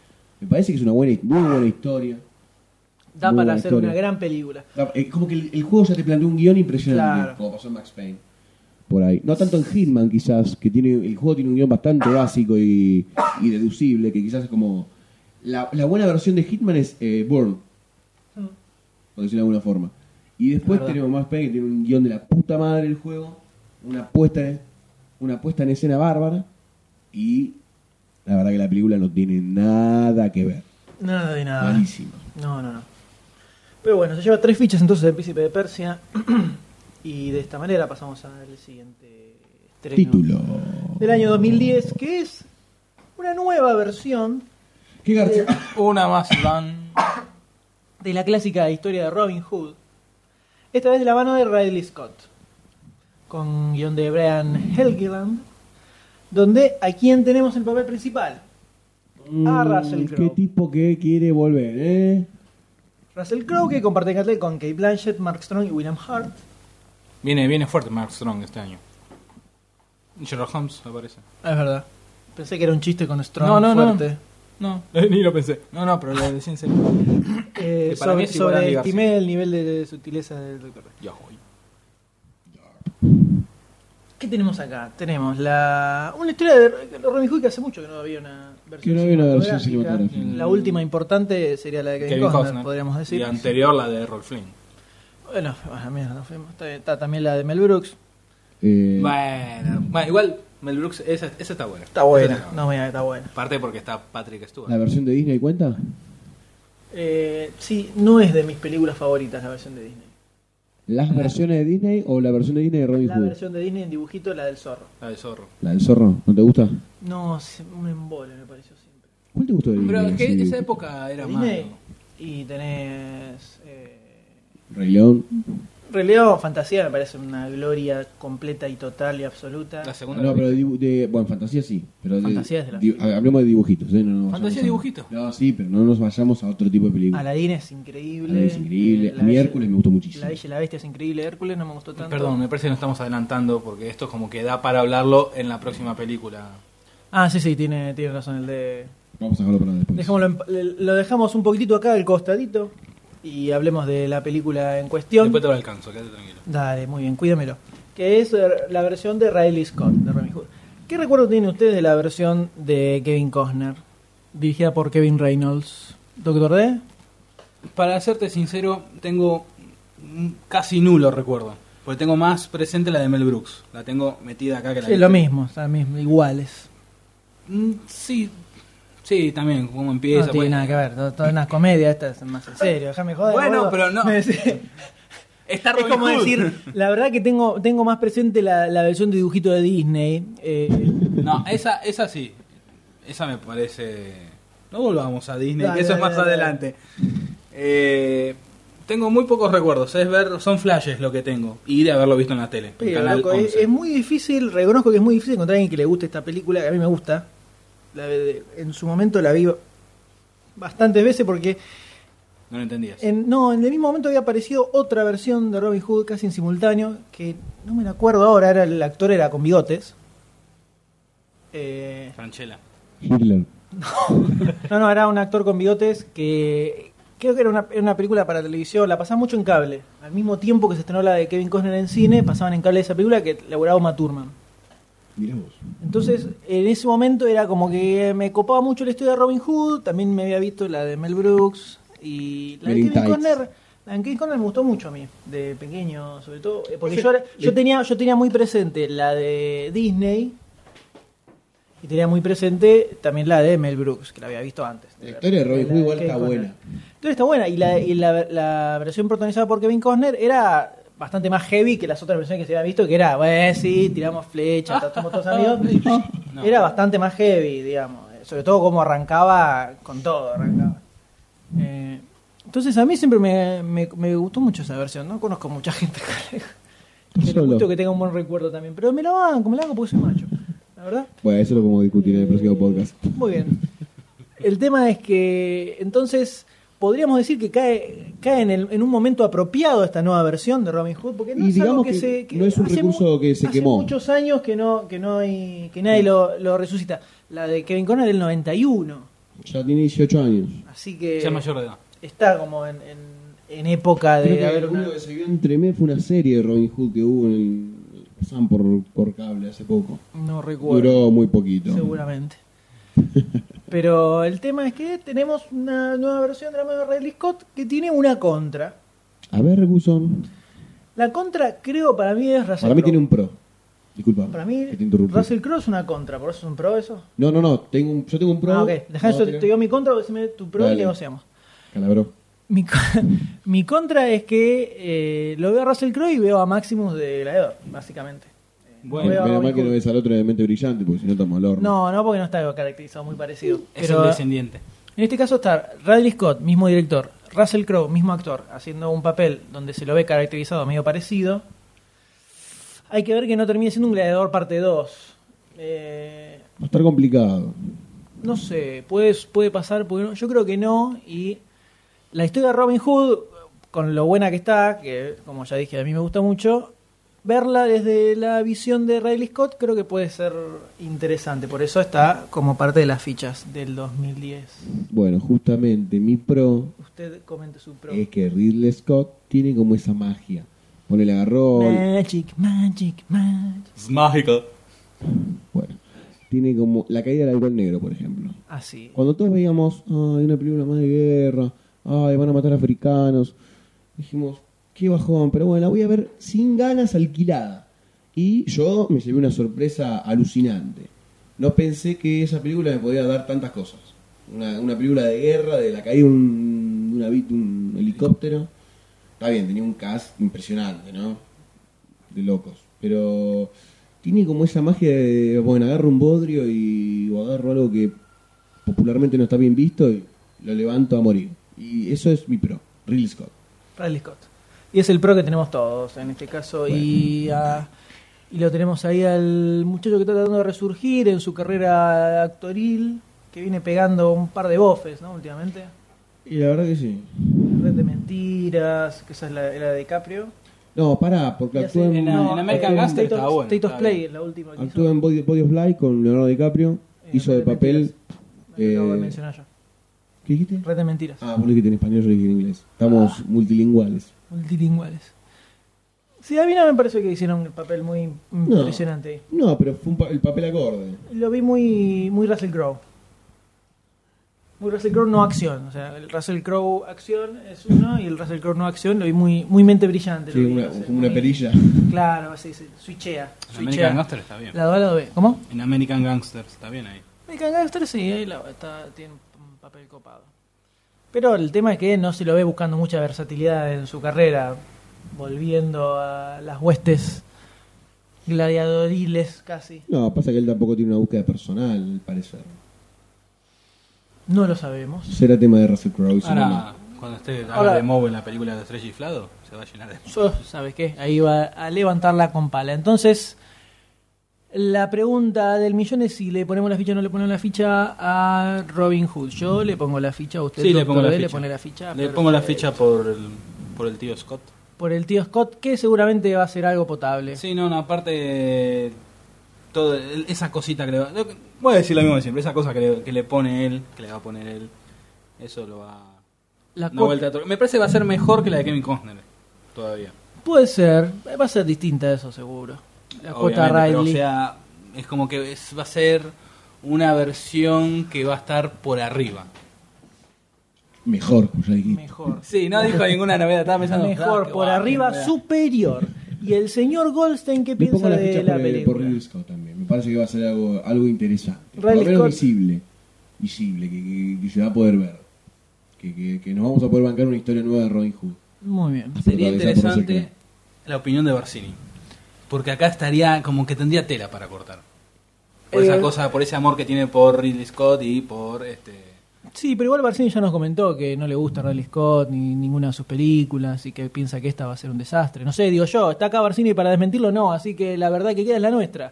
C: Me parece que es una buena, muy buena historia.
B: Da
C: Muy
B: para
C: buena
B: hacer
C: historia.
B: una gran película.
C: No, eh, como que el, el juego ya te planteó un guión impresionante,
B: Claro.
C: como pasó en Max Payne. Por ahí. No tanto en Hitman, quizás, que tiene el juego tiene un guión bastante básico y, y deducible, que quizás es como. La, la buena versión de Hitman es eh, Bourne, por decirlo de alguna forma. Y después
B: Verdad.
C: tenemos Max Payne, que tiene un guión de la puta madre el juego, una puesta, en- una puesta en escena bárbara, y la verdad que la película no tiene nada que ver.
B: Nada de nada.
C: Malísima.
B: No, no, no. Pero bueno, se lleva tres fichas entonces del Príncipe de Persia. [clears throat] y de esta manera pasamos al siguiente estreno
C: Título.
B: del año 2010, que es una nueva versión
C: ¿Qué garcha?
D: Una más, Iván.
B: de la clásica historia de Robin Hood. Esta vez de la mano de Ridley Scott, con guión de Brian Helgeland, donde a quién tenemos el papel principal. A Russell
C: Mm, ¿Qué
B: Crowe.
C: tipo que quiere volver, eh?
B: Russell Crowe, que comparte cartel con Kate Blanchett, Mark Strong y William Hart.
D: Viene, viene fuerte Mark Strong este año. Sherlock Holmes aparece.
B: Es verdad. Pensé que era un chiste con Strong
D: No, no, no.
B: fuerte.
D: No, [laughs] ni lo pensé. No, no, pero lo decía en serio.
B: Eh,
D: Que para mí
B: sobre,
D: es igual a Andy
B: sobreestimé el nivel de, de sutileza del Doctor Who.
D: Ya voy.
B: ¿Qué tenemos acá? Tenemos la una historia de Robin Hood que hace mucho que no había una versión
C: Que no había una versión Eh,
D: cinematográfica.
B: La última importante sería la de Kevin,
D: Kevin
B: Costner,
D: Costner.
B: podríamos
D: Y
B: decir.
D: anterior la de Rolf Flynn.
B: Bueno, a la mierda, nos fuimos. Está, está también la de Mel Brooks.
C: Eh,
D: Bueno, bueno, igual Mel Brooks, esa, esa está buena.
B: Está
D: Esa
B: buena. No, mira, está buena.
D: Aparte porque está Patrick
C: ¿La
D: Stewart.
C: versión de Disney cuenta?
B: Eh, sí, no es de mis películas favoritas la versión de Disney.
C: ¿Las versiones de Disney o la versión de Disney de Robin
B: La
C: Hood?
B: versión de Disney en dibujito, la del zorro.
D: La de Zorro.
C: ¿La del zorro? ¿No te gusta?
B: No, es un embole me pareció siempre.
C: ¿Cuál te gustó de Disney?
D: Pero es que
C: así?
D: esa época era más...
B: Disney y tenés... Eh,
C: Rey León.
B: Rey León, fantasía me parece una gloria completa y total y absoluta.
D: La segunda...
C: No, pero de, dibu- de- bueno, fantasía sí. Pero de-
B: Fantasía es de la-
C: di- ha- hablemos de dibujitos, ¿eh? No, nos
D: Fantasía
C: vayamos
D: de
C: a-
D: dibujitos.
C: No, sí, pero no nos vayamos a otro tipo de película.
B: Aladdin es increíble.
C: Aladdin es increíble. A mí
B: Bella-
C: Hércules me gustó muchísimo.
B: La Bella y la Bestia es increíble. Hércules no me gustó tanto.
D: Perdón, eh. me parece que nos estamos adelantando porque esto como que da para hablarlo en la próxima película.
B: Ah, sí, sí, tiene, tiene razón el de...
C: Vamos a dejarlo para después.
B: Dejámoslo en- le- lo dejamos un poquitito acá al costadito y hablemos de la película en cuestión.
D: Después te lo alcanzo, quédate tranquilo.
B: Dale, muy bien, cuídamelo. Que es eh, la versión de Riley Scott, de Robin Hood. ¿Qué recuerdo tienen ustedes de la versión de Kevin Costner? Dirigida por Kevin Reynolds. ¿Doctor D?
D: Para serte sincero, tengo un casi nulo recuerdo. Porque tengo más presente la de Mel Brooks. La tengo metida acá que la
B: Sí,
D: que-
B: lo mismo, está mismo, iguales.
D: Mm, Sí, sí, también, cómo empieza.
B: No tiene
D: pues.
B: nada que ver, todo, todo es una comedia, esta es más en serio, déjame joder. boludo.
D: Bueno, pero no.
B: [laughs] Me decís-
D: Está
B: es
D: Robin
B: como
D: Hood.
B: decir, la verdad que tengo, tengo más presente la, la versión de dibujito de Disney. eh,
D: No, esa, esa sí. Esa me parece. No volvamos a Disney,
B: Dale,
D: que eso
B: dale,
D: es más
B: dale,
D: adelante. Eh, tengo muy pocos recuerdos. Es ver, son flashes lo que tengo. Y de haberlo visto en la tele. en
B: pero,
D: Canal
B: loco, es,
D: 11.
B: es muy difícil, reconozco que es muy difícil encontrar a alguien que le guste esta película, que a mí me gusta. La de- en su momento la vi bastantes veces porque
D: No lo entendías.
B: En- no, en el mismo momento había aparecido otra versión de Robin Hood casi en simultáneo, que no me la acuerdo ahora, era el actor era con bigotes. Eh,
D: Franchella.
C: Hitler.
B: no, no, era un actor con bigotes que creo que era una, era una película para televisión, la pasaban mucho en cable. Al mismo tiempo que se estrenó la de Kevin Costner en cine, pasaban en cable esa película que laburaba Uma Thurman.
C: Mirá vos.
B: Entonces, en ese momento era como que me copaba mucho la historia de Robin Hood, también me había visto la de Mel Brooks y la de
C: Men
B: Kevin
C: in Tights.
B: Conner. La de Kevin Conner me gustó mucho a mí, de pequeño, sobre todo, eh, porque
C: Ese-
B: yo, era- yo
C: le-
B: tenía yo tenía muy presente la de Disney y tenía muy presente también la de Mel Brooks, que la había visto antes.
C: La historia de Robin Hood igual
B: Kevin
C: está
B: Conner.
C: buena.
B: La historia está buena y la, y la, la versión protagonizada por Kevin Costner era bastante más heavy que las otras versiones que se habían visto, que era, bueno, sí, tiramos flechas,
D: [laughs]
B: estamos todos amigos.
D: No.
B: Era bastante más heavy, digamos. eh, Sobre todo como arrancaba con todo. Arrancaba. Eh, entonces a mí siempre me, me- me gustó mucho esa versión. No conozco mucha gente que le- que le
C: Solo.
B: guste o que tenga un buen recuerdo también. Pero me la banco, me la banco porque soy macho. La verdad.
C: Bueno, eso lo podemos discutir en el próximo podcast.
B: Muy bien. El tema es que entonces podríamos decir que cae, cae en, el- en un momento apropiado esta nueva versión de Robin Hood, porque no
C: Y
B: es algo
C: digamos
B: que,
C: que
B: se, que
C: no es un
B: hace
C: recurso
B: mu-
C: que se
B: hace
C: quemó.
B: muchos años que no que no hay, que nadie lo, lo resucita. La de Kevin Conner del 91,
C: Ya tiene 18 años.
B: así que Eh,
D: Ya es mayor de edad.
B: está como en, en- en época
C: Creo
B: de
C: que
B: haber
C: lo
B: una-
C: único que se vio entre mes fue una serie de Robin Hood que hubo en el pasaban por, por cable hace poco.
B: No recuerdo.
C: Duró muy poquito.
B: Seguramente. Pero el tema es que tenemos una nueva versión de la mano de Ridley Scott que tiene una contra.
C: A ver, Guzón.
B: La contra, creo, para mí es Russell
C: Para mí
B: Crowe.
C: tiene un pro. Disculpa.
B: Para mí,
C: que te interrumpí.
B: Russell Crowe es una contra, por eso es un pro eso.
C: No, no, no. Tengo un- yo tengo un pro.
B: ah, ok. Dejá
C: No,
B: eso,
C: tira.
B: te digo mi contra, decime tu pro y
C: Dale.
B: negociamos.
C: Calabró.
B: Mi, co- [laughs] mi contra es que eh, lo veo a Russell Crowe y veo a Maximus de Gladiador, básicamente.
D: Bueno,
B: Veo a
C: Menos
B: Robin
C: mal que
B: Hood.
C: no ves al otro de mente brillante, porque si no estamos al horno.
B: No, no, porque no está caracterizado, muy parecido.
D: es
B: Pero-
D: el descendiente.
B: En este caso está Ridley Scott, mismo director, Russell Crowe, mismo actor, haciendo un papel donde se lo ve caracterizado medio parecido. Hay que ver que no termine siendo un gladiador parte 2. Eh,
C: Va a estar complicado.
B: no sé, puede, puede pasar, puede no. yo creo que no. Y la historia de Robin Hood, con lo buena que está, que como ya dije, a mí me gusta mucho, verla desde la visión de Ridley Scott creo que puede ser interesante. Por eso está como parte de las fichas del 2010.
C: Bueno, justamente mi pro
B: Usted comente su pro.
C: es que Ridley Scott tiene como esa magia. Pone el agarrón.
B: Magic, magic, magic.
D: Es mágico.
C: Bueno, tiene como la caída del alcohol negro, por ejemplo.
B: Así.
C: Cuando todos veíamos, ay, una película más de guerra, ay, van a matar africanos, dijimos, qué bajón, pero bueno, la voy a ver sin ganas alquilada. Y yo me llevé una sorpresa alucinante. No pensé que esa película me podía dar tantas cosas. Una, una película de guerra, de la caída de un, de un avi- de un helicóptero. Está bien, tenía un cast impresionante, ¿no? De locos. Pero tiene como esa magia de, bueno, agarro un bodrio y o agarro algo que popularmente no está bien visto y lo levanto a morir. Y eso es mi pro, Real Scott.
B: Ridley Scott. Y es el pro que tenemos todos en este caso. Y, ah, y lo tenemos ahí al muchacho que está tratando de resurgir en su carrera actoril, que viene pegando un par de bofes, ¿no? Últimamente.
C: Y la verdad que sí.
B: Red de mentiras, que esa es la era de DiCaprio.
C: No, pará, porque
B: Y hace- eh,
C: actúa en,
D: en la- en
C: actúa
D: American
C: en-
D: Gangster
B: State
D: está
B: of,
D: bueno,
B: State of
D: está
B: Play,
D: bien.
B: es la última que
C: actúa
B: hizo.
C: en Body, Body of Light con Leonardo DiCaprio.
B: Eh,
C: hizo de
B: Red
C: papel.
B: Me lo acabo de
C: eh,
B: mencionar yo.
C: ¿Qué dijiste?
B: Red de mentiras.
C: Ah, vos lo dijiste en español, yo dije en inglés. Estamos
B: Ah.
C: multilinguales.
B: Multilinguales. Sí, a mí no me parece que hicieron un papel muy impresionante. ahí.
C: No, pero fue un pa- el papel acorde.
B: Lo vi muy, muy Russell Crowe. Muy Russell Crowe no acción. O sea, el Russell Crowe acción es uno y el Russell Crowe no acción lo vi muy, muy mente brillante.
C: Sí,
B: lo vi,
C: una,
B: o sea,
C: como una
B: muy-
C: perilla.
B: Claro, así, sí. Switchea.
D: En American
B: switchea.
D: Gangster está bien.
B: La do a la do B. ¿Cómo?
D: En American Gangster está bien ahí.
B: American Gangster sí, ahí la- está, tiene un papel copado. Pero el tema es que no se lo ve buscando mucha versatilidad en su carrera, volviendo a las huestes gladiadoriles casi.
C: No, pasa que él tampoco tiene una búsqueda personal, al parecer.
B: No lo sabemos.
C: Será tema de Russell Crowe. si no,
D: Ahora, cuando esté haga
B: Ahora-
D: de Moe en la película de Estrella y Flado, se va a llenar de...
B: Yo, ¿sabes qué? Ahí va a levantar la compala. Entonces, la pregunta del millón es si le ponemos la ficha o no le ponemos la ficha a Robin Hood. Yo le pongo la ficha a usted.
D: Mm. Sí, le
B: doctor
D: pongo la
B: D, Le
D: ficha.
B: pone la ficha.
D: [laughs] Le pongo la
B: perfecto.
D: ficha por el, por el tío Scott.
B: Por el tío Scott, que seguramente va a ser algo potable.
D: Sí, no, no, aparte. Todo, el- esa cosita que le va. lo que- Voy a decir lo mismo de siempre, esa cosa que le, que le pone él, que le va a poner él. Eso lo va.
B: La
D: una
B: cop-
D: vuelta a otro- Me parece que va a ser mejor que la de Kevin Costner. Todavía.
B: Puede ser, va a ser distinta eso seguro. La cuota
D: Obviamente, pero,
B: Riley.
D: o sea, es como que es- va a ser una versión que va a estar por arriba.
C: Mejor, como ya dijiste.
B: mejor.
D: Sí, no dijo ninguna novedad, estaba pensando.
B: mejor,
D: ah, qué
B: por
D: guapo,
B: arriba,
D: qué novedad.
B: superior. Y el señor Goldstein, ¿qué
C: Le
B: piensa
C: pongo la
B: de
C: ficha
B: la
C: por, el- por
B: película?
C: Ridley Scott también. Me parece que va a ser algo, algo interesante. por
B: Ridley
C: lo menos
B: Scott.
C: visible. Visible, que, que- que se va a poder ver. Que, que- que nos vamos a poder bancar una historia nueva de Robin Hood.
B: Muy bien.
D: Sería
C: Protagonizada por Russell
D: interesante la opinión de Barcini. Porque acá estaría como que tendría tela para cortar. Por
B: Eh,
D: esa cosa, por ese amor que tiene por Ridley Scott y por este
B: Sí, pero igual Barcini ya nos comentó que no le gusta Riley Scott ni ninguna de sus películas y que piensa que esta va a ser un desastre. No sé, digo yo, está acá Barcini para desmentirlo, no, así que la verdad que queda es la
C: [laughs]
B: nuestra.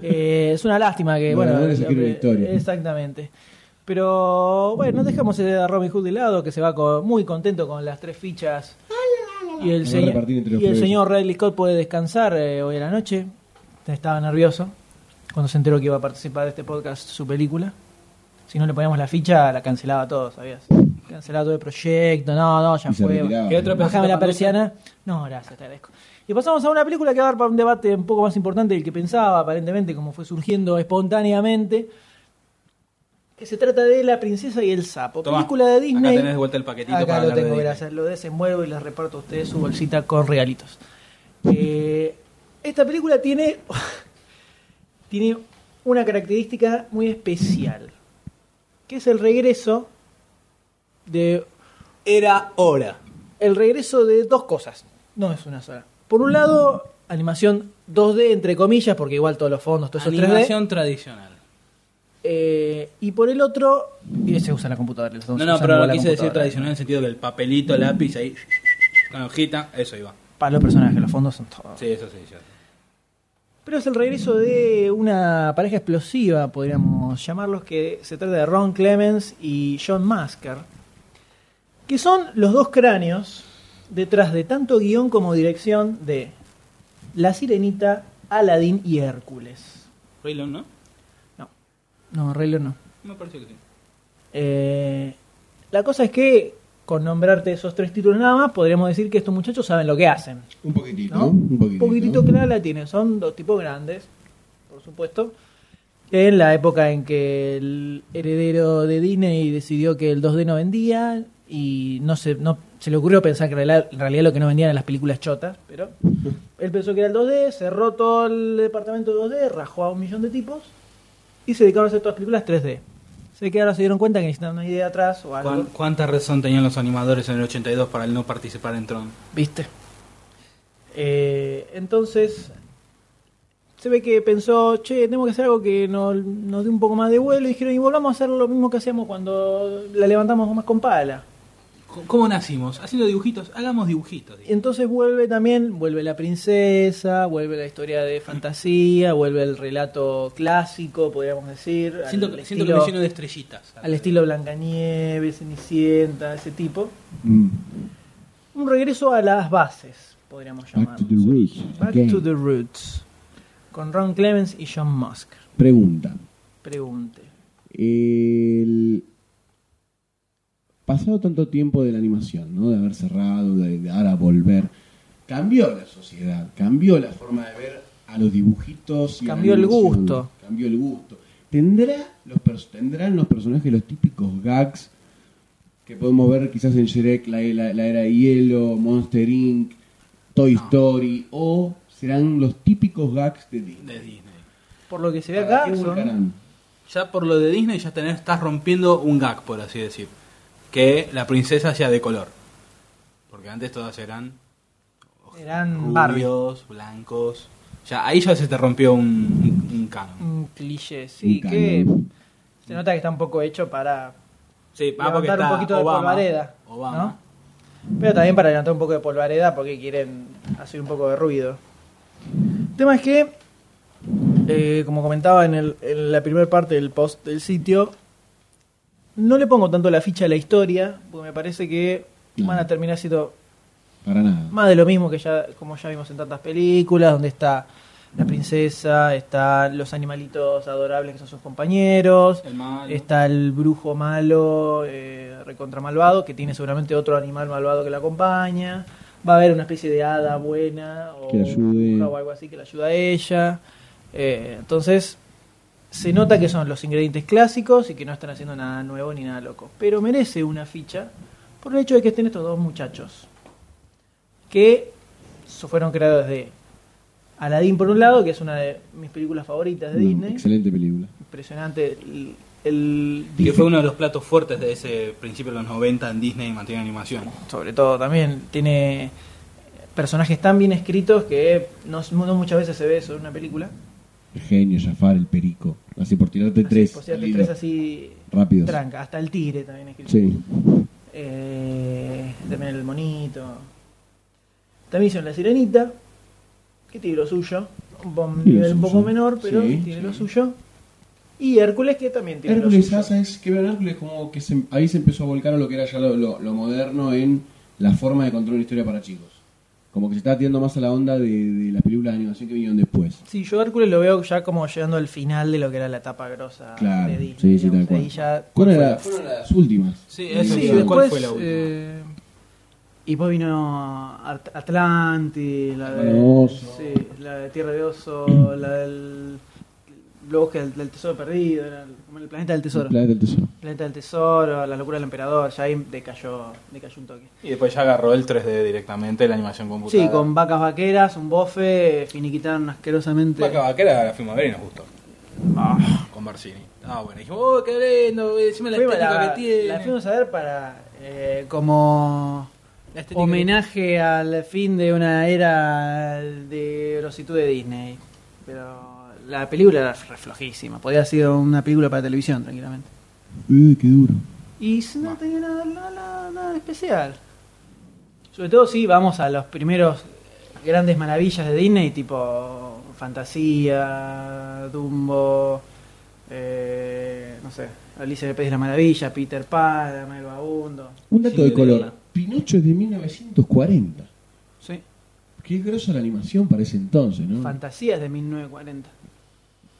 B: Eh, es una lástima que,
C: No,
B: bueno,
C: la verdad que se
B: lo
C: quiere una historia.
B: Exactamente. Pero bueno, dejamos a Robin Hood de lado, que se va co- muy contento con las tres fichas. Y el,
C: Lo va a
B: señor-
C: repartir entre los
B: y el
C: plebes.
B: señor Riley Scott puede descansar eh, hoy a la noche. Estaba nervioso cuando se enteró que iba a participar de este podcast su película. Si no le poníamos la ficha, la cancelaba todo, ¿sabías? cancelar todo el proyecto, no, no, ya
C: Y se
B: fue.
C: retiraba.
D: ¿Qué otra
B: Bájame la
D: Panducha?
B: persiana. No, gracias, te agradezco. Y pasamos a una película que va a dar para un debate un poco más importante del que pensaba, aparentemente, como fue surgiendo espontáneamente. Que se trata de La Princesa y el Sapo.
D: Tomá,
B: película de Disney.
D: Acá tenés de vuelta el paquetito
B: Acá
D: para
B: lo
D: hablar
B: tengo,
D: de
B: gracias. Lo desenvuelvo y les reparto a ustedes su bolsita con regalitos. Eh, esta película tiene, [laughs] tiene una característica muy especial, que es el regreso de
D: Era hora.
B: el regreso de dos cosas, no es una sola. Por un lado, animación 2D entre comillas, porque igual todos los fondos, todo eso es 3D.
D: Animación tradicional.
B: Eh, y por el otro, y se usa la computadora. los dos
D: No, no,
B: usan
D: pero
B: igual
D: lo
B: la
D: quise decir
B: computadora.
D: tradicional en el sentido que el papelito, lápiz ahí, con la hojita, eso iba.
B: Para los personajes, los fondos son todos.
D: Sí, eso sí, yo.
B: Pero es el regreso de una pareja explosiva, podríamos llamarlos, que se trata de Ron Clemens y John Masker, que son los dos cráneos detrás de tanto guión como dirección de La Sirenita, Aladdin y Hércules.
D: Raylon, ¿no?
B: No, Raylo no.
D: Me pareció que sí.
B: Eh, la cosa es que, con nombrarte esos tres títulos nada más, podríamos decir que estos muchachos saben lo que hacen.
E: Un poquitito.
B: ¿no?
C: Un poquitito.
B: clara la tiene. Son dos tipos grandes, por supuesto. En la época en que el heredero de Disney decidió que el 2D no vendía y no se, no, se le ocurrió pensar que en realidad- en realidad lo que no vendían eran las películas chotas, pero él pensó que era el 2D, cerró todo el departamento de 2D, rajó a un millón de tipos y se dedicaron a hacer todas películas 3D. Se que ahora se dieron cuenta que necesitan una idea atrás o algo.
D: ¿Cuán- ¿Cuánta razón tenían los animadores en el 82 para el no participar en Tron?
B: ¿Viste? Eh, entonces, se ve que pensó, che, tenemos que hacer algo que nos, nos dé un poco más de vuelo. Y dijeron, y volvamos a hacer lo mismo que hacíamos cuando la levantamos más con pala.
D: ¿Cómo- ¿Cómo nacimos? Haciendo dibujitos, hagamos dibujitos.
B: Y entonces vuelve también, vuelve la princesa, vuelve la historia de fantasía, vuelve el relato clásico, podríamos decir. al
D: Siento, que- siento que
B: estilo-
D: me lleno de estrellitas.
B: al estilo Blancanieves, Cenicienta, ese tipo.
C: Mm.
B: Un regreso a las bases, podríamos
C: Back to
B: llamarlo.
C: the roots.
B: Back
C: again.
B: to the Roots. Con Ron Clemens y John Musk.
C: Pregunta.
B: Pregunte.
C: El... Pasado tanto tiempo de la animación, ¿no? De haber cerrado, de, de ahora volver, cambió la sociedad, cambió la forma de ver a los dibujitos. Y a la
B: Cambió el
C: animación,
B: gusto.
C: Cambió el gusto. ¿Tendrá los pers- ¿Tendrán los personajes los típicos gags que podemos ver quizás en Shrek, la, la- la era de hielo, Monster Inc., Toy Story, o serán los típicos gags de Disney?
D: de Disney.
B: Por lo que se ve
C: ¿Para
B: acá,
C: qué
B: son-
C: buscarán?
D: Ya por lo de Disney ya tenés, estás rompiendo un gag, por así decir. Que la princesa sea de color. Porque antes todas eran
B: eran Mm, Barbie.
D: rubios, blancos. Ya, ahí ya se te rompió un, un- un canon.
B: Un cliché, sí,
C: Un
B: que
C: canon.
B: se nota que está un poco hecho para
D: Sí, ah, porque
B: levantar un
D: está
B: poquito de
D: Obama.
B: polvareda.
D: Obama.
B: ¿no? Pero también para levantar un poco de polvareda porque quieren hacer un poco de ruido. El tema es que, eh, como comentaba en, el- en la primera parte del post del sitio, no le pongo tanto la ficha a la historia, porque me parece que
C: No.
B: van a terminar siendo
C: Para nada.
B: más de lo mismo que ya como ya vimos en tantas películas donde está la princesa están los animalitos adorables que son sus compañeros
D: El malo.
B: está el brujo malo eh, recontra malvado que tiene seguramente otro animal malvado que la acompaña va a haber una especie de hada buena o,
C: Que la ayude.
B: bruja o algo así que la ayuda a ella Eh, entonces se nota que son los ingredientes clásicos y que no están haciendo nada nuevo ni nada loco pero merece una ficha por el hecho de que estén estos dos muchachos que so- fueron creados de Aladdin por un lado, que es una de mis películas favoritas de
C: Una
B: Disney.
C: Excelente película.
B: Impresionante el, el-
D: Que fue uno de los platos fuertes de ese principio de los 90 en Disney en materia de animación.
B: sobre todo también tiene personajes tan bien escritos que no, no muchas veces se ve eso en una película.
C: El genio, Jafar, el perico. Así por tirarte
B: Así,
C: tres.
B: por cierto,
C: al hilo.
B: tres así
C: Rápidos.
B: tranca, hasta el tigre también escrito.
C: Sí.
B: Eh, también el monito. También hicieron la sirenita, que tiene lo suyo. Un, bom-
C: Tiene lo
B: nivel un
C: suyo.
B: poco menor, pero
C: Sí,
B: tiene
C: sí.
B: lo suyo. Y Hércules, que también tiene
C: Hércules
B: lo
C: hace
B: suyo.
C: es que vean Hércules como que se- ahí se empezó a volcar a lo que era ya lo, lo- lo moderno en la forma de contar una historia para chicos. Como que se está tirando más a la onda de, de las películas de animación que vinieron después.
B: Sí, yo Hércules lo veo ya como llegando al final de lo que era la etapa grosa
C: Claro,
B: de Disney.
C: sí, sí,
B: digamos.
C: tal cual.
B: Ahí ya-
C: ¿Cuál era? Fueron las últimas.
D: Sí,
C: eso
D: sí,
C: sí,
D: ¿cuál
C: después,
D: fue la última?
B: eh, y después vino At- Atlantis, la de,
C: Oso.
B: sí, la de Tierra de Oso,
C: [clears throat]
B: la del bosque del, del tesoro perdido, era el, como el planeta del tesoro.
C: El planeta del tesoro.
B: planeta del tesoro, la locura del emperador, ya ahí decayó, decayó un toque.
D: Y después ya agarró el 3D directamente, la animación computadora.
B: Sí, con vacas vaqueras, un bofe, finiquitaron asquerosamente.
D: Vaca Vaquera la fuimos a ver y nos gustó. Con Barcini. Ah, bueno, dijimos, oh, qué lindo, decime la
B: Fuimos-
D: estética
B: la,
D: que tiene.
B: la fuimos a ver para eh, como
D: La estética
B: homenaje al fin de una era de grositud de Disney. Pero la película era re flojísima, podía haber sido una película para televisión tranquilamente.
C: Eh, qué duro.
B: Y si no tenía nada, nada- nada especial. Sobre todo si vamos a los primeros grandes maravillas de Disney, tipo Fantasía, Dumbo, eh, no sé, Alicia en el País de la Maravilla, Peter Pan, El Vagabundo.
C: Un dato
D: Sí,
C: de
D: de
C: color.
D: verdad.
C: Pinocho es de 1940.
B: Sí.
C: Qué grosa la animación para ese entonces,
D: Mm.
C: ¿no?
B: Fantasía es de 1940.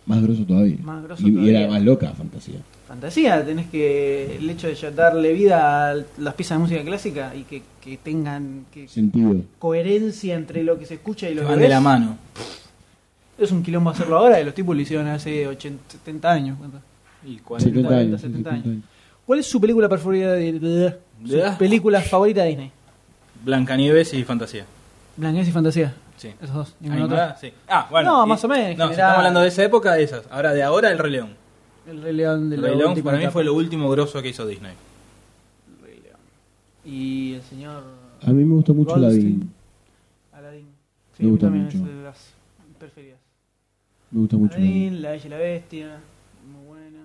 C: más groso todavía.
B: Más groso
C: y, y
B: todavía.
C: era más loca fantasía.
B: Fantasía, tenés que el hecho de ya darle vida a las piezas de música clásica y que, que tengan que-
C: Sentido.
B: coherencia entre lo que se escucha y
D: que
B: lo que,
D: van de la
B: ves.
D: mano.
B: Es un quilombo hacerlo ahora y los tipos lo hicieron hace 80, 70 años. ¿cuánto?
D: Y
C: 70
B: 40,
C: años.
B: 70
C: 70
B: años.
C: años.
B: ¿Cuál es su película preferida de, de- de-
D: ¿De-
B: su película favorita de Disney?
D: Blancanieves y Fantasía.
B: Blancanieves y Fantasía.
D: Sí.
B: Esos dos. Ninguna
D: ¿Animada?
B: otra.
D: Sí. Ah, bueno.
B: No,
D: y-
B: más o menos, en
D: No, si
B: general.
D: estamos hablando de esa época, de esas. Ahora, de ahora, el Rey León.
B: El Rey León de
D: El
B: la
D: Rey León
B: última
D: para mí
B: etapa.
D: fue lo último grosso que hizo Disney.
B: El Rey León. Y el señor
C: A mí me gusta mucho
B: Goldstein.
C: la de.
B: Aladdin. Sí, a
C: Me
B: mí
C: gusta
B: también
C: mucho.
B: es de las preferidas.
C: Me gusta mucho la de-
B: Aladdin, La Bella y la Bestia. Muy buena.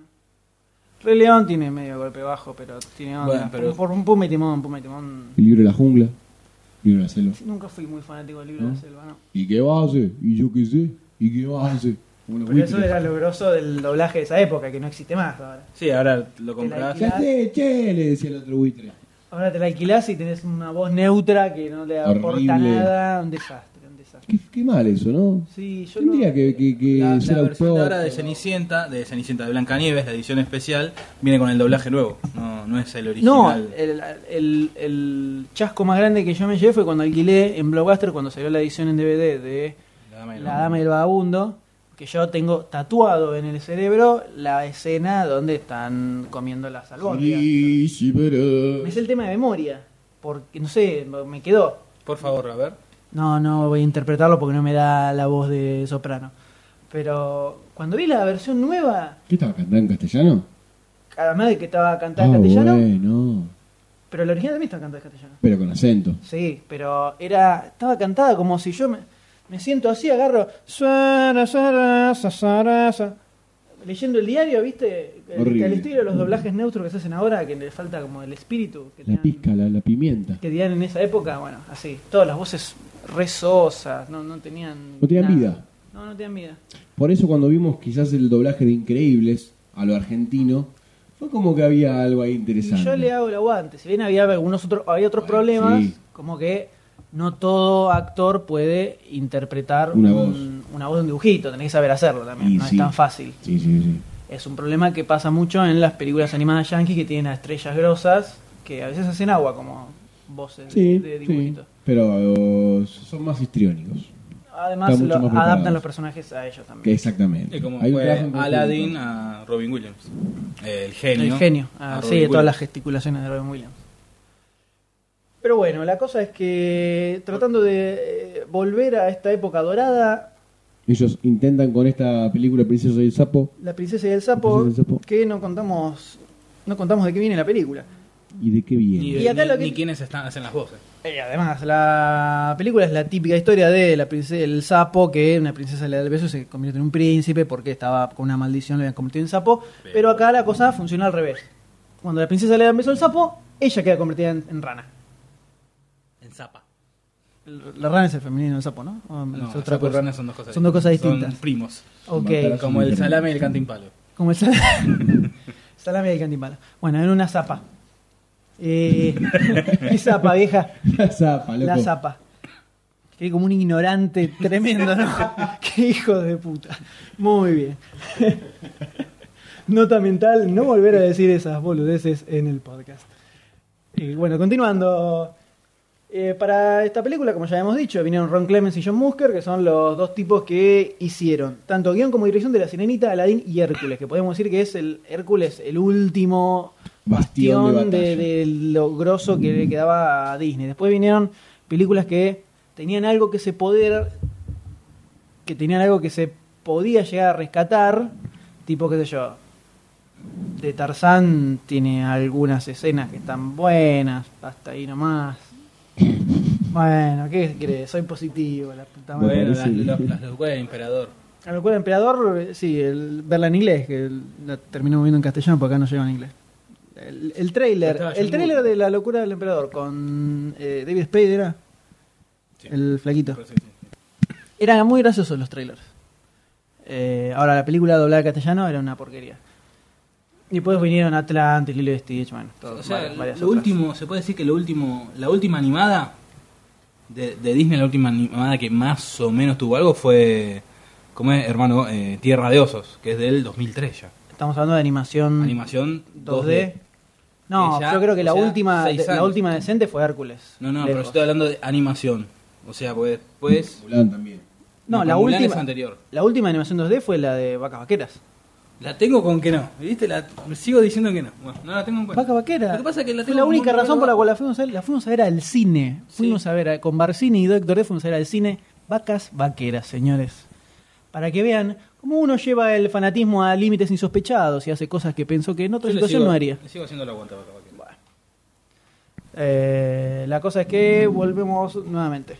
B: Rey León tiene medio golpe bajo, pero tiene onda.
D: Bueno, pero-
B: Por un pum y timón, pum y timón.
C: El libro de la jungla. El libro de la selva.
B: Nunca fui muy fanático del libro de
C: ¿No?
B: la selva, no.
C: ¿Y qué vas a hacer? ¿Y yo qué sé? ¿Y qué vas a hacer? Como los
B: Pero eso
C: buitres.
B: era lo grosso del doblaje de esa época, que no existe más ahora.
D: Sí, ahora lo comprás.
B: alquilás.
C: Ya sé, che, le decía el otro buitre.
B: Ahora te la alquilás y tenés una voz neutra que no le aporta
C: Horrible.
B: nada. Un desastre, un desastre.
C: Qué, qué mal eso, ¿no?
B: Sí, yo
C: Tendría
B: no-
C: que, que, que
D: La,
C: ser
D: la versión de
C: autor.
D: ahora de Cenicienta, de Cenicienta de Blancanieves, la edición especial, viene con el doblaje nuevo. No, no es el
B: No, eh,
D: original.
B: el, el- el chasco más grande que yo me llevé fue cuando alquilé en Blockbuster, cuando salió la edición en DVD de
D: la dama y el
B: La
D: vagabundo.
B: Dama y el Vagabundo, que yo tengo tatuado en el cerebro la escena donde están comiendo las albóndigas.
C: Sí, sí, pero...
B: Me sé el tema de memoria, porque no sé, me quedó.
D: Por favor, a ver.
B: No, no voy a interpretarlo porque no me da la voz de soprano. Pero cuando vi la versión nueva,
C: ¿Qué estaba cantando en castellano?
B: además de que estaba cantada
C: Ah,
B: en castellano,
C: bueno.
B: pero la original también estaba cantada en castellano.
C: Pero con acento.
B: Sí, pero era estaba cantada como si yo me, me siento así, agarro suara, suara, sa, sara, sa. leyendo el diario, ¿viste? El-
C: Horrible.
B: El estilo de los doblajes neutros que se hacen ahora, que le falta como el espíritu que
C: La
B: tenían-
C: pizca, la, la pimienta.
B: que tenían en esa época, bueno, así, todas las voces rezosas, no, no tenían...
C: No tenían
B: nada.
C: vida.
B: No, no tenían vida.
C: Por eso cuando vimos quizás el doblaje de Increíbles a lo argentino, fue como que había algo ahí interesante.
B: Y yo le hago el aguante, si bien había algunos otros, había otros
C: Bueno,
B: problemas,
C: sí.
B: como que no todo actor puede interpretar
C: Una
B: un- una voz de un dibujito, tenés que saber hacerlo también,
C: Y
B: no
C: sí.
B: es tan fácil.
C: Sí, sí, sí.
B: Es un problema que pasa mucho en las películas animadas yankees que tienen a estrellas grosas que a veces hacen agua como voces
C: Sí,
B: de
C: sí.
B: dibujitos.
C: Pero eh, son más histriónicos.
B: Además
C: Están mucho
B: lo-
C: más preparados.
B: adaptan los personajes a ellos
C: Que
B: también.
C: exactamente.
D: Y como
C: Hay un
D: fue
C: trabajo en conjunto.
D: Aladdin a Robin Williams. Eh, El genio.
B: El genio, ah,
D: a
B: sí,
D: Robin
B: de todas
D: Williams.
B: las gesticulaciones de Robin Williams. Pero bueno, la cosa es que tratando de eh, volver a esta época dorada,
C: Ellos intentan con esta película Princesa y el Sapo
B: la princesa y el sapo,
C: La Princesa y el Sapo.
B: que no contamos, no contamos de qué viene la película.
C: y de qué viene.
D: Ni,
B: Y acá
D: ni-
B: lo que-
D: ni quiénes están, hacen las voces.
B: Eh, además, la película es la típica historia de la princesa, el sapo, que una princesa le da el beso y se convierte en un príncipe porque estaba con una maldición, lo habían convertido en sapo.
D: Bien.
B: Pero acá la cosa funciona al revés. Cuando la princesa le da el beso al sapo, ella queda convertida en, en rana.
D: En Zapa.
B: El- La rana es el femenino del sapo, ¿no? ¿O
D: No,
B: es
D: el
B: otra
D: sapo y
B: cosa?
D: rana son dos cosas
B: Son dos cosas distintas.
D: Son primos.
B: Ok,
C: Matar a-
D: Como el salame y el cantimpalo.
B: como el [laughs] salame, salame del cantimpalo. Bueno, era una zapa. Eh, [laughs] ¿Qué zapa, vieja?
C: [laughs] La zapa, loco.
B: La zapa. Que como un ignorante tremendo, ¿no? Qué hijo de puta. Muy bien. Nota mental, no volver a decir esas boludeces en el podcast. Y bueno, continuando. Eh, para esta película, como ya habíamos dicho, vinieron Ron Clemens y John Musker, que son los dos tipos que hicieron tanto guión como dirección de La Sirenita, Aladdin y Hércules, que podemos decir que es el Hércules, el último
C: Bastión de
B: bastión de,
C: batalla.
B: de lo grosso que le quedaba a Disney. Después vinieron películas que tenían algo que se poder, que tenían algo que se podía llegar a rescatar, tipo qué sé yo. De Tarzán tiene algunas escenas que están buenas, hasta ahí
C: [laughs]
B: nomás. Bueno, ¿qué crees? Soy positivo, la puta madre.
D: Bueno, las,
C: parece-
D: las, las de Güey, Emperador.
B: A lo cual el emperador, eh, sí, el, verla en inglés, que el- la terminamos viendo en castellano porque acá no llega en inglés. El, el trailer,
D: Estaba
B: el
D: John
B: trailer
D: Woo.
B: de la locura del emperador con eh, David Spade era
D: Sí.
B: el flaquito.
D: Sí, sí.
B: Eran muy graciosos los trailers. Eh, ahora, la película doblada al castellano era una porquería. Y después vinieron Atlantis, Lilo y Stitch, bueno, todo,
D: O sea,
B: varias- varias
D: lo
B: otras.
D: último, se puede decir que lo último, la última animada de, de Disney, la última animada que más o menos tuvo algo fue, ¿cómo es, hermano? Eh, Tierra de Osos, que es del 2003 ya.
B: Estamos hablando de animación,
D: Animación
B: 2D.
D: 2D.
B: No,
D: que ya-
B: yo creo que
D: o
B: la
D: sea,
B: última
D: seis
B: de- la
D: años.
B: última decente fue Hércules.
D: No, no, pero yo
B: Lejos.
D: estoy hablando de animación. O sea, pues... pues
C: Mulan también.
B: No, la
D: Mulan es
B: última,
D: anterior.
B: la última animación 2D fue la de Vacas Vaqueras.
D: La tengo con que no, ¿viste? La, sigo diciendo que no. Bueno, no la tengo en cuenta.
B: Vacas Vaqueras.
D: Lo que pasa es que la
B: fue
D: tengo
B: la
D: muy
B: única razón por la
D: guardada.
B: cual la fuimos a ver, la fuimos a ver al cine. Fuimos
D: Sí.
B: a ver a- con Barcini y Doctor D fuimos a ver al cine Vacas Vaqueras, señores. Para que vean cómo uno lleva el fanatismo a límites insospechados y hace cosas que pensó que en otra
D: Yo le
B: situación
D: sigo-
B: no haría.
D: Le sigo haciendo la aguanta, Vaca Vaquera.
B: Eh, la cosa es que volvemos nuevamente.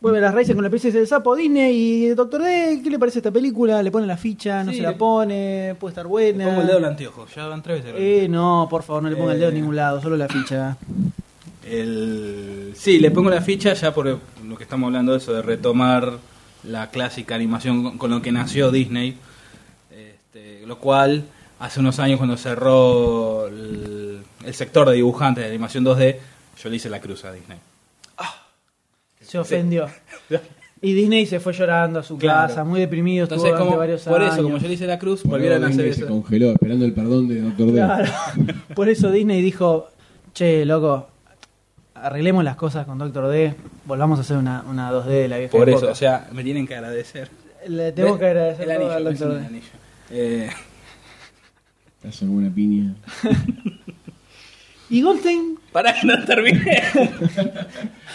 B: Vuelve a las raíces con la princesa del sapo Disney y Doctor D. ¿Qué le parece esta película? ¿Le pone la ficha? ¿No
D: Sí,
B: se la
D: le-
B: pone? ¿Puede estar buena?
D: Le pongo el dedo al anteojo, ya van tres veces.
B: Eh, no, por favor, no le ponga el dedo en
D: Eh.
B: ningún lado, solo la
D: [laughs]
B: ficha.
D: El... Sí, le pongo la ficha ya por lo que estamos hablando, eso de retomar la clásica animación con, con lo que nació Disney. Este, lo cual, hace unos años cuando cerró el, el sector de dibujantes de animación 2D, yo le hice la cruz a Disney.
B: Se
D: [laughs]
B: ofendió. Y Disney se fue llorando a su
D: Claro.
B: casa, muy deprimido, estuvo
D: Entonces,
B: durante
D: como,
B: varios
D: por
B: años.
D: eso, como yo le hice la cruz,
C: Por
D: volvieron a
C: algo
D: hacer
C: que se
D: eso.
C: congeló esperando el perdón de Doctor D.
B: Claro. [laughs] Por eso Disney dijo, che, loco, arreglemos las cosas con Doctor D, volvamos a hacer una, una 2D de la vieja
D: Por eso,
B: época".
D: o sea, me tienen que agradecer.
B: Le tengo que agradecer
D: el
B: todo al
D: anillo.
B: Doctor
D: es
B: D.
D: un anillo. Eh, [laughs]
C: Te hacen una piña.
B: Y Goldstein.
D: Pará que no terminé.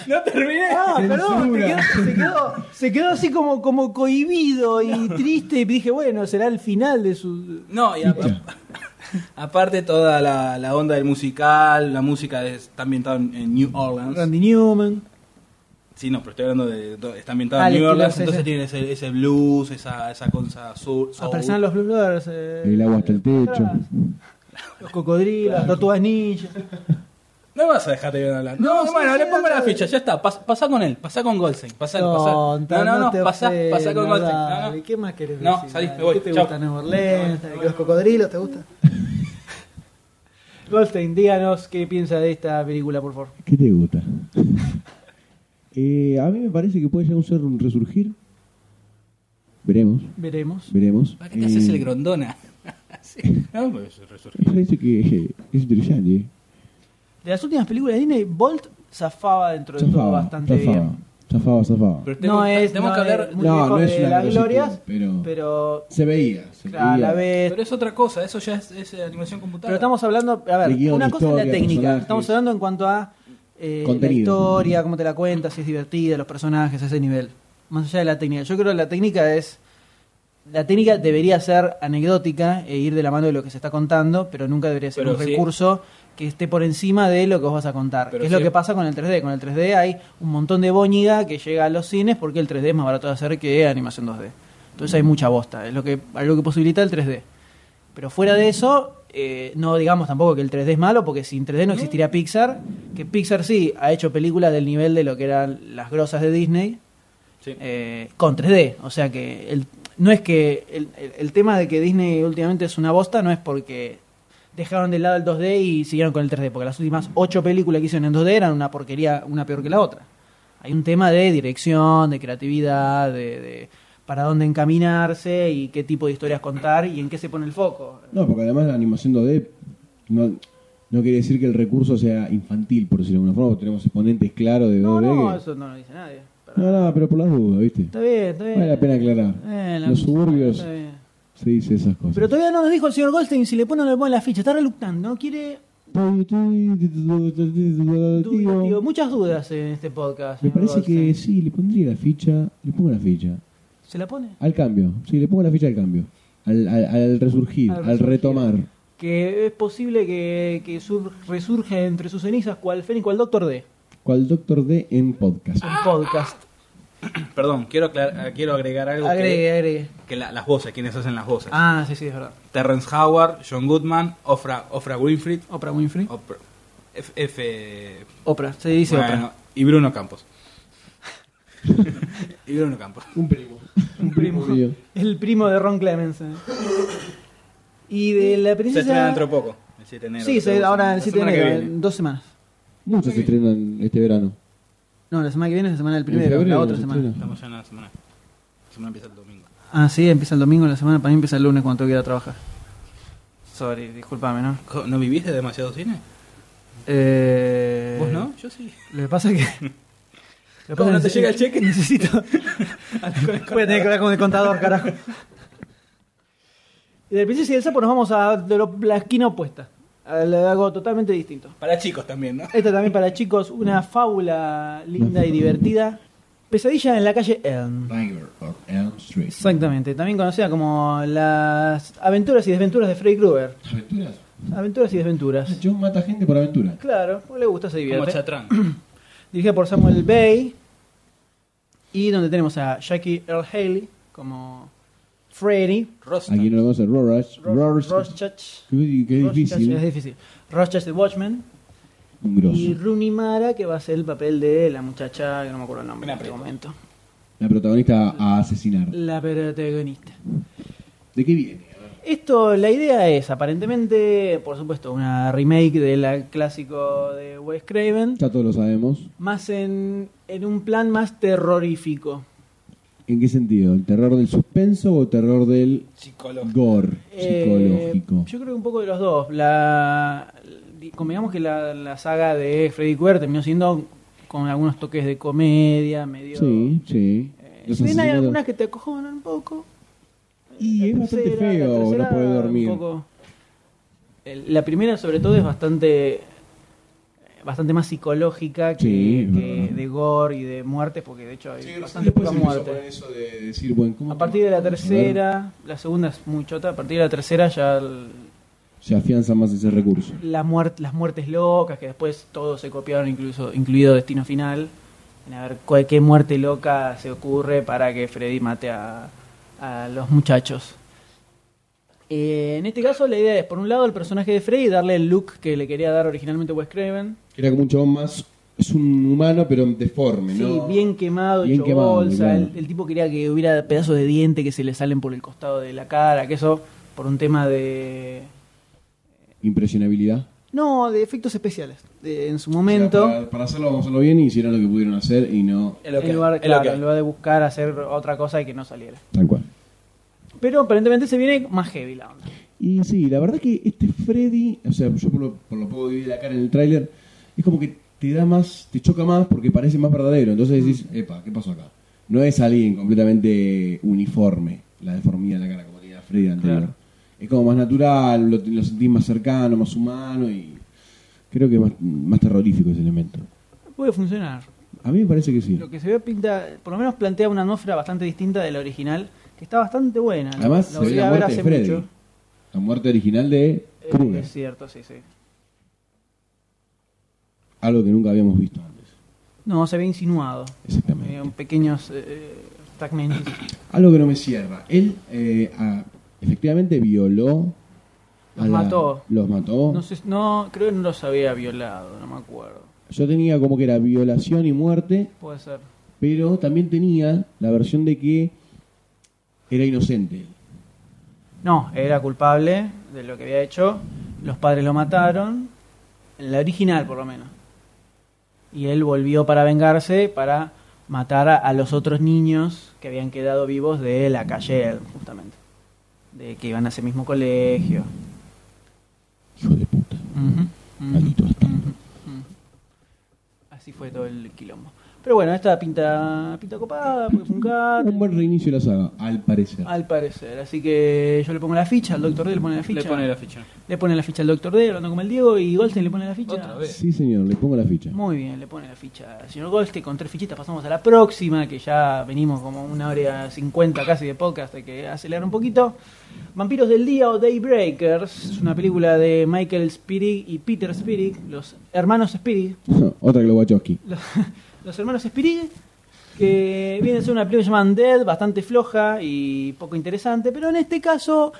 D: no [laughs] terminé.
B: Ah, perdón, se
C: Censura.
B: quedó, se, quedó, se quedó así como, como cohibido y
D: [laughs]
B: triste. Y dije, bueno, será el final de su.
D: No, y a- a- aparte toda la, la onda del musical, la música es- está ambientada en, en New Orleans.
B: Randy Newman.
D: Sí, no, pero estoy hablando de... do- Está ambientada
B: Ah,
D: en New
B: el
D: Orleans,
B: estilo, sí,
D: entonces
B: sí. Ah,
D: tiene ese, ese blues, esa, esa cosa sur. soul.
B: Aparecen los Blue Brothers. eh,
C: El agua hasta el techo.
B: Los cocodrilos, las tortugas ninja.
D: No vas a dejar de hablar. No,
B: No, sí,
D: bueno,
B: sí,
D: le pongo
B: no,
D: la
B: no.
D: ficha, ya está. Pas- pasá con él, pasá con Goldstein. [laughs] Pasá, pasá.
B: Tonta,
D: No, no,
B: te
D: no, pasá,
B: ofendas,
D: pasá con Goldstein. No,
B: dale,
D: no.
B: ¿Qué más querés
D: No,
B: decir?
D: salí,
B: Dale,
D: me voy,
B: ¿Qué te
D: chao.
B: gusta Nueva
D: [laughs]
B: Orleans? ¿Los cocodrilos te gustan? Goldstein, díganos qué piensa de esta película, por favor.
C: ¿Qué te gusta? [laughs] Eh, a mí me parece que puede llegar a ser un resurgir. Veremos,
B: Veremos.
C: veremos.
D: ¿Para qué te haces
C: Eh,
D: el grondona? [laughs] Sí. No, pues resurgir.
C: Parece que [laughs] eh, es interesante. eh.
B: De las últimas películas de Disney, Bolt zafaba dentro de todo
C: Zafaba,
B: bastante
C: zafaba,
B: bien.
C: zafaba, zafaba.
D: Pero
B: No es,
D: tenemos
B: no
D: que hablar.
B: es. muy lejos de las
C: cosa
B: glorias,
C: que- pero,
B: Pero,
C: se veía. Se
B: claro, a
C: veía.
B: la vez.
D: Pero es otra cosa, eso ya es, es eh, animación computada.
B: Pero estamos hablando, a ver,
C: El guión,
B: una cosa es la
C: historia,
B: técnica,
C: personajes.
B: estamos hablando en cuanto a eh, la
C: Contenido.
B: historia, cómo te la cuentas, si es divertida, los personajes, ese nivel. Más allá de la técnica, yo creo que la técnica es. La técnica debería ser anecdótica e ir de la mano de lo que se está contando, pero nunca debería ser
D: Pero
B: un
D: sí.
B: recurso que esté por encima de lo que vos vas a contar.
D: Pero
B: que es
D: sí.
B: lo que pasa con el 3D. Con el 3D hay un montón de bóñiga que llega a los cines porque el 3D es más barato de hacer que animación 2D. Entonces hay mucha bosta. Es lo que, algo que posibilita el 3D. Pero fuera de eso, eh, no digamos tampoco que el 3D es malo, porque sin 3D no existiría Pixar. Que Pixar sí ha hecho películas del nivel de lo que eran las grosas de Disney
D: Sí.
B: eh, con 3D. O sea que el- no es que el, el- el tema de que Disney últimamente es una bosta no es porque dejaron de lado el 2D y siguieron con el 3D, porque las últimas ocho películas que hicieron en 2D eran una porquería, una peor que la otra. Hay un tema de dirección, de creatividad, de, de para dónde encaminarse y qué tipo de historias contar y en qué se pone el foco.
C: No, porque además la animación 2D no, no quiere decir que el recurso sea infantil, por decirlo de alguna forma, porque tenemos exponentes claros de 2D.
B: No, no,
C: que-
B: eso no lo dice nadie. Para-
C: no, no, pero por las dudas, ¿viste?
B: Está bien, está bien.
C: Vale la pena aclarar.
B: Eh, la-
C: Los suburbios
B: está bien.
C: se dice esas cosas.
B: Pero todavía no nos dijo el señor Goldstein si le pone o no le pone la ficha. Está reluctando, no quiere. Digo, muchas dudas en este podcast.
C: Me
B: señor
C: parece que
B: Goldstein.
C: sí, le pondría la ficha, le pongo la ficha.
B: ¿Se la pone?
C: Al cambio, sí, le pongo la ficha al cambio. Al, al- al resurgir,
B: Al
C: al,
B: resurgir.
C: retomar.
B: Que es posible que, que sur- resurja entre sus cenizas cual Fénix o el Doctor D.
C: Cual Doctor D en podcast.
B: Un podcast.
D: Perdón, quiero, aclar- eh, quiero agregar Ah, algo. que-
B: Agregue, agregue.
D: Que, la- las voces, quienes hacen las voces.
B: Ah, sí, sí, es verdad.
D: Terrence Howard, John Goodman, Ofra, Ofra Winfrey,
B: Oprah Winfrey.
D: Opr- F, F-
B: Oprah, se dice
D: bueno,
B: Oprah.
D: y Bruno Campos. [laughs] y Bruno Campos.
C: Un primo.
B: Un primo.
C: mío.
B: El primo de Ron Clemens. eh. Y de la
D: Se estrena
B: princesa.
D: dentro de poco, el 7 de enero.
B: sí,
D: que
B: se,
D: usan.
B: ahora el
D: La
B: 7 de
D: semana que
B: enero,
D: viene.
B: en dos semanas.
C: Muchos se estrenan este verano.
B: No, la semana que viene es la semana del
C: En
B: primero,
C: febrero
B: la otra
C: se
B: semana.
C: estrena.
D: Estamos ya en la semana. La semana empieza el domingo.
B: Ah, sí, empieza el domingo, la semana para mí empieza el lunes cuando tengo que ir a trabajar. Sorry, discúlpame, ¿no?
D: Jo, ¿No viviste demasiado cine?
B: Eh,
D: ¿Vos no? Yo sí.
B: Lo que pasa es [laughs] que. Lo que
D: ¿Cómo
B: pasa
D: no
B: es
D: te
B: que
D: llega el cheque?
B: Necesito. [laughs] Voy a tener que hablar con el contador, carajo. Y del Princesa y el Sapo nos vamos a de lo- la esquina opuesta. A la- algo totalmente distinto.
D: Para chicos también, ¿no?
B: Esta también para chicos, una fábula linda y divertida. Pesadilla en la calle Elm.
E: Nightmare on Elm Street.
B: Exactamente, también conocida como las aventuras y desventuras de Freddy Krueger.
E: ¿Aventuras? Ah,
B: Aventuras y desventuras.
E: John mata gente por aventura.
B: Claro, pues le gusta, se
D: Como
B: divierte.
D: Chatrán.
B: Dirigida por Samuel Bay. Y donde tenemos a Jackie Earl Haley como Freddy.
D: Rostam.
C: Aquí no lo conoce Rorschach.
B: Ro-
C: Rorschach.
B: Rorschach.
C: Uy, Qué
B: Rorschach, Es
C: difícil.
B: difícil. Rorschach de Watchmen.
C: Un
B: Y
C: grosso.
B: Rooney Mara, que va a ser el papel de la muchacha, que no me acuerdo el nombre
D: Gran
B: en este
D: película.
B: momento.
C: La protagonista a asesinar.
B: La protagonista.
C: ¿De qué viene?
B: Esto, la idea es, aparentemente, por supuesto, una remake del clásico de Wes Craven,
C: Ya todos lo sabemos.
B: más en, en un plan más terrorífico.
C: ¿En qué sentido? ¿El terror del suspenso o el terror del
D: Psicólogo.
C: gore
B: Eh,
C: psicológico?
B: yo creo que un poco de los dos. La, di- convengamos que la, la saga de Freddy Krueger terminó siendo con algunos toques de comedia, medio...
C: Sí, sí.
B: eh,
C: Los
B: si bien hay
C: asesinatos-
B: algunas que te acojonan un poco.
C: Y es
B: La
C: bastante
B: tercera- la
C: feo
B: tercera
C: no poder
B: un
C: dormir.
B: poco- el- la primera, sobre todo, es bastante bastante más psicológica que,
C: Sí, es
B: que
C: verdad.
B: de gore y de muertes, porque de hecho hay bastante
C: después
B: poca
C: empezó a
B: muerte.
E: eso
C: De decir, bueno, ¿cómo-
B: A partir de la
C: vamos a ver?
B: tercera, la segunda es muy chota, a partir de la tercera ya el-
C: Se afianza más ese recurso.
B: la muer- las muertes locas, que después todos se copiaron, incluso incluido Destino Final, en a ver cuál- qué muerte loca se ocurre para que Freddy mate a, a los muchachos. Eh, en este caso la idea es, por un lado, el personaje de Freddy, darle el look que le quería dar originalmente Wes Craven.
C: Que Era como un chabón más. Es un humano, pero deforme,
B: Sí,
C: ¿no?
B: bien quemado,
C: Bien
B: hecho
C: quemado,
B: bolsa.
C: claro.
B: El, el tipo quería que hubiera pedazos de diente que se le salen por el costado de la cara, que eso, por un tema de...
C: Impresionabilidad.
B: No, de efectos especiales. de- en su momento...
C: O sea, para, para hacerlo, vamos a hacerlo bien y hicieron lo que pudieron hacer y no.
D: Es lo que
B: en, lugar,
D: hay, es lo
B: claro,
D: que hay.
B: en lugar de buscar hacer otra cosa y que no saliera.
C: Tal cual.
B: Pero aparentemente se viene más heavy la onda.
C: Y sí, la verdad que este Freddy, o sea, yo por lo, por lo poco que vi de la cara en el tráiler, es como que te da más, te choca más porque parece más verdadero. Entonces decís, epa, ¿qué pasó acá? No es alguien completamente uniforme, la deformidad de la cara como tenía Freddy anterior.
B: Claro.
C: Es como más natural, lo, lo sentís más cercano, más humano y creo que más, más terrorífico ese elemento.
B: Puede funcionar.
C: A mí me parece que sí.
B: Lo que se ve pinta, por lo menos plantea una atmósfera bastante distinta de la original, que está bastante buena. La-
C: Además,
B: la
C: se ve
B: volví a
C: la
B: ver
C: muerte de
B: hace
C: Freddy.
B: mucho.
C: La muerte original de
B: Eh,
C: Kruger.
B: es cierto, sí, sí.
C: Algo que nunca habíamos visto antes.
B: Eh, No, se ve insinuado.
C: Exactamente.
B: Eh, un pequeños eh,
C: [coughs]
B: fragmentos.
C: Algo que no me cierra. Él eh, a- efectivamente violó. a
B: Los
C: la-
B: mató.
C: Los mató.
B: No, sé, no, creo que no los había violado, no me acuerdo.
C: Yo tenía como que era violación y muerte,
B: Puede ser.
C: pero también tenía la versión de que era inocente.
B: No, era culpable de lo que había hecho. Los padres lo mataron. En la original, por lo menos. Y él volvió para vengarse, para matar a, a los otros niños que habían quedado vivos de la calle, justamente. De que iban a ese mismo colegio.
C: Hijo de puta.
B: Ujú, ujú,
C: Maldito bastardo.
B: ujú, ujú. Así fue todo el quilombo. Pero bueno, esta pinta, pinta copada, porque fue un gato,
C: Un buen reinicio de la saga, al parecer.
B: Ah, Al parecer. Así que yo le pongo la ficha, al doctor D le pone la ficha.
D: Le pone la ficha.
B: Le pone la ficha al doctor D, hablando como el Diego, y Goldstein le pone la ficha.
D: Otra vez.
C: Sí, señor, le pongo la ficha.
B: Muy bien, le pone la ficha al señor Goldstein. Con tres fichitas pasamos a la próxima, que ya venimos como una hora cincuenta casi de podcast, hay que acelerar un poquito. Vampiros del Día o Daybreakers es una película de Michael Spirig y Peter Spirig, los hermanos Spirig.
C: [laughs] Otra que lo Wachowski.
B: Los, los hermanos Spirig, que viene a ser una película llamada Dead, bastante floja y poco interesante, pero en este caso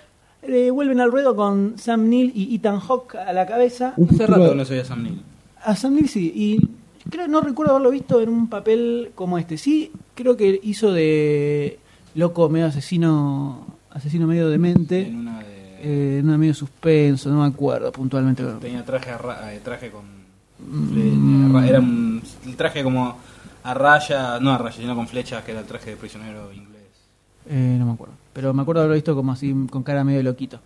B: eh, vuelven al ruedo con Sam Neill y Ethan Hawke a la cabeza.
C: Un
D: Hace
C: futuro-
D: rato que no soy a Sam Neill.
B: A Sam Neill sí, y creo, no recuerdo haberlo visto en un papel como este. Sí, creo que hizo de loco medio asesino, asesino medio demente,
D: En una de.
B: eh, en una medio suspenso, no me acuerdo puntualmente.
D: Tenía traje, a ra- eh, traje con. fle- ra- Era un el traje como a raya, no a raya, sino con flechas, que era el traje de prisionero inglés.
B: Eh, no me acuerdo, pero me acuerdo haberlo visto como así, con cara medio loquito.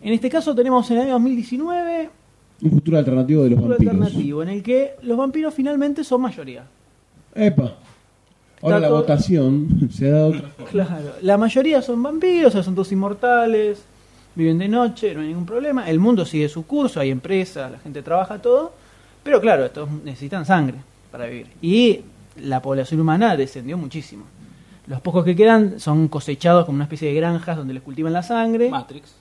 B: En este caso tenemos en el año 2019
C: Un futuro alternativo de los
B: un
C: vampiros.
B: alternativo en el que los vampiros finalmente son mayoría.
C: Epa. Ahora
B: Está
C: la
B: todo-
C: votación se ha dado otra forma.
B: Claro, la mayoría son vampiros, o sea, son todos inmortales, viven de noche, no hay ningún problema. El mundo sigue su curso, hay empresas, la gente trabaja todo, pero claro, estos necesitan sangre para vivir. Y la población humana descendió muchísimo. Los pocos que quedan son cosechados como una especie de granjas donde les cultivan la sangre.
D: Matrix.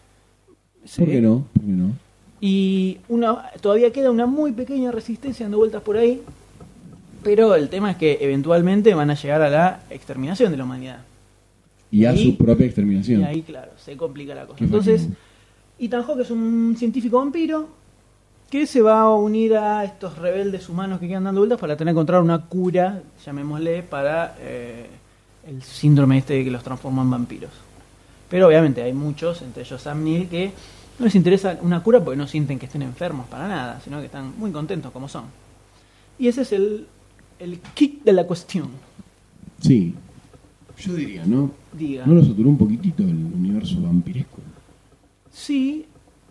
B: Sí.
C: ¿Por qué no? ¿Por qué no?
B: Y una, todavía queda una muy pequeña resistencia dando vueltas por ahí. Pero el tema es que eventualmente van a llegar a la exterminación de la humanidad.
C: Y a
B: Y-
C: su propia
B: Y
C: exterminación.
B: ahí, claro, se complica la cosa.
C: Qué
B: Entonces,
C: fascinante.
B: Ethan Hawke es un científico vampiro que se va a unir a estos rebeldes humanos que quedan dando vueltas para tener que encontrar una cura, llamémosle, para eh, el síndrome este de que los transforman vampiros. Pero obviamente hay muchos, entre ellos Sam Neill, que no les interesa una cura porque no sienten que estén enfermos para nada, sino que están muy contentos como son. Y ese es el, el kick de la cuestión,
C: Sí. Yo diría, ¿no?
B: diga.
C: ¿No lo saturó un poquitito el universo vampiresco?
B: Sí,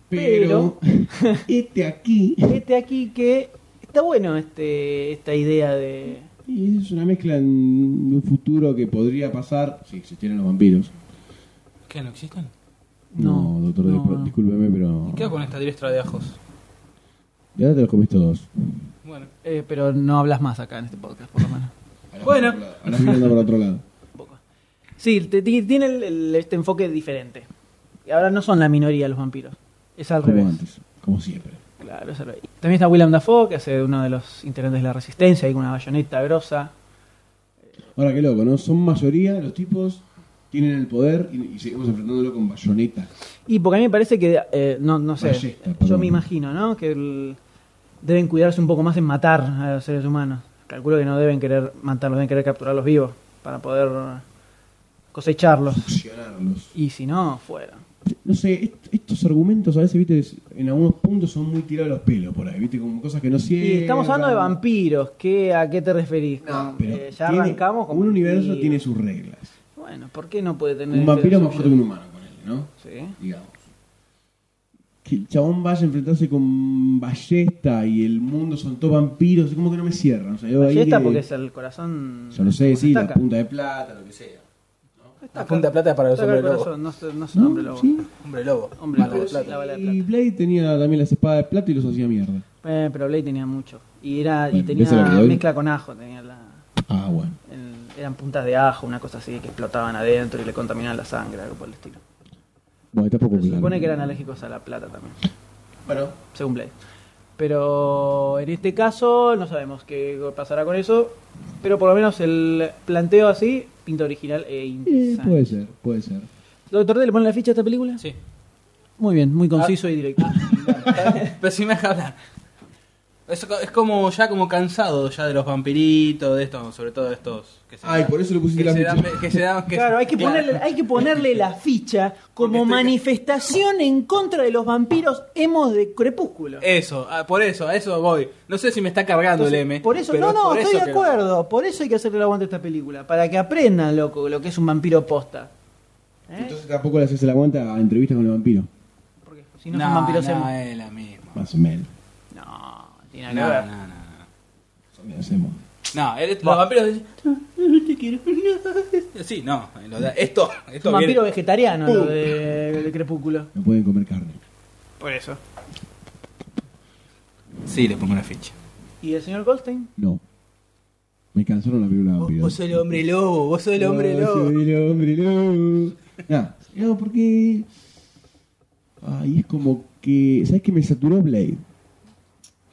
C: Pero,
B: [laughs]
C: este aquí
B: este aquí que está bueno este esta idea de
C: y es una mezcla en un futuro que podría pasar si existieran los vampiros.
D: ¿Qué? ¿No existen?
B: No,
C: No, doctor,
B: no,
C: discul-
B: no.
C: discúlpeme, pero.
D: ¿Qué hago con esta diestra de ajos?
C: Y ahora te los
B: [laughs]
C: comiste todos.
D: Bueno.
B: eh, pero no hablas más acá en este podcast por lo menos
D: Bueno.
C: Ahora mirando para otro lado.
B: Un poco. sí te- ti- tiene el- el- este enfoque diferente Y ahora no son la minoría los vampiros es [laughs] al
C: Como
B: revés
C: antes, como siempre.
B: claro es al revés también está William Dafoe que hace de uno de los integrantes de la resistencia ahí con una bayoneta grosa
C: Ahora qué loco, ¿no? Son mayoría los tipos, tienen el poder y, y seguimos enfrentándolo con bayonetas.
B: y porque a mí me parece que eh, no no sé
C: Ballesta,
B: yo
C: perdón.
B: me imagino no que el- deben cuidarse un poco más en matar a los seres humanos calculo que no deben querer matarlos deben querer capturarlos vivos para poder cosecharlos
C: Accionarlos.
B: Y si no, fuera.
C: No sé, est- estos argumentos a veces, viste, es- en algunos puntos son muy tirados los pelos por ahí, viste, como cosas que no
B: Y
C: cierran.
B: estamos hablando de vampiros. ¿Qué, ¿A qué te referís?
C: No,
B: Con-
C: pero
B: eh, ya
C: tiene-
B: arrancamos con
C: Un universo
B: vampiros.
C: tiene sus reglas.
B: Bueno, ¿por qué no puede tener.
C: Un
B: este
C: vampiro es más
B: suyo?
C: fuerte que un humano, con él, ¿no?
B: Sí.
C: Digamos. Que el chabón vaya a enfrentarse con ballesta y el mundo son todos vampiros, es como que no me cierran. O sea, yo ahí
B: Ballesta
C: que-
B: porque es el corazón.
C: Yo no sé,
B: como
C: sí, la
B: estaca.
C: punta de plata, lo que sea.
B: Estaca.
D: La punta de plata es para los
B: Estaca el
D: hombres lobo.
B: corazón, no, se- no es un
C: ¿No?
B: hombre lobo.
C: Sí.
D: Hombre lobo.
B: Hombre
D: Bala de
B: lobo, sí,
D: plata.
B: la bala de
C: Y
B: plata.
C: Blade tenía también las espadas de plata y los hacía mierda.
B: Eh, pero Blade tenía mucho. Y era y
C: Bueno,
B: tenía
C: ¿ves a lo que voy?
B: mezcla con ajo. Tenía la,
C: Ah, bueno.
B: el- eran puntas de ajo, una cosa así que explotaban adentro y le contaminaban la sangre, algo por el estilo.
C: Bueno, tampoco
B: Pero se
C: claro.
B: supone que eran alérgicos a la plata también.
C: Bueno,
B: según Blade. Pero en este caso no sabemos qué pasará con eso. Pero por lo menos el planteo así, pinta original e
C: eh,
B: interesante.
C: puede ser, puede ser.
B: Doctor D, ¿le pone la ficha a esta película?
D: Sí.
B: Muy bien, muy conciso y directo.
D: Pero si me deja hablar. Es, es como ya como cansado ya de los vampiritos, de estos, sobre todo de estos que se,
C: Ay, Ah, por eso le pusiste
D: que
C: la
D: se
C: ficha.
D: dan que se dan- que-
B: Claro, hay que,
D: claro. este-
B: Ponerle, hay que ponerle la ficha como
D: estoy-
B: manifestación en contra de los vampiros hemos de crepúsculo.
D: Eso, ah, por eso, a eso voy. No sé si me está cargando
B: Entonces,
D: el M.
B: por eso,
D: pero
B: no,
D: es
B: no,
D: por
B: estoy
D: eso
B: de
D: que-
B: acuerdo. Por eso hay que hacerle el aguante a esta película. Para que aprendan, loco, lo que es un vampiro posta. ¿Eh?
C: Entonces tampoco le haces el aguante a entrevistas con el vampiro.
B: Porque si
D: No,
B: no, son vampiros
D: no,
B: emo.
D: es la misma.
C: Más o menos.
B: No, no tiene
D: No,
B: nada que ver.
D: no, no, no.
C: Le hacemos.
D: No, el- los vampiros dicen, "No, te quiero". Sí, no, lo da- esto,
B: Es
D: esto
B: un vampiro
D: viene-
B: vegetariano lo de, de crepúsculo.
C: No pueden comer carne.
B: Por eso.
D: Sí, le pongo una ficha.
B: ¿Y el señor Goldstein?
C: No. Me cansaron la película de vampiro.
B: Oh,
D: el hombre lobo, vos sos
C: No, soy el hombre lobo. Nah, no, porque. Ay, es como que. ¿Sabes qué me saturó Blade?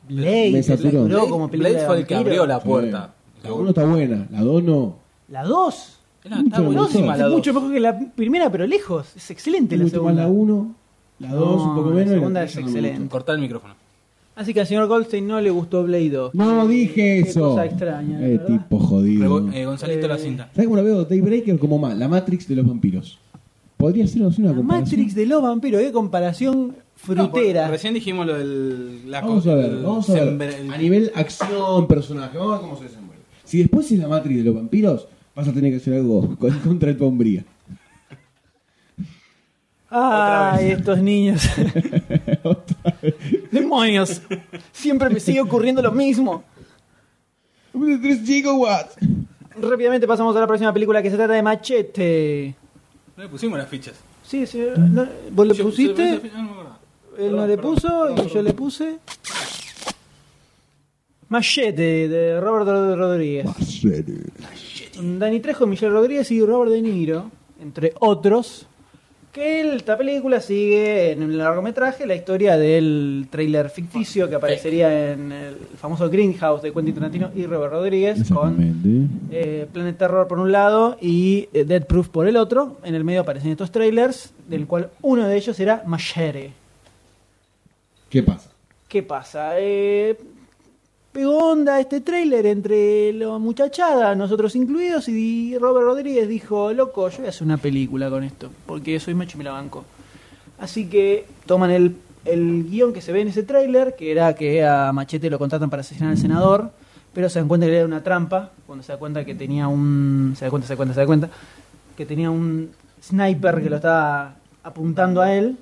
B: Blade,
C: me
B: se
C: saturó.
B: saturó como película
D: Blade
B: de
D: fue el que
B: vampiro.
D: abrió la puerta.
C: La 1 está buena, la 2 no.
B: La 2.
D: Era- está
C: Mucho
D: buenísima
C: mejor.
D: la
B: Es mucho
D: dos.
B: mejor que la primera, pero lejos. Es excelente
C: Me
B: la
C: gustó más
B: segunda.
C: la 1, la 2
B: No,
C: un poco
B: la
C: menos. y
B: segunda
C: tres
B: es
C: ya no me
B: excelente.
C: gustó.
D: Cortá el micrófono.
B: Así que al señor Goldstein no le gustó Blade 2.
C: No dije
B: Qué
C: eso.
B: cosa extraña,
C: Eh,
B: ¿verdad?
C: tipo jodido.
D: Rego- eh, Gonzalito
B: Eh,
D: la cinta.
C: ¿Sabes cómo la veo? Daybreaker como más, la Matrix de los vampiros. Podría ser así una
B: La
C: comparación.
B: Matrix de los vampiros, qué ¿eh? comparación
D: No,
B: frutera.
D: recién dijimos lo del... La
C: Vamos
D: co-
C: a ver,
D: el
C: vamos a ver.
D: sembra- el-
C: A nivel acción, personaje, vamos a ver cómo se desenvuelve. Si después es la Matrix de los vampiros, vas a tener que hacer algo [laughs] con- contra el [laughs] hombría.
B: Ay, estos niños. [laughs] Demonios. Siempre me sigue ocurriendo lo mismo.
C: de 3 gigawatts.
B: Rápidamente pasamos a la próxima película que se trata de Machete.
D: No le pusimos las fichas.
B: Sí, sí. no, vos le
D: Yo- yo le
B: pusiste,
D: puse las fichas, no me acuerdo.
B: él no le puso y yo le puse. Machete de Robert Rod- Rodríguez. Dani Trejo, Michelle Rodríguez y Robert De Niro, entre otros. Que el- esta película sigue en el largometraje la historia del trailer ficticio que aparecería en el famoso Greenhouse de Quentin Tarantino y Robert Rodríguez con
C: Exactamente.
B: eh, Planet Terror por un lado y eh, Dead Proof por el otro. En el medio aparecen estos trailers, del cual uno de ellos era Machete.
C: ¿Qué pasa?
B: ¿Qué pasa? Eh, pegó onda este tráiler entre la muchachada, nosotros incluidos, y Robert Rodríguez dijo, loco, yo voy a hacer una película con esto, porque soy macho y me la banco. Así que toman el, el guión que se ve en ese tráiler, que era que a Machete lo contratan para asesinar al senador, pero se dan cuenta que era una trampa, cuando se da cuenta que tenía un... se da cuenta, se da cuenta, se da cuenta, que tenía un sniper que lo estaba apuntando a él.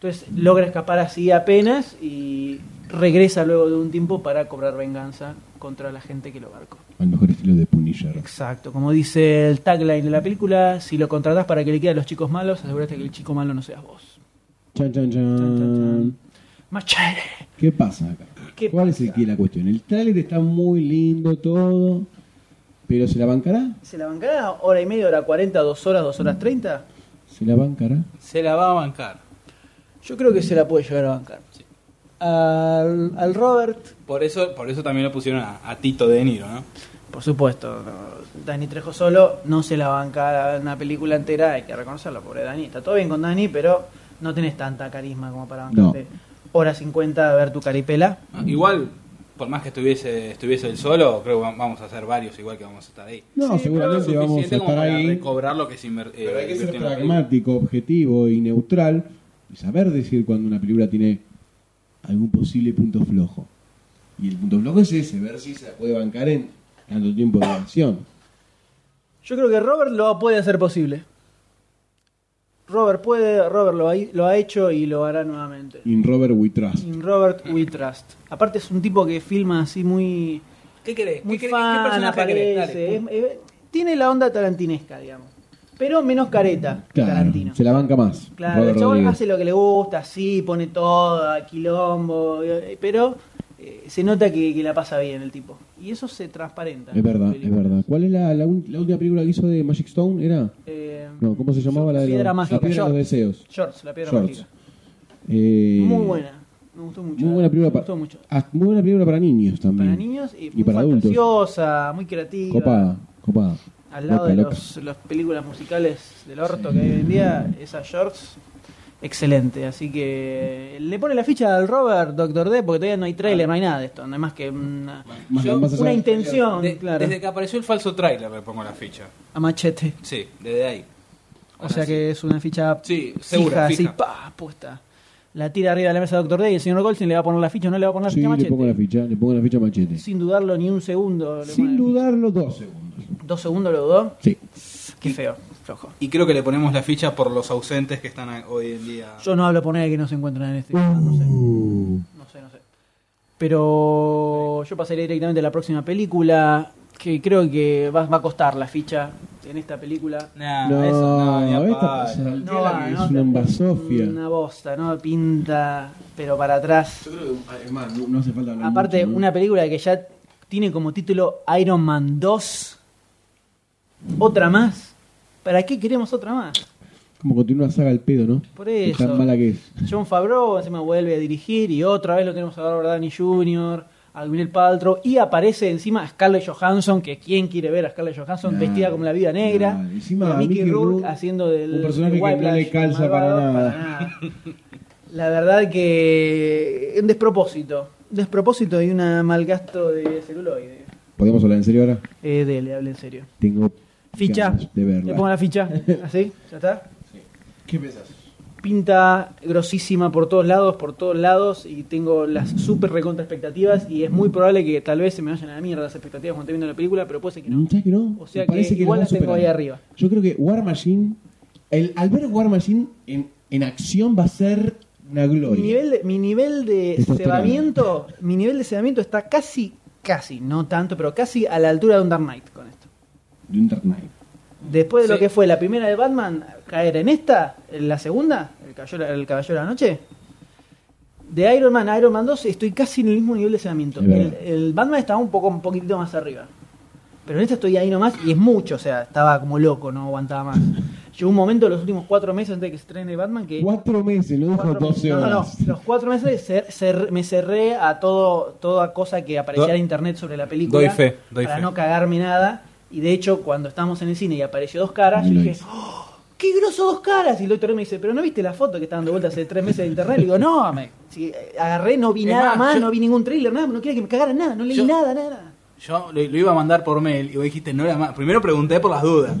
B: Entonces logra escapar así apenas y regresa luego de un tiempo para cobrar venganza contra la gente que lo barcó.
C: Al mejor estilo de Punisher.
B: Exacto, como dice el tagline de la película, si lo contratás para que le quede a los chicos malos, asegúrate que el chico malo no seas vos.
C: Chan, chan,
B: Chan, chan,
C: chan.
B: chan. Machete.
C: ¿Qué pasa acá?
B: ¿Qué
C: ¿Cuál es el que la cuestión? El trailer está muy lindo todo, pero ¿se la bancará?
B: ¿Se la bancará hora y media, hora 40, dos horas, dos horas 30?
C: ¿Se la bancará?
D: Se la va a bancar.
B: Yo creo que se la puede llegar a bancar. Al, al Robert,
D: Por eso, por eso también lo pusieron a, a Tito De Niro, ¿no?
B: por supuesto, no, Dani Trejo solo no se la banca una película entera, hay que reconocerlo, pobre Dani. Está todo bien con Dani, pero no tenés tanta carisma como para bancarte hora 50 a ver tu caripela.
D: Ah, Igual, por más que estuviese, estuviese el solo, creo que va- vamos a hacer varios igual que vamos a estar ahí.
C: No,
B: Sí,
C: seguramente
D: Suficiente
C: vamos a
D: como
C: estar
D: para
C: ahí.
D: recobrar lo que se inver- eh,
C: Pero hay que ser
D: invirtió en la
C: pragmático, objetivo y neutral y saber decir cuando una película tiene algún posible punto flojo. Y el punto flojo es ese, ver si se la puede bancar en tanto tiempo de duración.
B: Yo creo que Robert lo puede hacer posible. Robert puede, Robert lo ha, lo ha hecho y lo hará nuevamente.
C: In Robert We Trust.
B: In Robert We Trust. Aparte es un tipo que filma así muy...
D: ¿Qué querés?
B: muy
D: ¿Qué, querés? ¿Qué
B: fan,
D: personaje querés?
B: aparece,
D: Dale, pues. pum.
B: es- es- tiene la onda tarantinesca, digamos. Pero menos careta que
C: Claro,
B: Tarantino.
C: se la banca más.
B: Claro,
C: Robert
B: el chabón
C: Rodríguez.
B: hace lo que le gusta, sí, pone todo, a quilombo, eh, pero eh, se nota que, que la pasa bien el tipo. Y eso se transparenta.
C: Es
B: en
C: verdad, es
B: la película.
C: verdad. ¿Cuál es la, la un- la última película que hizo de Magic Stone? ¿Era?
B: Eh,
C: No, ¿cómo se llamaba? La de
B: Piedra
C: los,
B: Mágica,
C: la piedra de los
B: Shorts.
C: deseos.
B: Shorts, la piedra
C: Shorts.
B: mágica.
C: Eh,
B: Muy buena, me gustó mucho.
C: Muy buena película,
B: me gustó
C: pa-
B: mucho.
C: ah, muy buena película para niños también.
B: Para niños y, muy
C: para adultos.
B: fantasiosa, muy creativa.
C: Copada, copada.
B: Al lado
C: Loca,
B: de
C: loca.
B: los, las películas musicales del orto que hay hoy en día, esas shorts excelente. Así que le pone la ficha al Robert, Doctor D, porque todavía no hay trailer, no hay nada de esto. No hay más que una,
C: Más-
B: yo-
C: más allá
B: una
C: del
B: intención,
D: De-
B: claro,
D: Desde que apareció el falso tráiler le pongo la ficha.
B: a machete.
D: Sí, desde ahí.
B: O sea que es una ficha
D: Sí, segura,
B: fija, así,
D: fija.
B: pa, puesta. La tira arriba de la mesa Doctor D y el señor Goldstein le va a poner la ficha o no le va a poner la
C: Sí,
B: ficha a
C: le
B: machete.
C: pongo la ficha, le pongo la ficha machete.
B: Sin dudarlo ni un segundo. le pone
C: Sin
B: la ficha.
C: dudarlo, dos segundos.
B: Dos segundos lo dudó.
C: Sí.
B: Qué feo, flojo.
D: Y creo que le ponemos la ficha por los ausentes que están a- hoy en día.
B: Yo no hablo por nadie que no se encuentra en este.
C: Uh.
B: No sé, no sé, no sé. Pero yo pasaría directamente a la próxima película, que creo que va, va a costar la ficha en esta película.
D: Nah,
B: Ah,
C: No,
D: eso no, ni a
C: esta
D: palo.
C: pasa-
B: No va,
C: es
B: ¿no?
C: una embasofia.
B: Una bosta, ¿no? Pinta, pero para atrás.
C: creo que, además, no, no hace falta hablar
B: Aparte,
C: mucho, ¿no?
B: una película que ya tiene como título Iron Man 2. Otra más. ¿Para qué queremos otra más?
C: Como continúa una saga al pedo, ¿no?
B: Por
C: Que
B: eso.
C: Tan mala que es.
B: John Favreau encima vuelve a dirigir y otra vez lo tenemos a Robert Downey Jr., a Gwyneth Paltrow y aparece encima Scarlett Johansson, que quién quiere ver a Scarlett Johansson
C: Nah,
B: vestida como la vida negra.
C: nah, encima
B: Y a Mickey
C: Mickey
B: Rourke
C: Rourke,
B: haciendo del
C: un personaje
B: del
C: que
B: Whiplash,
C: no le calza
B: el malvado,
C: para nada. [laughs]
B: La verdad que un despropósito, despropósito y un mal gasto de celuloide.
C: ¿Podemos hablar en serio ahora?
B: Eh, dele, hable en serio.
C: Tengo
B: Ficha.
C: ganas de verla.
B: Le pongo la
C: [laughs]
B: ficha. ¿Así? ¿Ya está?
C: ¿Qué pensás?
B: pinta grosísima por todos lados, por todos lados, y tengo las super recontra expectativas, y es muy probable que tal vez se me vayan a la mierda las expectativas cuando termine la película, pero puede ser que no.
C: ¿Sabes que no?
B: O sea
C: Me
B: que
C: parece
B: igual
C: la va
B: las
C: a
B: tengo
C: superar.
B: ahí arriba.
C: Yo creo que War Machine, el, al ver War Machine en, en acción va a ser una
B: Mi
C: gloria.
B: nivel, de- mi nivel de
C: Testosterona.
B: cebamiento, mi nivel de cebamiento está casi, casi, no tanto, pero casi a la altura de un Dark Knight con esto.
C: De un Dark Knight.
B: Después de lo
D: Sí.
B: que fue la primera de Batman, caer en esta, en la segunda, el caballero, el caballero de la noche, de Iron Man a Iron Man 2, estoy casi en el mismo nivel de saneamiento.
C: Es
B: El,
C: verdad.
B: el Batman estaba un poco un poquitito más arriba. Pero en esta estoy ahí nomás y es mucho, o sea, estaba como loco, no aguantaba más. Llegó un momento, los últimos cuatro meses antes de que se estrene Batman, que...
C: Cuatro meses, no dijo
B: cuatro meses-
C: 12
B: no, no, no,
C: horas.
B: los cuatro meses cer- cer- me cerré a todo toda cosa que aparecía
D: Do-
B: en internet sobre la película
D: doy fe, doy
B: para
D: fe.
B: no cagarme nada. Y de hecho, cuando estábamos en el cine y apareció Dos Caras,
C: Me
B: yo
C: lo
B: dije,
C: hice.
B: "Oh, ¡qué groso Dos Caras! Y el doctor me dice, ¿pero no viste la foto que está dando vueltas hace tres meses de internet? Le digo, no, me si, eh, agarré, no vi
D: Es
B: nada
D: más,
B: más,
D: yo-
B: no vi ningún trailer, nada, no quería que me cagaran nada, no leí
D: Yo-
B: nada, nada.
D: Yo lo, lo iba a mandar por mail y vos dijiste no la ma- Primero pregunté por las dudas.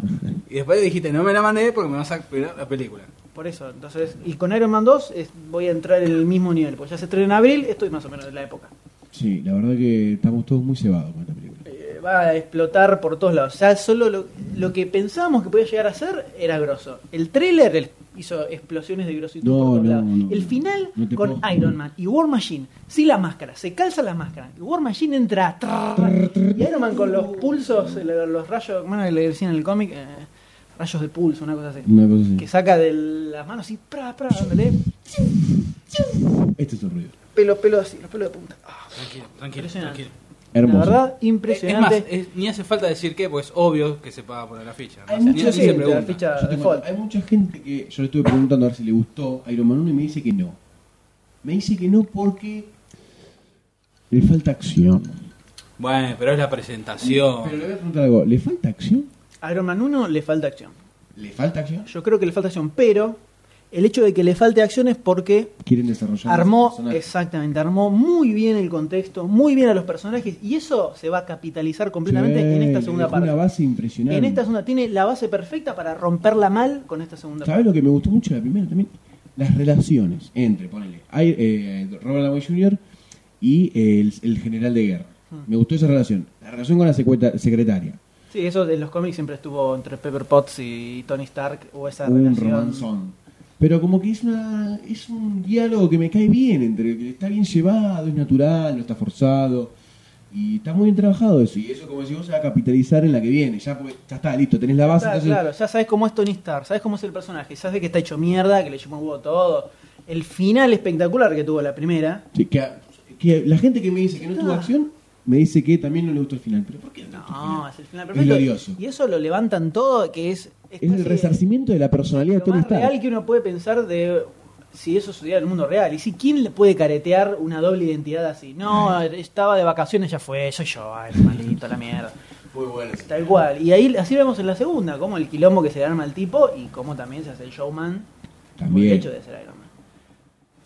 D: Y después dijiste no me la mandé porque me vas a pegar la película.
B: Por eso, entonces, y con Iron Man 2 es- voy a entrar en el mismo nivel, pues ya se estrena en abril, estoy más o menos en la época.
C: Sí, la verdad que estamos todos muy cebados con esta película.
B: Eh, va a explotar por todos lados. O sea, solo lo, lo que pensábamos que podía llegar a ser era grosso. El trailer el- hizo explosiones de grositud
C: No,
B: por todos
C: no,
B: lados.
C: no,
B: el
C: no.
B: final
C: No te
B: con
C: puedo.
B: Iron Man y War Machine, sí la máscara, se calza la máscara. Y War Machine entra trrr, y Iron Man con los pulsos, el- los rayos, bueno, que le decían en el cómic, eh, rayos de pulso, una cosa así.
C: Una cosa así.
B: Que saca de las manos y pra, pra, dándole
C: Este es el ruido.
B: pelo, pelo así, los pelos de punta. Ah,
D: Tranquilo, tranquilo,
B: Impresionante.
D: tranquilo.
C: Hermoso.
B: La verdad,
D: Es es más,
B: impresionante.
D: es- ni hace falta decir qué, pues es obvio que se paga por la ficha. No
C: Hay
D: sé, ni-
C: mucha
D: ni
B: mucho
D: se
B: gente,
D: pregunta.
B: la ficha
C: Yo te
B: default.
C: cuento, hay mucha gente que yo le estuve preguntando a ver si le gustó Iron Man 1 y me dice que no. Me dice que no porque le falta acción.
D: Bueno, pero es la presentación.
C: Pero le voy a preguntar algo, ¿le falta acción?
B: A Iron Man 1 le falta acción.
C: ¿Le falta acción?
B: Yo creo que le falta acción, pero el hecho de que le falte acción es porque
C: Quieren desarrollar
B: armó,
C: ese personaje.
B: exactamente, armó muy bien el contexto, muy bien a los personajes y eso se va a capitalizar completamente
C: Sí,
B: en esta
C: le
B: segunda
C: dejó
B: parte.
C: Una base impresionante.
B: En esta segunda tiene la base perfecta para romperla mal con esta segunda parte.
C: ¿Sabes lo que me gustó mucho de la primera también? Las relaciones entre, ponele, Ai- eh, Robert Downey Jr. y eh, el, el general de guerra.
B: Hmm.
C: Me gustó esa relación. La relación con la secueta- secretaria.
B: Sí, eso de los cómics siempre estuvo entre Pepper Potts y Tony Stark o esa
C: un
B: relación.
C: romanzón. Pero como que es, una, es un diálogo que me cae bien, entre que está bien llevado, es natural, no está forzado. Y está muy bien trabajado eso. Y eso, como decimos, se va a capitalizar en la que viene. Ya, porque ya está, listo, tenés la base.
B: Claro,
C: entonces,
B: claro, ya sabes cómo es Tony Stark, sabes cómo es el personaje, sabes que está hecho mierda, que le chupó un huevo todo. El final espectacular que tuvo la primera,
C: sí, que, que la gente que me dice que no tuvo
B: Ah.
C: acción, me dice que también no le gustó el final. ¿Pero por qué no le gustó el
B: No,
C: final?
B: es el final perfecto.
C: glorioso.
B: Y eso lo levantan todo, que es. es
C: Es el
B: casi
C: resarcimiento de la personalidad de
B: Lo
C: Tony
B: más
C: Stark.
B: real que uno puede pensar de si eso sucediera en el mundo real. Y si, ¿quién le puede caretear una doble identidad así?
C: [laughs]
B: No, estaba de vacaciones, ya fue, soy yo, ay, maldito, la mierda.
C: Muy bueno.
B: Tal cual. Y ahí así vemos en la segunda, cómo el quilombo que se arma el tipo y cómo también se hace el showman por el
C: También.
B: hecho de ser Iron Man.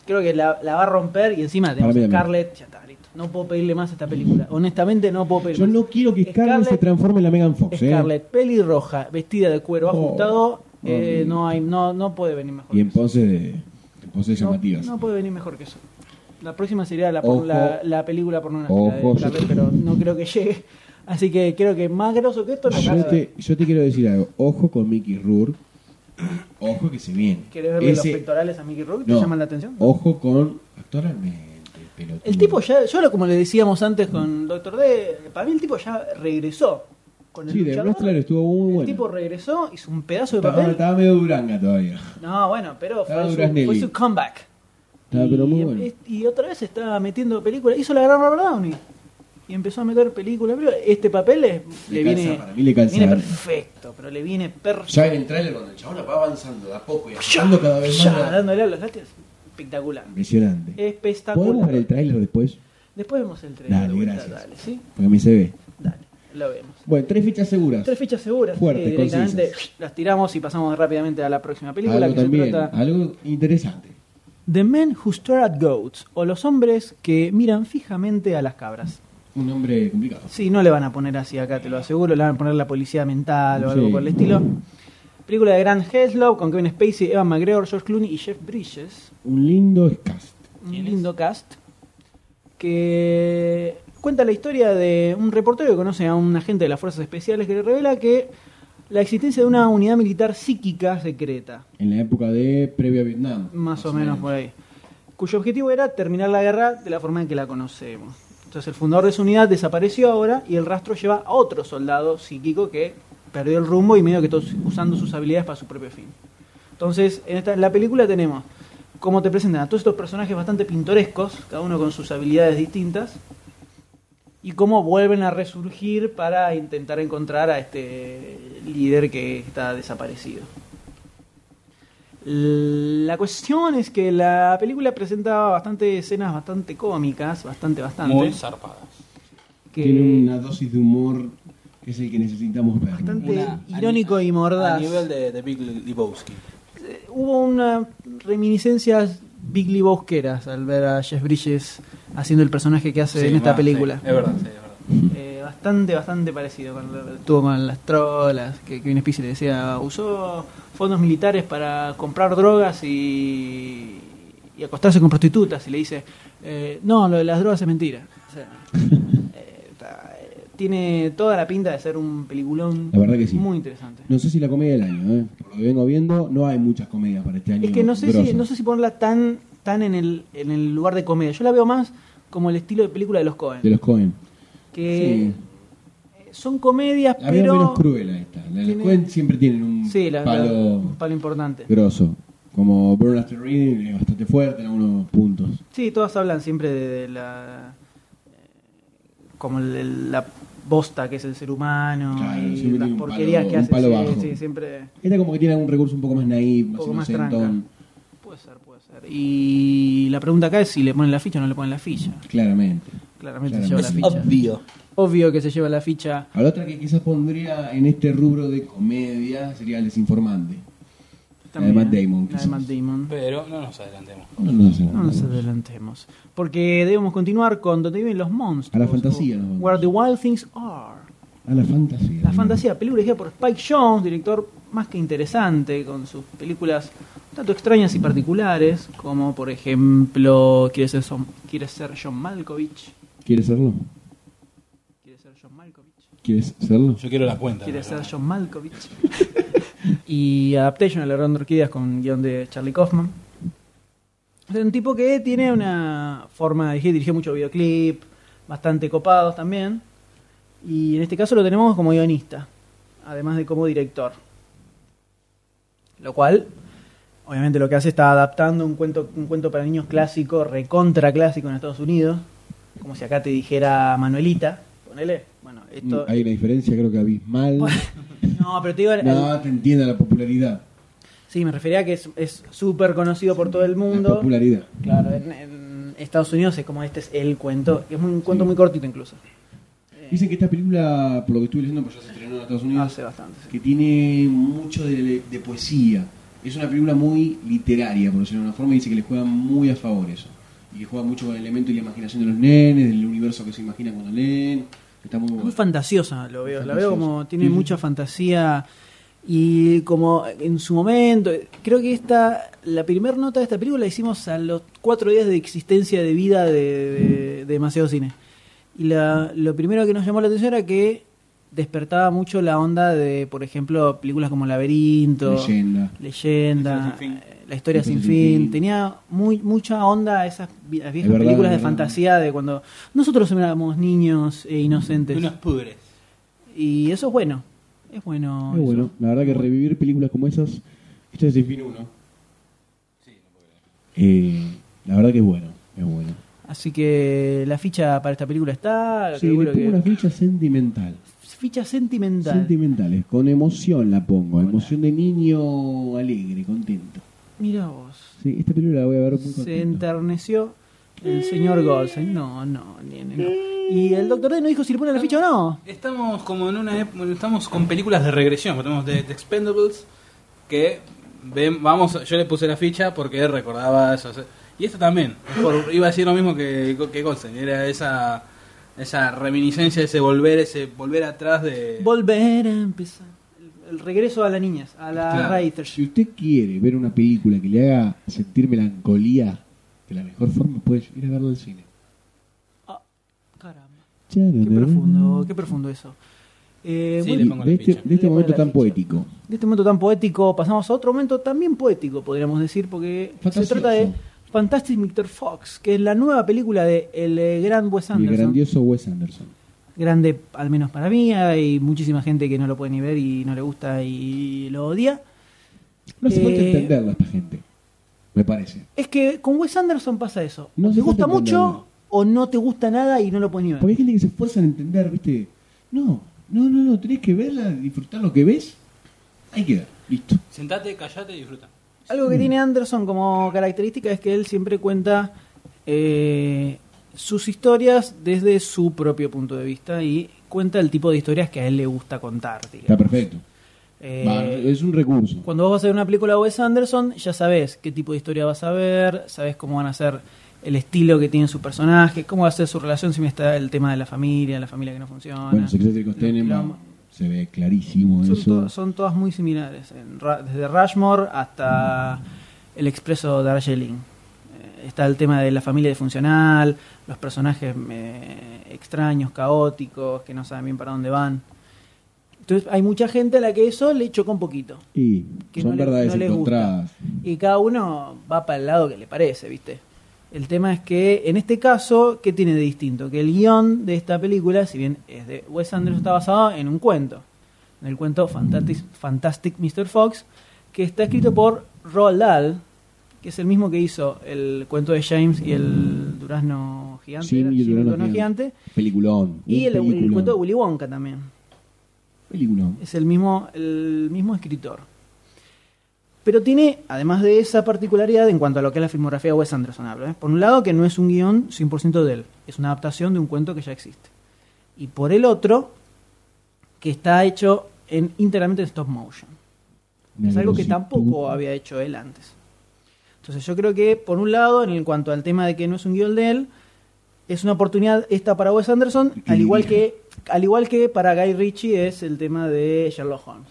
B: Creo que la, la va a romper y encima tenemos
C: Para mí
B: a
C: también.
B: Scarlett. Ya está, listo. No puedo pedirle más a esta película. Honestamente, no puedo pedirle
C: Yo
B: más.
C: no quiero que Scarlett, se
B: Scarlett-
C: transforme en la Megan Fox. ¿eh?
B: Scarlett, pelirroja, vestida de cuero
C: Oh,
B: ajustado, eh,
C: horrible.
B: no hay, no, no puede venir mejor.
C: Y en
B: que eso.
C: poses de, en poses
B: no,
C: llamativas.
B: no puede venir mejor que eso. La próxima sería la,
C: Ojo.
B: la, la película pornográfica de
C: Ojo.
B: Scarlett, pero no creo que llegue. Así que creo que más groso que esto no
C: yo,
B: pasa.
C: te, yo te quiero decir algo. Ojo con Mickey Rourke. Ojo que se viene.
B: ¿Querés verle
C: Ese-
B: los pectorales a Mickey Rourke? ¿Te
C: no.
B: llaman la atención?
C: Ojo con. Actualmente, pelotudo.
B: El tipo ya, yo lo- como le decíamos antes
C: Mm.
B: con Doctor D, para mí el tipo ya regresó. Con el
C: Sí, de
B: luchador,
C: Wrestler estuvo muy
B: el
C: bueno.
B: tipo regresó, hizo un pedazo de
C: estaba,
B: papel.
C: estaba medio duranga todavía.
B: No, bueno, pero
C: Estaba
B: fue su,
C: Duraznelli.
B: fue su comeback.
C: Estaba, Ah, pero muy bueno.
B: es- y otra vez estaba metiendo películas. Hizo la gran Robert Downey. Y empezó a meter películas. Pero este papel le, le
C: Le calza,
B: viene,
C: para mí le ¿eh? calza.
B: viene perfecto. Pero le viene perfecto.
F: Ya en el trailer cuando el chabón va avanzando de a poco y avanzando cada vez
B: Ya,
F: más. la-
B: dándole a los látigos. Espectacular.
C: Impresionante. ¿Podemos ver
B: Espectacular.
C: el tráiler después?
B: Después vemos el tren.
C: Dale, gracias.
B: Dale, ¿sí?
C: Porque me se ve.
B: Dale, lo vemos.
C: Bueno, tres fichas seguras.
B: Tres fichas seguras.
C: Fuertes,
B: sí, directamente
C: concisas.
B: las tiramos y pasamos rápidamente a la próxima película
C: algo
B: que se
C: también,
B: trata
C: algo interesante.
G: The Men Who Stare at Goats, o los hombres que miran fijamente a las cabras.
C: Un nombre complicado.
G: Sí, no le van a poner así acá, te lo aseguro, le van a poner la policía mental o algo
C: Sí.
G: por el estilo.
B: Película de Grant Heslov con Kevin Spacey, Evan McGregor, George Clooney y Jeff Bridges.
C: Un lindo cast.
B: Un
D: ¿Quién
B: lindo cast. Que cuenta la historia de un reportero que conoce a un agente de las fuerzas especiales que le revela que la existencia de una unidad militar psíquica secreta.
C: En la época de previa a Vietnam.
B: Más o menos pues, por ahí. Cuyo objetivo era terminar la guerra de la forma en que la conocemos. Entonces el fundador de su unidad desapareció ahora y el rastro lleva a otro soldado psíquico que perdió el rumbo y medio que está us- usando sus habilidades para su propio fin. Entonces, en esta, la película tenemos cómo te presentan a todos estos personajes bastante pintorescos, cada uno con sus habilidades distintas, y cómo vuelven a resurgir para intentar encontrar a este líder que está desaparecido. La cuestión es que la película presenta bastante escenas bastante cómicas, bastante, bastante.
D: Muy zarpadas.
B: que
C: Tiene una dosis de humor que es el que necesitamos ver.
B: Bastante-
D: Una-
B: Irónico y mordaz.
D: A nivel de, de Big Lebowski.
B: eh, hubo unas reminiscencias Big Lebowskeras al ver a Jeff Bridges haciendo el personaje que hace
D: Sí,
B: en esta
D: más,
B: película.
D: sí, es verdad, sí, es verdad.
B: Eh, bastante, bastante parecido. Con, lo- estuvo con las trolas, que Kevin Spacey le decía, usó fondos militares para comprar drogas y, y acostarse con prostitutas. Y le dice, eh, no, lo de las drogas es mentira. O
C: [laughs]
B: sea, eh, está- eh, tiene toda la pinta de ser un peliculón
C: La verdad que sí.
B: muy interesante.
C: No sé si la comedia del año, ¿eh? Por lo que vengo viendo, no hay muchas comedias para este año.
B: Es que no sé, si,
C: grosas.
B: no sé si ponerla tan, tan en, el, en el lugar de comedia. Yo la veo más como el estilo de película de los Cohen.
C: De los Cohen.
B: Que son comedias,
C: La veo
B: Eh, pero...
C: menos cruel a esta. La de
B: tiene-
C: los Cohen siempre tienen un
B: Sí, la, la-
C: palo
B: un palo importante.
C: grosso. Como Burn After Reading es bastante fuerte en algunos puntos.
B: Sí, todas hablan siempre de, de la. eh, como el- el- la bosta que es el ser humano
C: Claro,
B: y
C: siempre
B: las
C: tiene un
B: porquerías
C: palo-
B: que
C: un
B: hace.
C: palo
B: sí,
C: bajo.
B: sí, siempre.
C: Esta como que tiene algún recurso un poco más naive,
B: Un
C: más
B: poco más
C: inocentón.
B: Puede ser, puede ser. Y la pregunta acá es si le ponen la ficha o no le ponen la ficha.
C: Claramente.
B: Claramente se lleva
C: Claramente.
B: la
C: Es
B: ficha.
D: Obvio.
B: Obvio que se lleva la ficha.
C: A la otra que quizás pondría en este rubro de comedia sería El Desinformante.
B: también,
C: Matt Damon,
B: La de
C: quizás.
B: Matt Damon.
D: Pero no nos adelantemos.
C: No nos hacen
B: No nos
C: nada.
B: adelantemos. Porque debemos continuar con donde viven los monstruos.
C: A la fantasía nos vamos.
B: Where the wild things are.
C: A la fantasía.
B: La fantasía, película dirigida por Spike Jones, director más que interesante, con sus películas tanto extrañas y particulares, como por ejemplo Quiere ser, Son- Quiere ser John Malkovich.
C: ¿Quieres serlo?
B: Quiere ser John Malkovich.
C: ¿Quieres serlo?
D: Yo quiero la cuenta.
B: Quiere
D: la
B: ser
D: verdad.
B: John Malkovich. [laughs] y Adaptation a la Ronda de Orquídeas con guión de Charlie Kaufman. Es un tipo que tiene una forma de dirigir, dirigió muchos videoclip, bastante copados también. Y en este caso lo tenemos como guionista, además de como director. Lo cual, obviamente lo que hace está adaptando un cuento, un cuento para niños clásico, recontra clásico en Estados Unidos. Como si acá te dijera Manuelita, ponele. Bueno, esto,
C: Mm, Hay una diferencia, creo que abismal.
B: no, pero te digo, al- al-
C: [laughs] no te entienda la popularidad.
B: sí, me refería a que es- es súper conocido por todo el
C: La
B: mundo.
C: popularidad.
B: Claro, en, en Estados Unidos es como este es el cuento, que es un cuento muy cortito incluso.
C: Dicen que esta película, por lo que estuve leyendo, pues ya se estrenó en Estados Unidos,
B: Hace bastante. sí.
C: que tiene mucho de, de poesía. Es una película muy literaria, por decirlo de una forma, y dice que le juega muy a favor eso. Y que juega mucho con el elemento y la imaginación de los nenes, del universo que se imagina cuando leen. Está muy bueno.
B: Muy fantasiosa, lo veo. La veo
C: Fantasiosa.
B: como tiene
C: Sí, sí.
B: mucha fantasía y como en su momento. Creo que esta, la primera nota de esta película la hicimos a los cuatro días de existencia de vida de, de- de demasiado cine. Y la- lo primero que nos llamó la atención era que despertaba mucho la onda de, por ejemplo, películas como Laberinto,
C: Leyenda.
B: Leyenda,
D: Historia sin fin.
B: eh, La historia sin
C: Entonces,
B: fin.
C: sin fin.
B: Tenía muy, mucha onda esas vi- las viejas
C: Es verdad,
B: películas de
C: es verdad.
B: fantasía de cuando nosotros éramos niños e inocentes.
D: Unos pudres.
B: Y eso es bueno. Es bueno.
C: Muy
B: eso.
C: bueno. La verdad que revivir películas como esas, este es Sin Fin 1. Eh, la verdad que es bueno, es bueno.
B: Así que la ficha para esta película está.
C: Sí, le
B: seguro
C: pongo
B: que-
C: una ficha sentimental.
B: Ficha sentimental.
C: Sentimentales, con emoción la pongo, emoción de niño alegre, contento.
B: Mira vos.
C: Sí, esta película la voy a ver muy
B: Se
C: contento.
B: enterneció el señor Golsen. No, no, ni- ni- no. Y el doctor D no dijo si le pone la ficha o no.
D: Estamos como en una ép- estamos con películas de regresión, porque tenemos The, The Expendables que ven, vamos, yo le puse la ficha porque recordaba eso. Y esta también, es por- iba a decir lo mismo que que Goldstein, era esa esa reminiscencia, ese volver, ese volver atrás de
B: Volver a empezar. El, el regreso a las niñas, a la
D: Claro.
B: Reiters.
C: Si usted quiere ver una película que le haga sentir melancolía, de la mejor forma puede ir a verla al cine.
B: Caramba.
C: Qué
B: Qué profundo, qué profundo eso. Eh,
D: Sí,
B: muy
D: le
B: bien.
D: pongo
C: de
D: la
C: este,
D: ficha.
C: de este
B: Le pongo
C: momento
B: la
C: tan
B: ficha.
C: poético.
B: De este momento tan poético pasamos a otro momento también poético, podríamos decir, porque
C: Fantasioso.
B: se trata de Fantastic Mr. Fox, que es la nueva película de el eh, gran Wes
C: Y el
B: Anderson.
C: grandioso Wes Anderson.
B: Grande, al menos para mí, hay muchísima gente que no lo puede ni ver y no le gusta y lo odia.
C: No hace falta
B: Eh,
C: entenderla a esta gente, me parece.
B: Es que con Wes Anderson pasa eso.
C: No
B: o te
C: se
B: gusta
C: trata de
B: mucho
C: entenderlo.
B: o no te gusta nada y no lo puedes ni ver.
C: Porque hay gente que se esfuerza en entender, ¿viste? No, no, no, no, tenés que verla, disfrutar lo que ves. Hay que ver, listo.
D: sentate, callate y disfruta.
B: Algo que tiene Anderson como característica es que él siempre cuenta eh, sus historias desde su propio punto de vista y cuenta el tipo de historias que a él le gusta contar.
C: Está
B: digamos.
C: perfecto.
B: Eh,
C: Va, es un recurso.
B: cuando vos vas a ver una película de Wes Anderson, ya sabes qué tipo de historia vas a ver, sabes cómo van a ser el estilo que tiene su personaje, cómo va a ser su relación si me está el tema de la familia, la familia que no funciona.
C: Bueno, Secretos de Costenema
B: Lo-
C: se ve clarísimo
B: Son,
C: eso.
B: to- son todas muy similares, en Ra- desde Rushmore hasta el expreso Darjeeling. Eh, Está el tema de la familia disfuncional, los personajes eh, extraños, caóticos, que no saben bien para dónde van. Entonces hay mucha gente a la que eso le choca un poquito.
C: Y
B: que
C: son
B: no le-
C: verdades
B: no le gusta.
C: encontradas.
B: Y cada uno va para el lado que le parece, ¿viste? El tema es que en este caso, ¿qué tiene de distinto? Que el guión de esta película, si bien es de Wes Anderson, está basado en un cuento. En el cuento Fantastic, Fantastic Mr. Fox, que está escrito por Roald Dahl, que es el mismo que hizo el cuento de James y el durazno gigante.
C: Jim
B: ¿era?
C: y el durazno
B: gigante.
C: Peliculón.
B: Y el,
C: un
B: el
C: peliculón.
B: cuento de Willy Wonka también.
C: Peliculón.
B: Es el mismo, el mismo escritor. Pero tiene, además de esa particularidad en cuanto a lo que es la filmografía de Wes Anderson, hablo, ¿eh? por un lado que no es un guión 100% de él, es una adaptación de un cuento que ya existe. Y por el otro, que está hecho en, íntegramente en stop motion.
C: Una
B: Es algo que
C: velocidad.
B: tampoco había hecho él antes. Entonces yo creo que, por un lado, en cuanto al tema de que no es un guión de él, es una oportunidad esta para Wes Anderson,
C: Que
B: al igual
C: dirige.
B: que, al igual que para Guy Ritchie es el tema de Sherlock Holmes.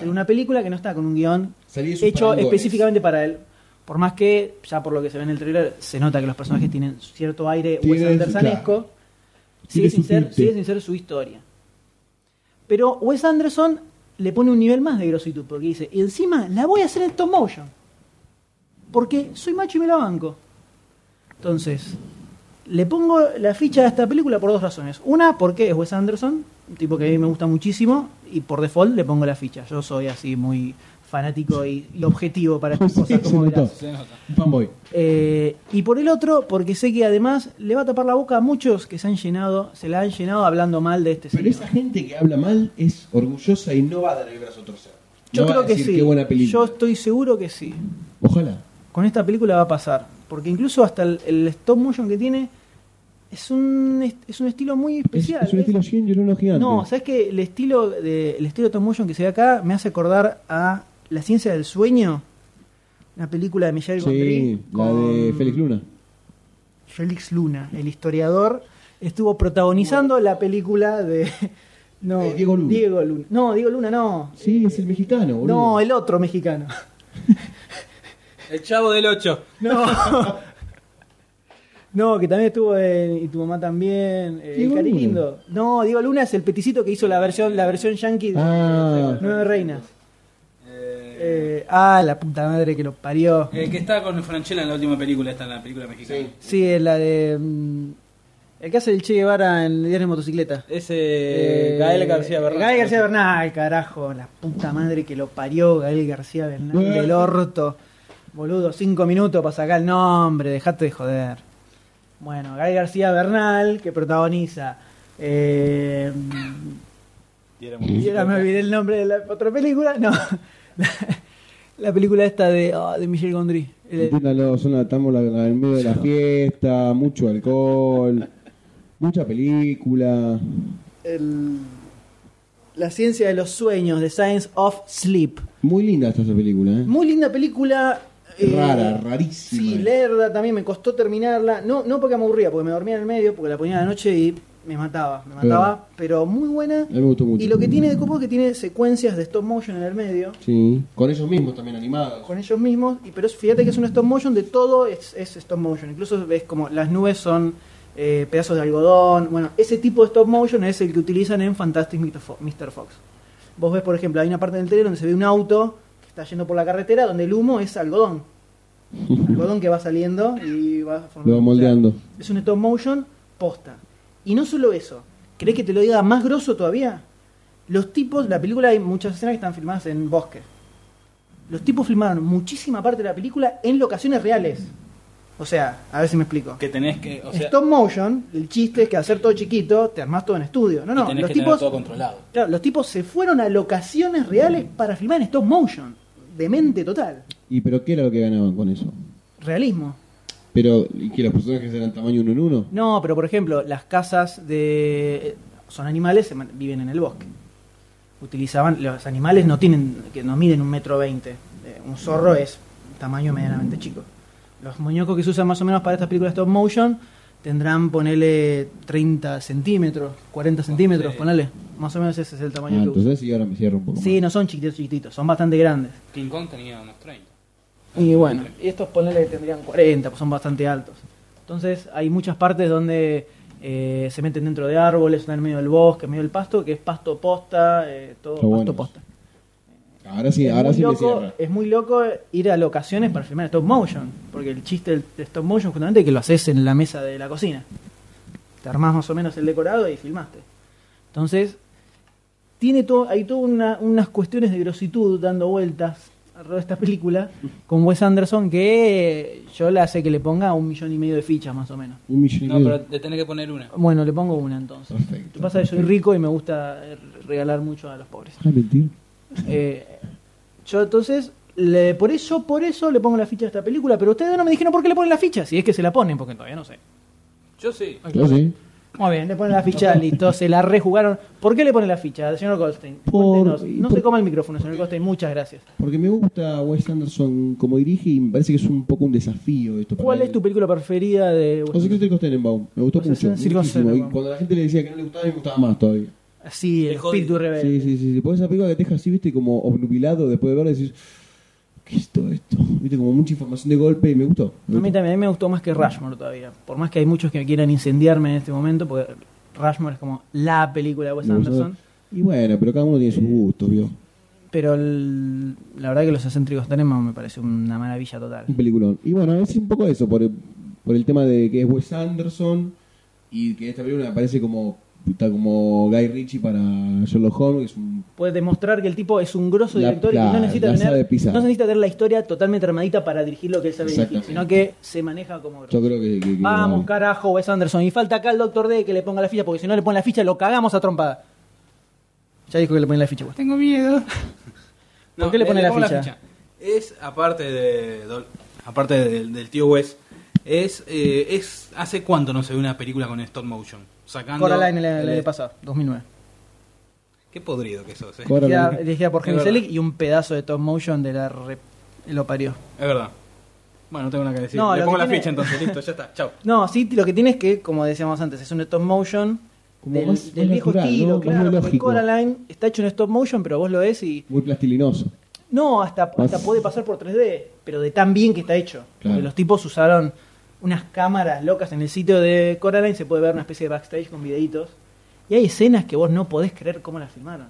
B: Es una película que no está con un guión
C: Salí de sus
B: hecho
C: parangones.
B: específicamente para él. Por más que, ya por lo que se ve en el trailer, se nota que los personajes tienen cierto aire Wes
C: Tienen su-
B: Andersonesco.
C: Tiene
B: Sigue
C: su
B: sin, ser,
C: tinte.
B: sigue sin ser su historia. Pero Wes Anderson le pone un nivel más de grositud porque dice, y encima la voy a hacer en stop motion. Porque soy macho y me la banco. Entonces, le pongo la ficha a esta película por dos razones. Una, porque es Wes Anderson, un tipo que a mí me gusta muchísimo, y por default le pongo la ficha. Yo soy así muy fanático y, y objetivo para estas
C: Sí,
B: cosas.
C: se
B: como verás.
C: notó.
D: Se nota.
C: Un fanboy.
B: Eh, y por el otro, porque sé que además le va a tapar la boca a muchos que se han llenado, se la han llenado hablando mal de este
C: Pero
B: señor.
C: esa gente que habla mal es orgullosa y no va a dar el brazo a torcer.
B: Yo
C: No va
B: creo
C: a
B: que
C: decir,
B: sí.
C: Qué buena película.
B: Yo estoy seguro que sí.
C: Ojalá.
B: Con esta película va a pasar. Porque incluso hasta el, el stop motion que tiene es un, est- es un estilo muy
C: Es,
B: especial.
C: es un
B: ¿ves?
C: estilo Jim y uno gigante.
B: No, sabes que el estilo de el estilo stop motion que se ve acá me hace acordar a la ciencia del sueño Una película de Michel
C: Sí,
B: Gondry
C: la de
B: con
C: Félix Luna.
B: Félix Luna, el historiador, estuvo protagonizando la película de. [laughs] No,
C: Eh, Diego Luna.
B: Diego Luna. No, Diego Luna no.
C: Sí, es el mexicano, boludo.
B: Eh, No, el otro mexicano.
D: El chavo del 8.
B: No. No, que también estuvo en Y tu mamá también. eh,
C: Diego
B: Cari
C: Luna.
B: Lindo. No, Diego Luna es el peticito que hizo la versión, la versión yankee de
C: Ah.
B: Nueve Reinas. Eh, ah, la puta madre que lo parió.
D: El que está con Franchella en la última película, esta en la película mexicana.
B: Sí, es la de. mm, El que hace el Che Guevara en Diario de Motocicleta.
D: Ese. Eh, Gael García Bernal.
B: Eh, Gael García Bernal, ay, carajo, la puta madre que lo parió Gael García Bernal
D: Mm.
C: Eh.
B: del orto. Boludo, cinco minutos para sacar el nombre, dejate de joder. Bueno, Gael García Bernal, que protagoniza. Eh, y ahora me olvidé el nombre de la otra película. No, [laughs] la, la película esta de, ah, de Michel Gondry. El-
C: Entiéndalo, son la, estamos la- la- en medio de la fiesta, mucho alcohol, mucha película.
B: el- la ciencia de los sueños, The Science of Sleep.
C: Muy linda está esa película, ¿eh?
B: Muy linda película. eh,
C: Rara, rarísima.
B: Sí, lerda también, me costó terminarla. No, no porque me aburría, porque me dormía en el medio, porque la ponía en la noche y me mataba, me mataba. Pero muy buena.
C: A mí me gustó mucho.
B: Y lo que tiene de copo es que tiene secuencias de stop motion en el medio,
C: Sí. Con ellos mismos también animados.
B: con ellos mismos. Y, pero es- fíjate que es un stop motion, de todo es, es stop motion. Incluso ves como las nubes son eh, pedazos de algodón. Bueno, ese tipo de stop motion es el que utilizan en Fantastic Mr. Fo- Mr. Fox. Vos ves, por ejemplo, hay una parte del trailer donde se ve un auto que está yendo por la carretera donde el humo es algodón. Algodón que va saliendo y va formando.
C: Lo va moldeando.
B: Es un stop motion posta. Y no solo eso, ¿crees que te lo diga más grosso todavía? Los tipos, la película hay muchas escenas que están filmadas en bosque. Los tipos filmaron muchísima parte de la película en locaciones reales. O sea, a ver si me explico.
D: Que tenés que. O sea,
B: stop motion, el chiste es que al ser todo chiquito, te armás todo en estudio. No,
D: y
B: no,
D: tenés
B: los
D: que
B: tipos,
D: tener todo controlado.
B: claro, los tipos se fueron a locaciones
D: Mm.
B: reales para filmar en stop motion. Demente total.
C: ¿Y pero qué era lo que ganaban con eso?
B: Realismo.
C: Pero, ¿y que los personajes eran tamaño uno en uno?
B: No, pero por ejemplo, las casas de son animales, se man- viven en el bosque. Utilizaban los animales no tienen que no miden un metro veinte. Eh, un zorro es tamaño medianamente chico. Los muñecos que se usan más o menos para estas películas stop motion tendrán ponele 30 centímetros, 40 centímetros,
D: Sí.
B: ponele. Más o menos ese es el
C: Ah,
B: tamaño que usan.
C: entonces sí, ahora me cierro un poco.
B: Sí,
C: más.
B: no son chiquititos, chiquititos, son bastante grandes.
D: King Kong tenía unos 30.
B: Y bueno, y estos ponele que tendrían 40, pues son bastante altos. Entonces hay muchas partes donde eh, se meten dentro de árboles, están en medio del bosque, en medio del pasto, que es pasto posta, eh, todo
C: Está
B: pasto
C: bueno.
B: posta.
C: Ahora sí,
B: es,
C: ahora
B: muy
C: sí me
B: loco,
C: cierra.
B: es muy loco ir a locaciones para filmar stop motion, porque el chiste del de stop motion justamente es que lo haces en la mesa de la cocina. Te armás más o menos el decorado y filmaste. Entonces, tiene todo, hay todas unas cuestiones de grositud dando vueltas alrededor de esta película con Wes Anderson que yo la sé que le ponga un millón y medio de fichas más o menos.
C: Un millón y
D: No,
C: medio.
D: pero te tenés que poner una.
B: Bueno, le pongo una entonces. Lo
C: Perfecto.
B: que pasa es que soy rico y me gusta eh, regalar mucho a los pobres.
C: Deja de mentir.
B: Eh, yo entonces, le- por eso, por eso le pongo la ficha a esta película, pero ustedes no me dijeron por qué le ponen la ficha, si es que se la ponen, porque todavía no sé.
D: Yo sí.
C: Yo sí.
B: Muy bien, le ponen la
C: [laughs]
B: ficha, listo, se la rejugaron. ¿Por qué le ponen la ficha, señor Goldstein?
C: Por-
B: Cuéntenos.
C: y
B: no
C: por-
B: se coma el micrófono, señor Goldstein, muchas gracias.
C: Porque me gusta Wes Anderson como dirige y me parece que es un poco un desafío esto para
B: ¿Cuál
C: él.
B: es tu película Pues preferida de
C: Los
B: Wes
C: secretos de Costenenbaum. Me gustó
B: Los
C: mucho.
B: Secretos de
C: muchísimo. Y
B: Costenenbaum.
C: cuando la gente le decía que no le gustaba, me gustaba más todavía.
B: Sí, el
D: Te jode.
B: espíritu rebelde.
C: Sí, sí, sí, sí. Porque esa película que te deja así, viste, como obnubilado después de verla, decís, ¿qué es todo esto? Viste, como mucha información de golpe y me gustó. Me
B: A mí
C: gustó.
B: también a mí me gustó más que Rushmore todavía. Por más que hay muchos que quieran incendiarme en este momento, porque Rushmore es como la película de Wes
C: Me gustó.
B: Anderson.
C: Y bueno, pero cada uno tiene sus gustos, vio.
B: Pero el- la verdad que los excéntricos Tenemos me parece una maravilla total.
C: Un peliculón. Y bueno, es un poco eso, por el, por el tema de que es Wes Anderson y que esta película me parece como, está como Guy Ritchie para Sherlock Holmes, que es un
B: Puede demostrar que el tipo es un grosso
C: La-
B: director y que
C: claro,
B: no necesita,
C: la sabe
B: tener,
C: pisar.
B: no necesita tener la historia totalmente armadita para dirigir lo que él sabe dirigir,
C: Exactamente.
B: sino que se maneja como grosso.
C: Yo creo que. que- que-
B: Vamos, carajo, Wes Anderson. Y falta acá el doctor D que le ponga la ficha, porque si no le pone la ficha, lo cagamos a trompada. Ya dijo que le pone la ficha, Wes.
D: Tengo miedo.
B: ¿Por qué le pone la
D: pongo
B: ficha?
D: Es, aparte de Dol- aparte del, del tío Wes, es, eh, es ¿hace cuánto no se ve una película con stop motion? Sacando
B: Coraline el, el,
D: el-
B: año pasado, 2009.
D: Qué podrido que sos, eh.
C: Coraline.
B: Dirigida, dirigida por
D: Es
B: Henry
D: verdad.
B: Selick y un pedazo de Tom Motion de la re- lo parió.
D: Es verdad. Bueno, no tengo nada que decir.
B: No,
D: Le
B: lo
D: pongo
B: que
D: la
B: tiene-
D: ficha entonces, listo, ya está,
B: [laughs]
D: chao.
B: No, sí, lo que tiene es que, como decíamos antes, es un stop motion
C: Como
B: del,
C: más-
B: del
C: más
B: viejo
C: natural,
B: estilo,
C: ¿no? Más
B: claro.
C: muy
B: porque
C: lógico.
B: Coraline está hecho en stop motion, pero vos lo ves y.
C: Muy plastilinoso.
B: No, hasta,
C: Más-
B: hasta puede pasar por 3D, pero de tan bien que está hecho.
C: Claro.
B: Porque los tipos usaron unas cámaras locas en el sitio de Coraline, se puede ver una especie de backstage con videitos. Y hay escenas que vos no podés creer cómo las filmaron.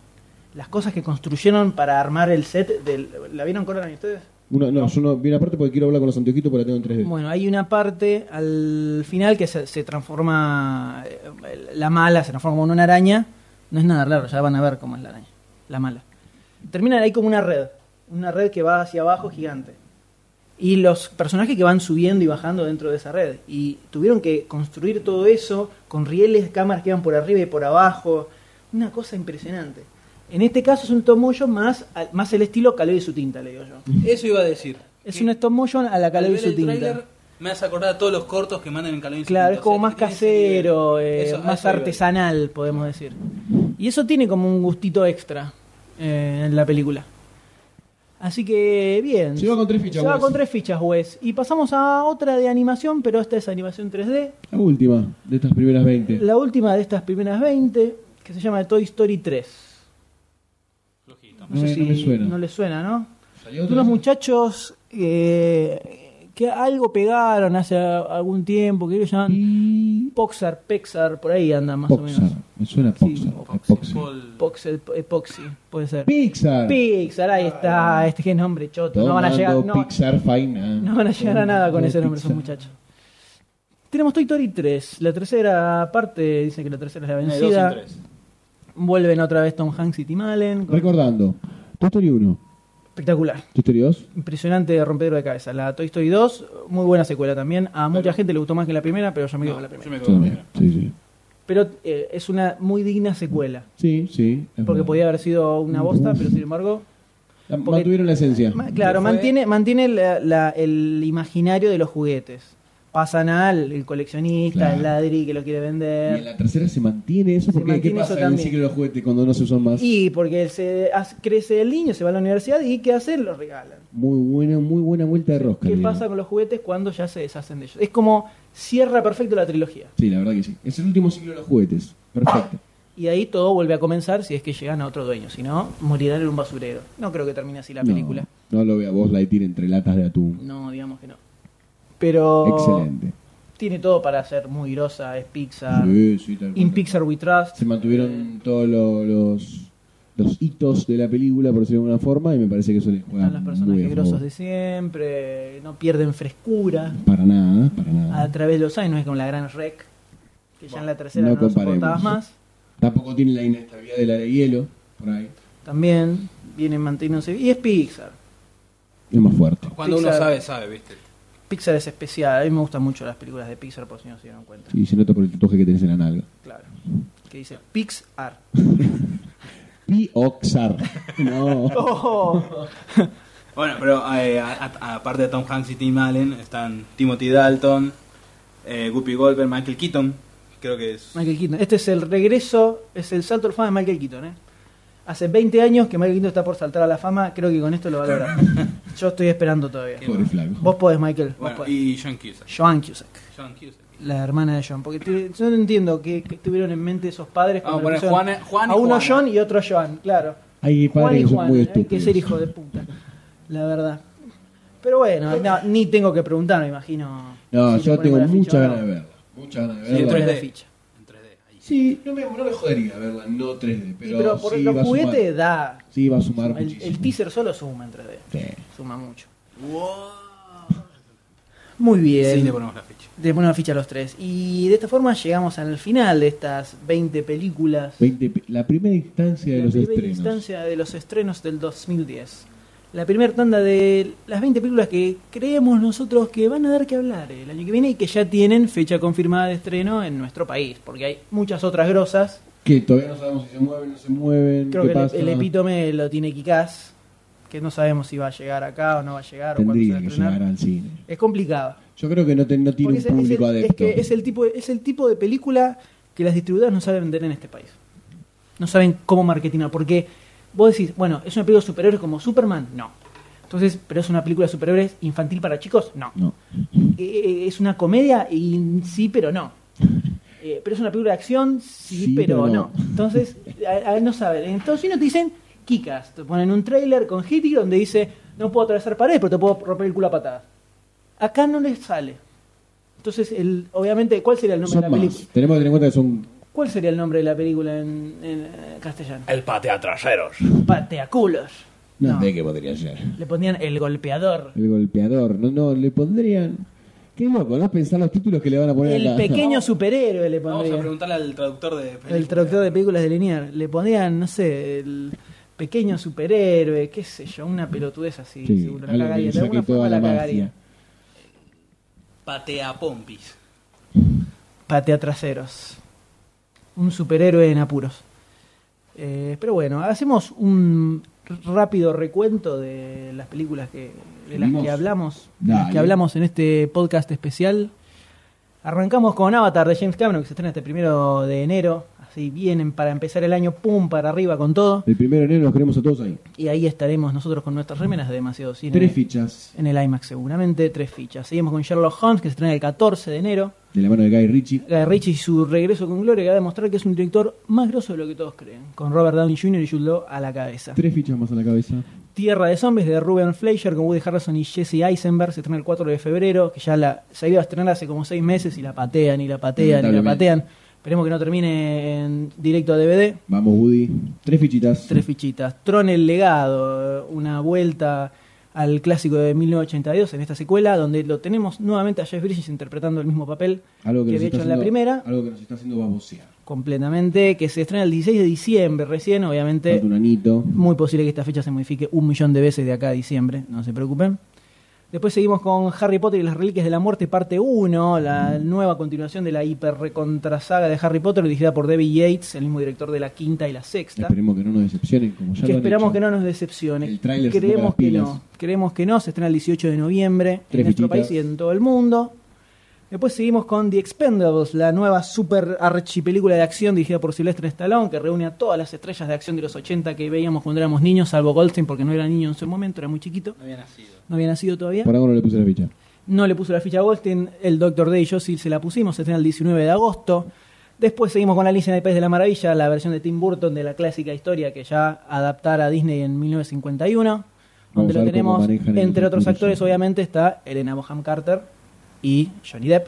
B: Las cosas que construyeron para armar el set del... ¿La vieron Coraline ustedes?
C: Uno- no, yo no vi una parte porque quiero hablar con los anteojitos porque la tengo en 3D.
B: Bueno, hay una parte al final que se, se transforma, eh, la mala se transforma en una araña. No es nada raro, ya van a ver cómo es la araña, la mala. Termina ahí como una red, una red que va hacia abajo gigante. Y los personajes que van subiendo y bajando dentro de esa red. Y tuvieron que construir todo eso con rieles, cámaras que iban por arriba y por abajo. Una cosa impresionante. En este caso es un stop motion más, al- más el estilo Caleb y su tinta, le digo yo.
D: Eso iba a decir.
B: Es
D: Que
B: un stop motion a la
D: al
B: Caleb y
D: ver
B: su
D: el
B: tinta.
D: tráiler Me hace acordar a todos los cortos que mandan en Calón
B: Claro, es como más casero, eh, más
D: artesano
B: artesanal, podemos decir. Y eso tiene como un gustito extra eh, en la película. Así que, bien.
C: Se va con tres fichas,
B: Se va
C: Wes.
B: con tres fichas, Wes. Y pasamos a otra de animación, pero esta es animación 3D.
C: La última de estas primeras 20.
B: La última de estas primeras 20, que se llama Toy Story 3.
C: No, me- no me suena.
B: No le suena, ¿no?
E: Salió
B: Unos muchachos eh, que algo pegaron hace algún tiempo, que ellos llaman
C: Y...
B: Poxar, Pexar, por ahí anda más o
C: Poxar.
B: menos.
C: Me suena a Poxar.
B: Sí,
C: a Poxar.
B: Poxel, Epoxy, puede ser.
C: Pixar.
B: Pixar, ahí está, este que es nombre choto. No van a llegar,
C: Tomando
B: no,
C: Pixar Fine.
B: no van a llegar a nada con
C: Tomando
B: ese nombre esos
C: Pixar.
B: muchachos. Tenemos Toy Story 3, la tercera parte, dicen que la tercera es la vencida. Vuelven otra vez Tom Hanks y Tim Allen. con-
C: Recordando. Toy Story 1.
B: Espectacular.
C: Toy Story 2.
B: Impresionante rompedero de cabeza. La Toy Story 2, muy buena secuela también. A mucha gente le gustó más que la primera, pero yo me quedo con la primera.
C: Yo también. Sí, sí.
B: Pero eh, es una muy digna secuela.
C: Sí, sí. es
B: Porque
C: verdad.
B: podía haber sido una bosta,
C: Uf.
B: pero sin embargo
C: La-
B: porque-
C: Mantuvieron la esencia.
B: Ma- Claro,
D: Fue-
B: mantiene, mantiene la- la- el imaginario de los juguetes. Pasan al el coleccionista,
C: Claro.
B: el ladri que lo quiere
C: Y en
B: vender.
C: la tercera se mantiene
B: Se
C: eso. Porque ¿qué
B: mantiene
C: pasa
B: eso
C: en el
B: también.
C: ciclo de los juguetes cuando no se usan más?
B: Y porque él se hace- crece el niño, se va a la universidad y ¿qué hacen? Los regalan.
C: Muy buena, muy buena vuelta de rosca.
B: ¿Qué
C: digamos.
B: pasa con los juguetes cuando ya se deshacen de ellos? Es como cierra perfecto la trilogía.
C: Sí, la verdad que sí. Es el último ciclo de los juguetes. Perfecto.
B: Y ahí todo vuelve a comenzar si es que llegan a otro dueño. Si no, morirán en un basurero. No creo que termine así la
C: No,
B: película.
C: No, lo vea vos Lightyear entre latas de atún.
B: No, digamos que no. Pero
C: Excelente.
B: tiene todo para ser muy grosa, es Pixar.
C: Sí, sí, tal cual.
B: In Pixar We Trust.
C: Se mantuvieron todos lo- los, los hitos de la película, por decirlo de alguna forma, y me parece que eso les juega
B: Están los personajes
C: muy a favor.
B: grosos de siempre, no pierden frescura
C: Para nada, para
B: a
C: nada.
B: través de los años, no es como la gran rec, que ya en la tercera no,
C: no
B: la
C: comparemos.
B: soportabas más.
C: Tampoco tiene la inestabilidad del área de hielo, por ahí.
B: También vienen manteniéndose. Y es Pixar.
C: Es más fuerte.
D: Cuando uno
B: Pixar.
D: sabe, sabe, viste.
B: Pixar es especial, a mí me gustan mucho las películas de Pixar, por si no se dieron cuenta.
C: Y se nota por el tatuaje que tenés en la nalga.
B: Claro. Que dice Pixar. [laughs]
C: Pioxar. No.
B: Oh,
D: Bueno, pero eh, a- a- aparte de Tom Hanks y Tim Allen, están Timothy Dalton, eh, Guppy Goldberg, Michael Keaton. Creo que es.
B: Michael Keaton. Este es el regreso, es el salto al fama de Michael Keaton, ¿eh? Hace 20 años que Michael Keaton está por saltar a la fama, creo que con esto lo va a lograr. Yo estoy esperando todavía.
C: Pobre flaco.
B: Vos podés, Michael. Vos
D: Bueno,
B: podés.
D: y John Cusack.
B: Joan Cusack,
D: John Cusack.
B: la hermana de John. Porque te- yo no entiendo qué, qué tuvieron en mente esos padres.
D: Vamos a
B: cuando
D: poner
B: pusieron
D: Juana- Ah, Juan y
B: a uno
D: Juana.
B: John y otro Joan, claro.
C: Hay
B: Juan
C: padres
B: y
C: que son
B: Juan,
C: muy
B: hay
C: estúpidos.
B: que ser hijo de puta, la verdad. Pero bueno, no, ni tengo que preguntar, me imagino.
C: No,
B: si le
C: yo
B: ponen
C: tengo
B: la ficha
C: muchas
B: o
C: ganas de
B: no.
C: verla. Muchas ganas de
D: Sí,
C: verla.
B: Ponen la
D: 3D.
B: ficha.
D: En 3D. ahí.
C: Sí, no me, no me jodería verla, no 3D,
B: Sí,
C: pero,
B: Pero, por
C: sí, va
B: los
C: a sumar.
B: juguetes da.
C: Sí, va a sumar
B: El,
C: muchísimo.
B: el teaser solo suma en 3D,
C: Sí.
B: suma mucho.
D: Wow.
B: Muy
D: Sí,
B: bien.
D: le ponemos la ficha.
B: le ponemos la ficha a los tres. Y de esta forma llegamos al final de estas 20 películas.
C: 20 pe- la primera instancia de
B: la
C: los
B: primera
C: estrenos.
B: instancia de los estrenos del 2010. La primera tanda de las 20 películas que creemos nosotros que van a dar que hablar el año que viene y que ya tienen fecha confirmada de estreno en nuestro país, porque hay muchas otras grosas.
C: Que todavía no sabemos si se mueven, no se mueven.
B: Creo
C: qué
B: que el,
C: pasa.
B: el epítome lo tiene Kikaz, que no sabemos si va a llegar acá o no va a llegar o
C: Tendría
B: cuándo
C: que
B: se va a
C: llegar
B: estrenar.
C: al cine.
B: Es complicado.
C: Yo creo que no, te- no tiene
B: Porque
C: un público
B: el,
C: adepto.
B: que es el tipo es el tipo de película que las distribuidoras no saben vender en este país. No saben cómo marketingar, porque vos decís, bueno, es una película superior como Superman, no. Entonces, ¿pero es una película de superhéroes infantil para chicos? No.
C: No.
B: Eh, ¿Es una comedia? Y sí, pero
C: [laughs]
B: no. Eh, ¿Pero es una película de acción? Sí,
C: Sí,
B: pero,
C: pero
B: no.
C: no.
B: Entonces, a- a- no saben. En Estados Unidos te dicen Kikas. Te ponen un trailer con Hitty donde dice no puedo atravesar paredes, pero te puedo romper el culo a patadas. Acá no les sale. Entonces, el, obviamente, ¿cuál sería el nombre
C: Son
B: de la
C: más.
B: película?
C: Tenemos que tener en cuenta que son.
B: ¿Cuál sería el nombre de la película en, en, eh, castellano?
H: El patea traseros.
B: Pateaculos.
C: No,
B: No.
C: sé qué podría ser.
B: Le ponían el golpeador.
C: El golpeador. No, no, le pondrían. Qué loco, ¿no? Pensar los títulos que le van a poner
B: El
C: acá.
B: pequeño superhéroe le
D: Vamos a
B: pondrían.
D: preguntarle al traductor de películas.
B: El traductor de películas de Linier. Le ponían, no sé, el pequeño superhéroe, qué sé yo, una pelotudez así.
C: Sí,
B: seguro, la
C: algo que
B: cagaría. De
C: saque
B: alguna
C: toda
B: forma la,
C: la
B: cagaría.
C: magia.
D: Patea Pompis.
B: Patea traseros. Un superhéroe en apuros. Eh, pero bueno, hacemos un rápido recuento de las películas que, de las que
C: Vimos.
B: hablamos, de
C: Dale.
B: las que hablamos en este podcast especial. Arrancamos con Avatar de James Cameron, que se estrena este primero de enero. Así vienen para empezar el año, pum, para arriba con todo.
C: El primero de enero nos queremos a todos ahí.
B: Y ahí estaremos nosotros con nuestras remeras de demasiado cine.
C: Tres fichas
B: En el IMAX seguramente, tres fichas. Seguimos con Sherlock Holmes, que se estrena el 14 de enero.
C: de la mano de Guy Ritchie.
B: Guy Ritchie y su regreso con Gloria que va a demostrar que es un director más grosso de lo que todos creen, con Robert Downey Jr. y Jude Law a la cabeza.
C: Tres fichas más a la cabeza.
B: Tierra de Zombies de Ruben Fleischer con Woody Harrison y Jesse Eisenberg se estrena el 4 de febrero, que ya la, se iba a estrenar hace como seis meses y la patean y la patean y la
C: Lamentablemente.
B: patean. Esperemos que no termine en directo a DVD.
C: Vamos, Woody. Tres fichitas.
B: Tres fichitas. Tron el legado, eh, una vuelta al clásico de 1982 en esta secuela, donde lo tenemos nuevamente a Jeff Bridges interpretando el mismo papel
C: Algo
B: que
C: que,
B: había
C: nos está
B: hecho en la
C: haciendo-
B: primera.
C: Algo que nos está haciendo babosear.
B: completamente, que se estrena el 16 de diciembre recién, obviamente.
C: Falta un anito.
B: Muy posible que esta fecha se modifique un millón de veces de acá a diciembre, no se preocupen. Después seguimos con Harry Potter y las Reliquias de la Muerte, parte 1, la nueva continuación de la hiper recontra saga de Harry Potter, dirigida por Debbie Yates, el mismo director de la quinta y la sexta.
C: Esperemos que no nos decepcionen, como ya
B: Que
C: lo han
B: esperamos
C: hecho.
B: que no nos decepcione.
C: El tráiler se
B: Creemos
C: pone
B: que
C: las
B: no. Creemos que no. Se estrena el 18 de noviembre en
C: Tres
B: nuestro
C: fichitas.
B: país y en todo el mundo. Después seguimos con The Expendables, la nueva super archipelícula de acción dirigida por Sylvester Stallone, que reúne a todas las estrellas de acción de los 80 que veíamos cuando éramos niños, salvo Goldstein, porque no era niño en su momento, era muy chiquito,
D: No había nacido.
B: no había nacido todavía.
C: Por algo no le puse la ficha.
B: No le puso la ficha a Goldstein, el Doctor Day y yo sí se la pusimos, se estrena el 19 de agosto. Después seguimos con la Alicia en el País de la Maravilla, la versión de Tim Burton de la clásica historia que ya adaptara a Disney en 1951, donde
C: Vamos a
B: lo
C: ver cómo
B: tenemos,
C: manejan el
B: entre otros
C: recurso.
B: actores obviamente, está Elena Boham Carter y Johnny Depp,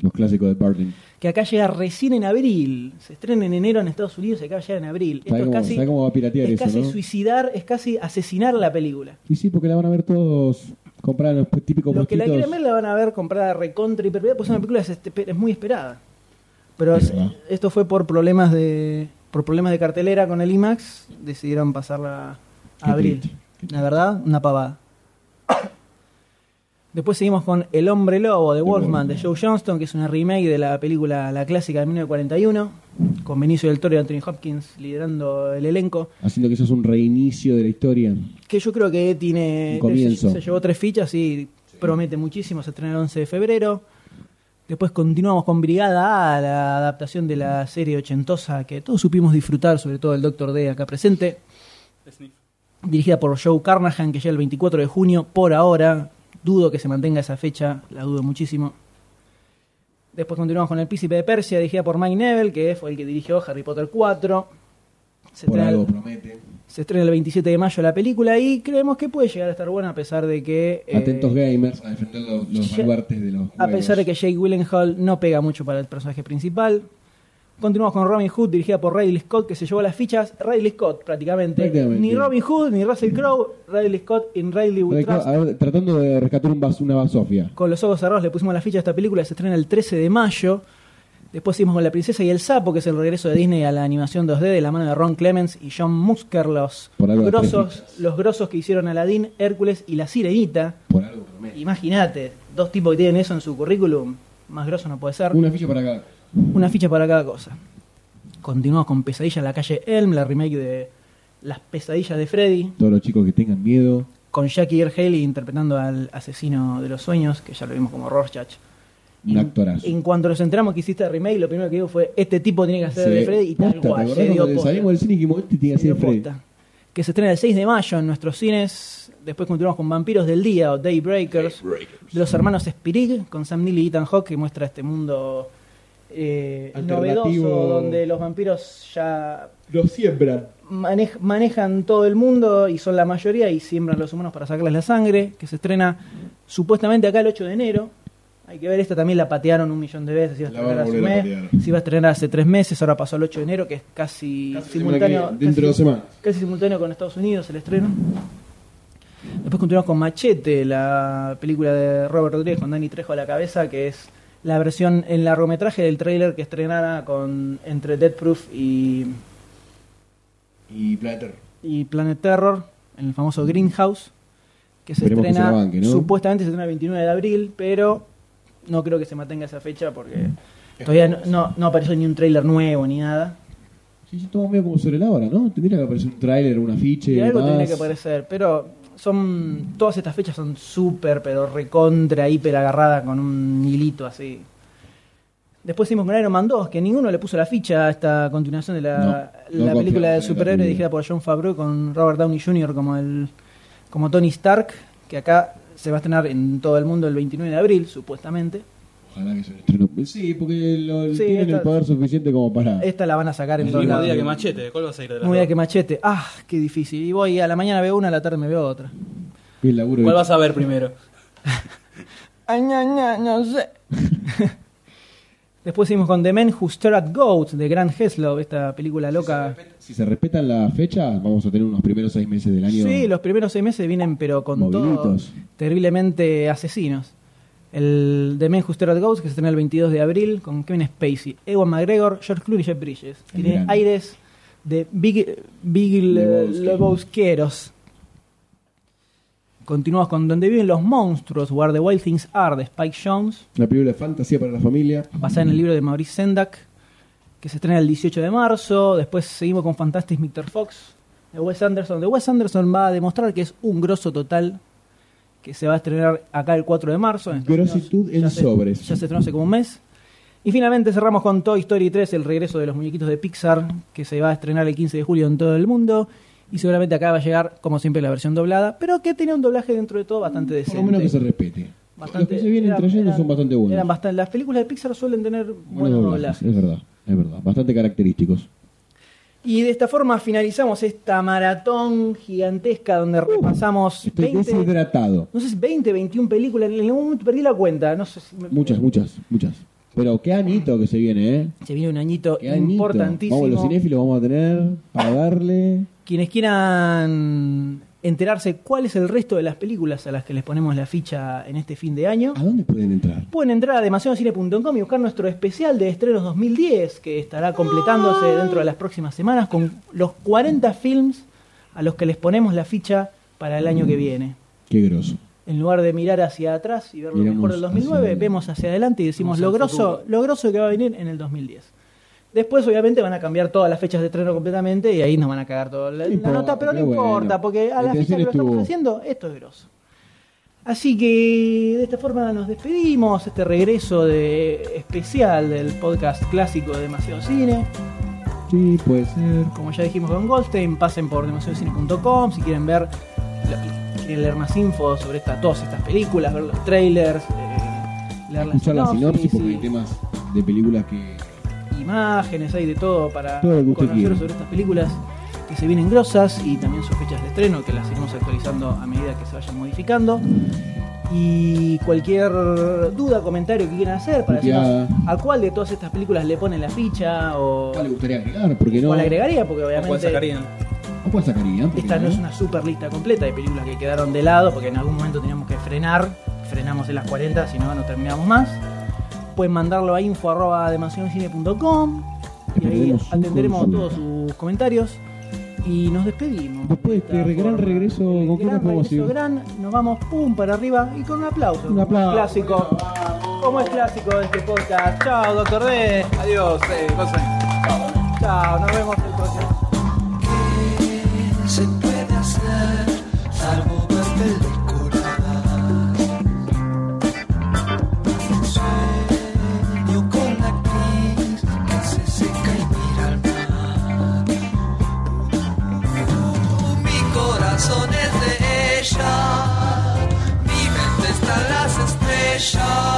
C: Los clásicos de Barton.
B: que acá llega recién en abril, se estrena en enero en Estados Unidos y acá llega en abril. Esto
C: ¿Sabes
B: es
C: cómo,
B: casi,
C: sabe cómo va a piratear
B: es
C: eso,
B: casi
C: no?
B: suicidar, es casi asesinar la película.
C: Y sí, porque la van a ver todos comprar los típicos
B: Los que la
C: puestitos.
B: quieren ver la van a ver comprada recontra y perpetua, pues es una película que es, este- es muy esperada. Pero
C: Es
B: es-
C: verdad.
B: esto fue por problemas de por problemas de cartelera con el IMAX, decidieron pasarla a
C: Qué
B: abril.
C: triste, qué
B: La verdad, una pavada. Después seguimos con El hombre lobo de Wolfman de Joe Johnston, que es una remake de la película la clásica de 1941 con Benicio del Toro y Anthony Hopkins liderando el elenco
C: Haciendo que eso es un reinicio de la historia.
B: que yo creo que tiene
C: Un comienzo.
B: Se, se llevó tres fichas y promete muchísimo, se estrena el 11 de febrero. Después continuamos con Brigada A, la adaptación de la serie ochentosa que todos supimos disfrutar, sobre todo el Doctor D acá presente,
D: Sniff.
B: dirigida por Joe Carnahan, que llega el 24 de junio, por ahora. Dudo que se mantenga esa fecha, la dudo muchísimo. Después continuamos con El Príncipe de Persia, dirigida por Mike Neville, que fue el que dirigió Harry Potter 4. Se
C: Por
B: estrena el-
C: algo promete.
B: se estrena el 27 de mayo la película y creemos que puede llegar a estar buena a pesar de que... eh,
C: Atentos gamers a defender los, los
B: ya-
C: baluartes de los
B: A
C: juegos.
B: pesar de que Jake Willenhall no pega mucho para el personaje principal. Continuamos con Robin Hood, dirigida por Ridley Scott, que se llevó las fichas. Ridley Scott, prácticamente.
C: Prácticamente.
B: Ni Robin Hood, ni Russell Crowe. Ridley Scott in Ridley We
C: Pero,
B: Trust.
C: a ver, tratando de rescatar un bas- una basofia.
B: Con los ojos cerrados le pusimos la ficha a esta película, se estrena el 13 de mayo. Después seguimos con La Princesa y el Sapo, que es el regreso de Disney a la animación 2D de la mano de Ron Clements y John Musker, los
C: Por algo
B: grosos, los grosos que hicieron Aladdin, Hércules y La Sirenita.
C: Por algo promete.
B: Imagínate, dos tipos que tienen eso en su currículum, más grosso no puede ser.
C: Una ficha para acá.
B: Una ficha para cada cosa. Continuamos con Pesadilla en la calle Elm, la remake de Las Pesadillas de Freddy,
C: Todos los chicos que tengan miedo.
B: con Jackie Earle Haley interpretando al asesino de los sueños, que ya lo vimos como Rorschach.
C: Un
B: En-
C: actorazo.
B: En cuanto nos enteramos que hiciste el remake, lo primero que digo fue: Este tipo tiene que hacer
C: Se-
B: de Freddy y tal
C: posta, ¿te
B: cual.
C: acordás
B: se dio
C: cuando
B: posta.
C: salimos del cine y dijimos, este tiene que
B: Se dio
C: hacer Freddy?
B: posta. que se estrena el 6 de mayo en nuestros cines. Después continuamos con Vampiros del Día o Daybreakers, de los hermanos Spirig, con Sam Neill y Ethan Hawke, que muestra este mundo eh,
C: Alternativo.
B: novedoso donde los vampiros ya
C: Lo siembran.
B: manej- manejan todo el mundo y son la mayoría y siembran los humanos para sacarles la sangre, que se estrena supuestamente acá el 8 de enero. Hay que ver, esta también la patearon un millón de veces. Iba a
C: La van a
B: estrenar hace un
C: volver a
B: mes,
C: patear.
B: se iba a estrenar hace tres meses, ahora pasó al 8 de enero, que es casi,
C: Casi
B: simultáneo.
C: semana que viene, dentro de dos
B: casi-
C: semanas.
B: casi simultáneo con Estados Unidos el estreno. Después continuamos con Machete, la película de Robert Rodríguez con Danny Trejo a la cabeza, que es la versión en largometraje del tráiler que estrenara con entre Dead Proof y,
C: Y Plater.
B: y Planet Terror, en el famoso Greenhouse, que se
C: Mm. Esperemos que
B: estrena
C: se la banque, ¿no?
B: supuestamente se estrena el 29 de abril, pero no creo que se mantenga esa fecha porque
C: Mm.
B: todavía no, no, no apareció ni un tráiler nuevo ni nada.
C: Sí, sí, todo medio como sobre la hora, ¿no? Tendría que aparecer un tráiler, un afiche.
B: Y algo
C: más.
B: tendría que aparecer, pero son todas estas fechas son súper, pero recontra, hiper agarrada con un hilito así. Después hicimos con Iron Man 2, que ninguno le puso la ficha a esta continuación de la,
C: No, no
B: la película
C: confiamos en
B: de
C: la
B: superhéroe
C: película.
B: dirigida por John Favreau con Robert Downey Jr. como el como Tony Stark, que acá se va a estrenar en todo el mundo el 29 de abril, supuestamente.
C: Ojalá que se lo estrene. Sí, porque lo,
B: Sí,
C: tienen
B: esta-
C: el poder suficiente como para.
B: Esta la van a sacar en
D: El
B: todos
D: mismo
B: lados.
D: día que Machete, ¿cuál vas a ir de las
B: Muy
D: dos?
B: día que machete. Ah, qué difícil. Y voy a la mañana veo una, a la tarde me veo otra.
C: el laburo.
D: ¿Cuál
C: de-
D: vas a ver primero?
B: Ay, ña, ña, no sé. [laughs] Después seguimos con The Men Who Stare at Goats de Grant Heslov, esta película loca.
C: Si se respetan las fechas, vamos a tener unos primeros seis meses del año.
B: Sí, los primeros seis meses vienen, pero con todos
C: Movilitos.
B: terriblemente asesinos. El The Men Who Stare at Goats, que se estrena el 22 de abril, con Kevin Spacey, Ewan McGregor, George Clooney y Jeff Bridges. Que
C: El
B: tiene
C: grande.
B: aires de Big, big
C: Lebowski.
B: Lebowsqueros. Continuamos con Donde viven los monstruos, Where the Wild Things Are, de Spike Jones.
C: Una película de fantasía para la familia.
B: basada en el libro de Maurice Sendak, que se estrena el 18 de marzo. Después seguimos con Fantastic Mr. Fox de Wes Anderson. De Wes Anderson va a demostrar que es un grosso total, que se va a estrenar acá el 4 de marzo. En Estados
C: Grositud
B: Unidos
C: en
B: ya se-
C: sobres.
B: Ya se estrenó hace como un mes. Y finalmente cerramos con Toy Story 3, el regreso de los muñequitos de Pixar, que se va a estrenar el 15 de julio en todo el mundo. Y seguramente acá va a llegar, como siempre, la versión doblada, pero que tiene un doblaje dentro de todo bastante
C: Por
B: decente.
C: lo menos que se respete. los que se vienen
B: eran-
C: trayendo
B: eran-
C: son bastante buenos.
B: eran bastan- las películas de Pixar suelen tener buenos
C: Buenos
B: doblajes.
C: Es verdad, es verdad. Bastante característicos.
B: Y de esta forma finalizamos esta maratón gigantesca donde repasamos
C: Uh, Estoy
B: 20,
C: deshidratado.
B: no sé si 20, 21 películas. En algún momento perdí la cuenta. No sé si me-
C: Muchas, muchas, muchas. Pero qué anito que se viene, ¿eh?
B: Se viene un añito
C: Qué anito.
B: importantísimo.
C: Vamos, los cinéfilos vamos a tener para darle.
B: Quienes quieran enterarse cuál es el resto de las películas a las que les ponemos la ficha en este fin de año.
C: ¿A dónde pueden entrar?
B: Pueden entrar a demasiadocine.com y buscar nuestro especial de estrenos 2010, que estará completándose dentro de las próximas semanas con los 40 films a los que les ponemos la ficha para el año que viene.
C: Qué groso.
B: En lugar de mirar hacia atrás y ver lo
C: Miramos
B: mejor del 2009,
C: hacia-
B: vemos hacia adelante y decimos
D: Vamos
B: lo
D: al
B: grosso,
D: futuro.
B: lo grosso que va a venir en el 2010. Después, obviamente, van a cambiar todas las fechas de estreno completamente y ahí nos van a cagar toda la,
C: No
B: la
C: importa,
B: nota, pero no
C: pero bueno,
B: importa, porque a la fecha que
C: la
B: lo
C: intención
B: estamos
C: estuvo.
B: haciendo, esto es grosso. Así que de esta forma nos despedimos, este regreso de especial del podcast clásico de Demasiado Cine.
C: Sí, puede ser.
B: Como ya dijimos con Goldstein, pasen por demasiadocine.com si quieren ver, quieren leer más info sobre esta- todas estas películas, ver los trailers, eh, leer las
C: Escuchar la sinopsis porque hay
B: y-
C: temas de películas que.
B: imágenes, hay de todo para
C: Todo lo que usted
B: conocer
C: quiera.
B: sobre estas películas que se vienen grosas y también sus fechas de estreno que las seguimos actualizando a medida que se vayan modificando. Y cualquier duda, comentario que quieran hacer para
C: Puteada.
B: decirnos a cuál de todas estas películas le ponen la ficha o
C: ¿Cuál le gustaría agregar? Porque no.
B: cuál agregaría, porque
D: ¿O cuál
B: obviamente
D: sacarían?
C: ¿O cuál sacarían? Porque
B: esta no es una super lista completa de películas que quedaron de lado porque en algún momento teníamos que frenar. Frenamos en las 40, si no, no terminamos más. Pueden mandarlo a info.com y ahí
C: Esperaremos su
B: atenderemos
C: consulta.
B: todos sus comentarios. Y nos despedimos.
C: Después de este gran regreso, ¿con qué
B: gran
C: nos podemos
B: regreso
C: ir?
B: gran, nos vamos pum para arriba y con un aplauso. como es
C: aplauso.
B: Clásico. Como es clásico de este podcast. Chao, doctor D.
D: Adiós, eh, cosas.
B: Chao, nos vemos el próximo.
H: se puede hacer, salvo ver películas. Sueño con la actriz que se seca y mira al mar. Tú, mi canciones de ella. Mi mente está en las estrellas.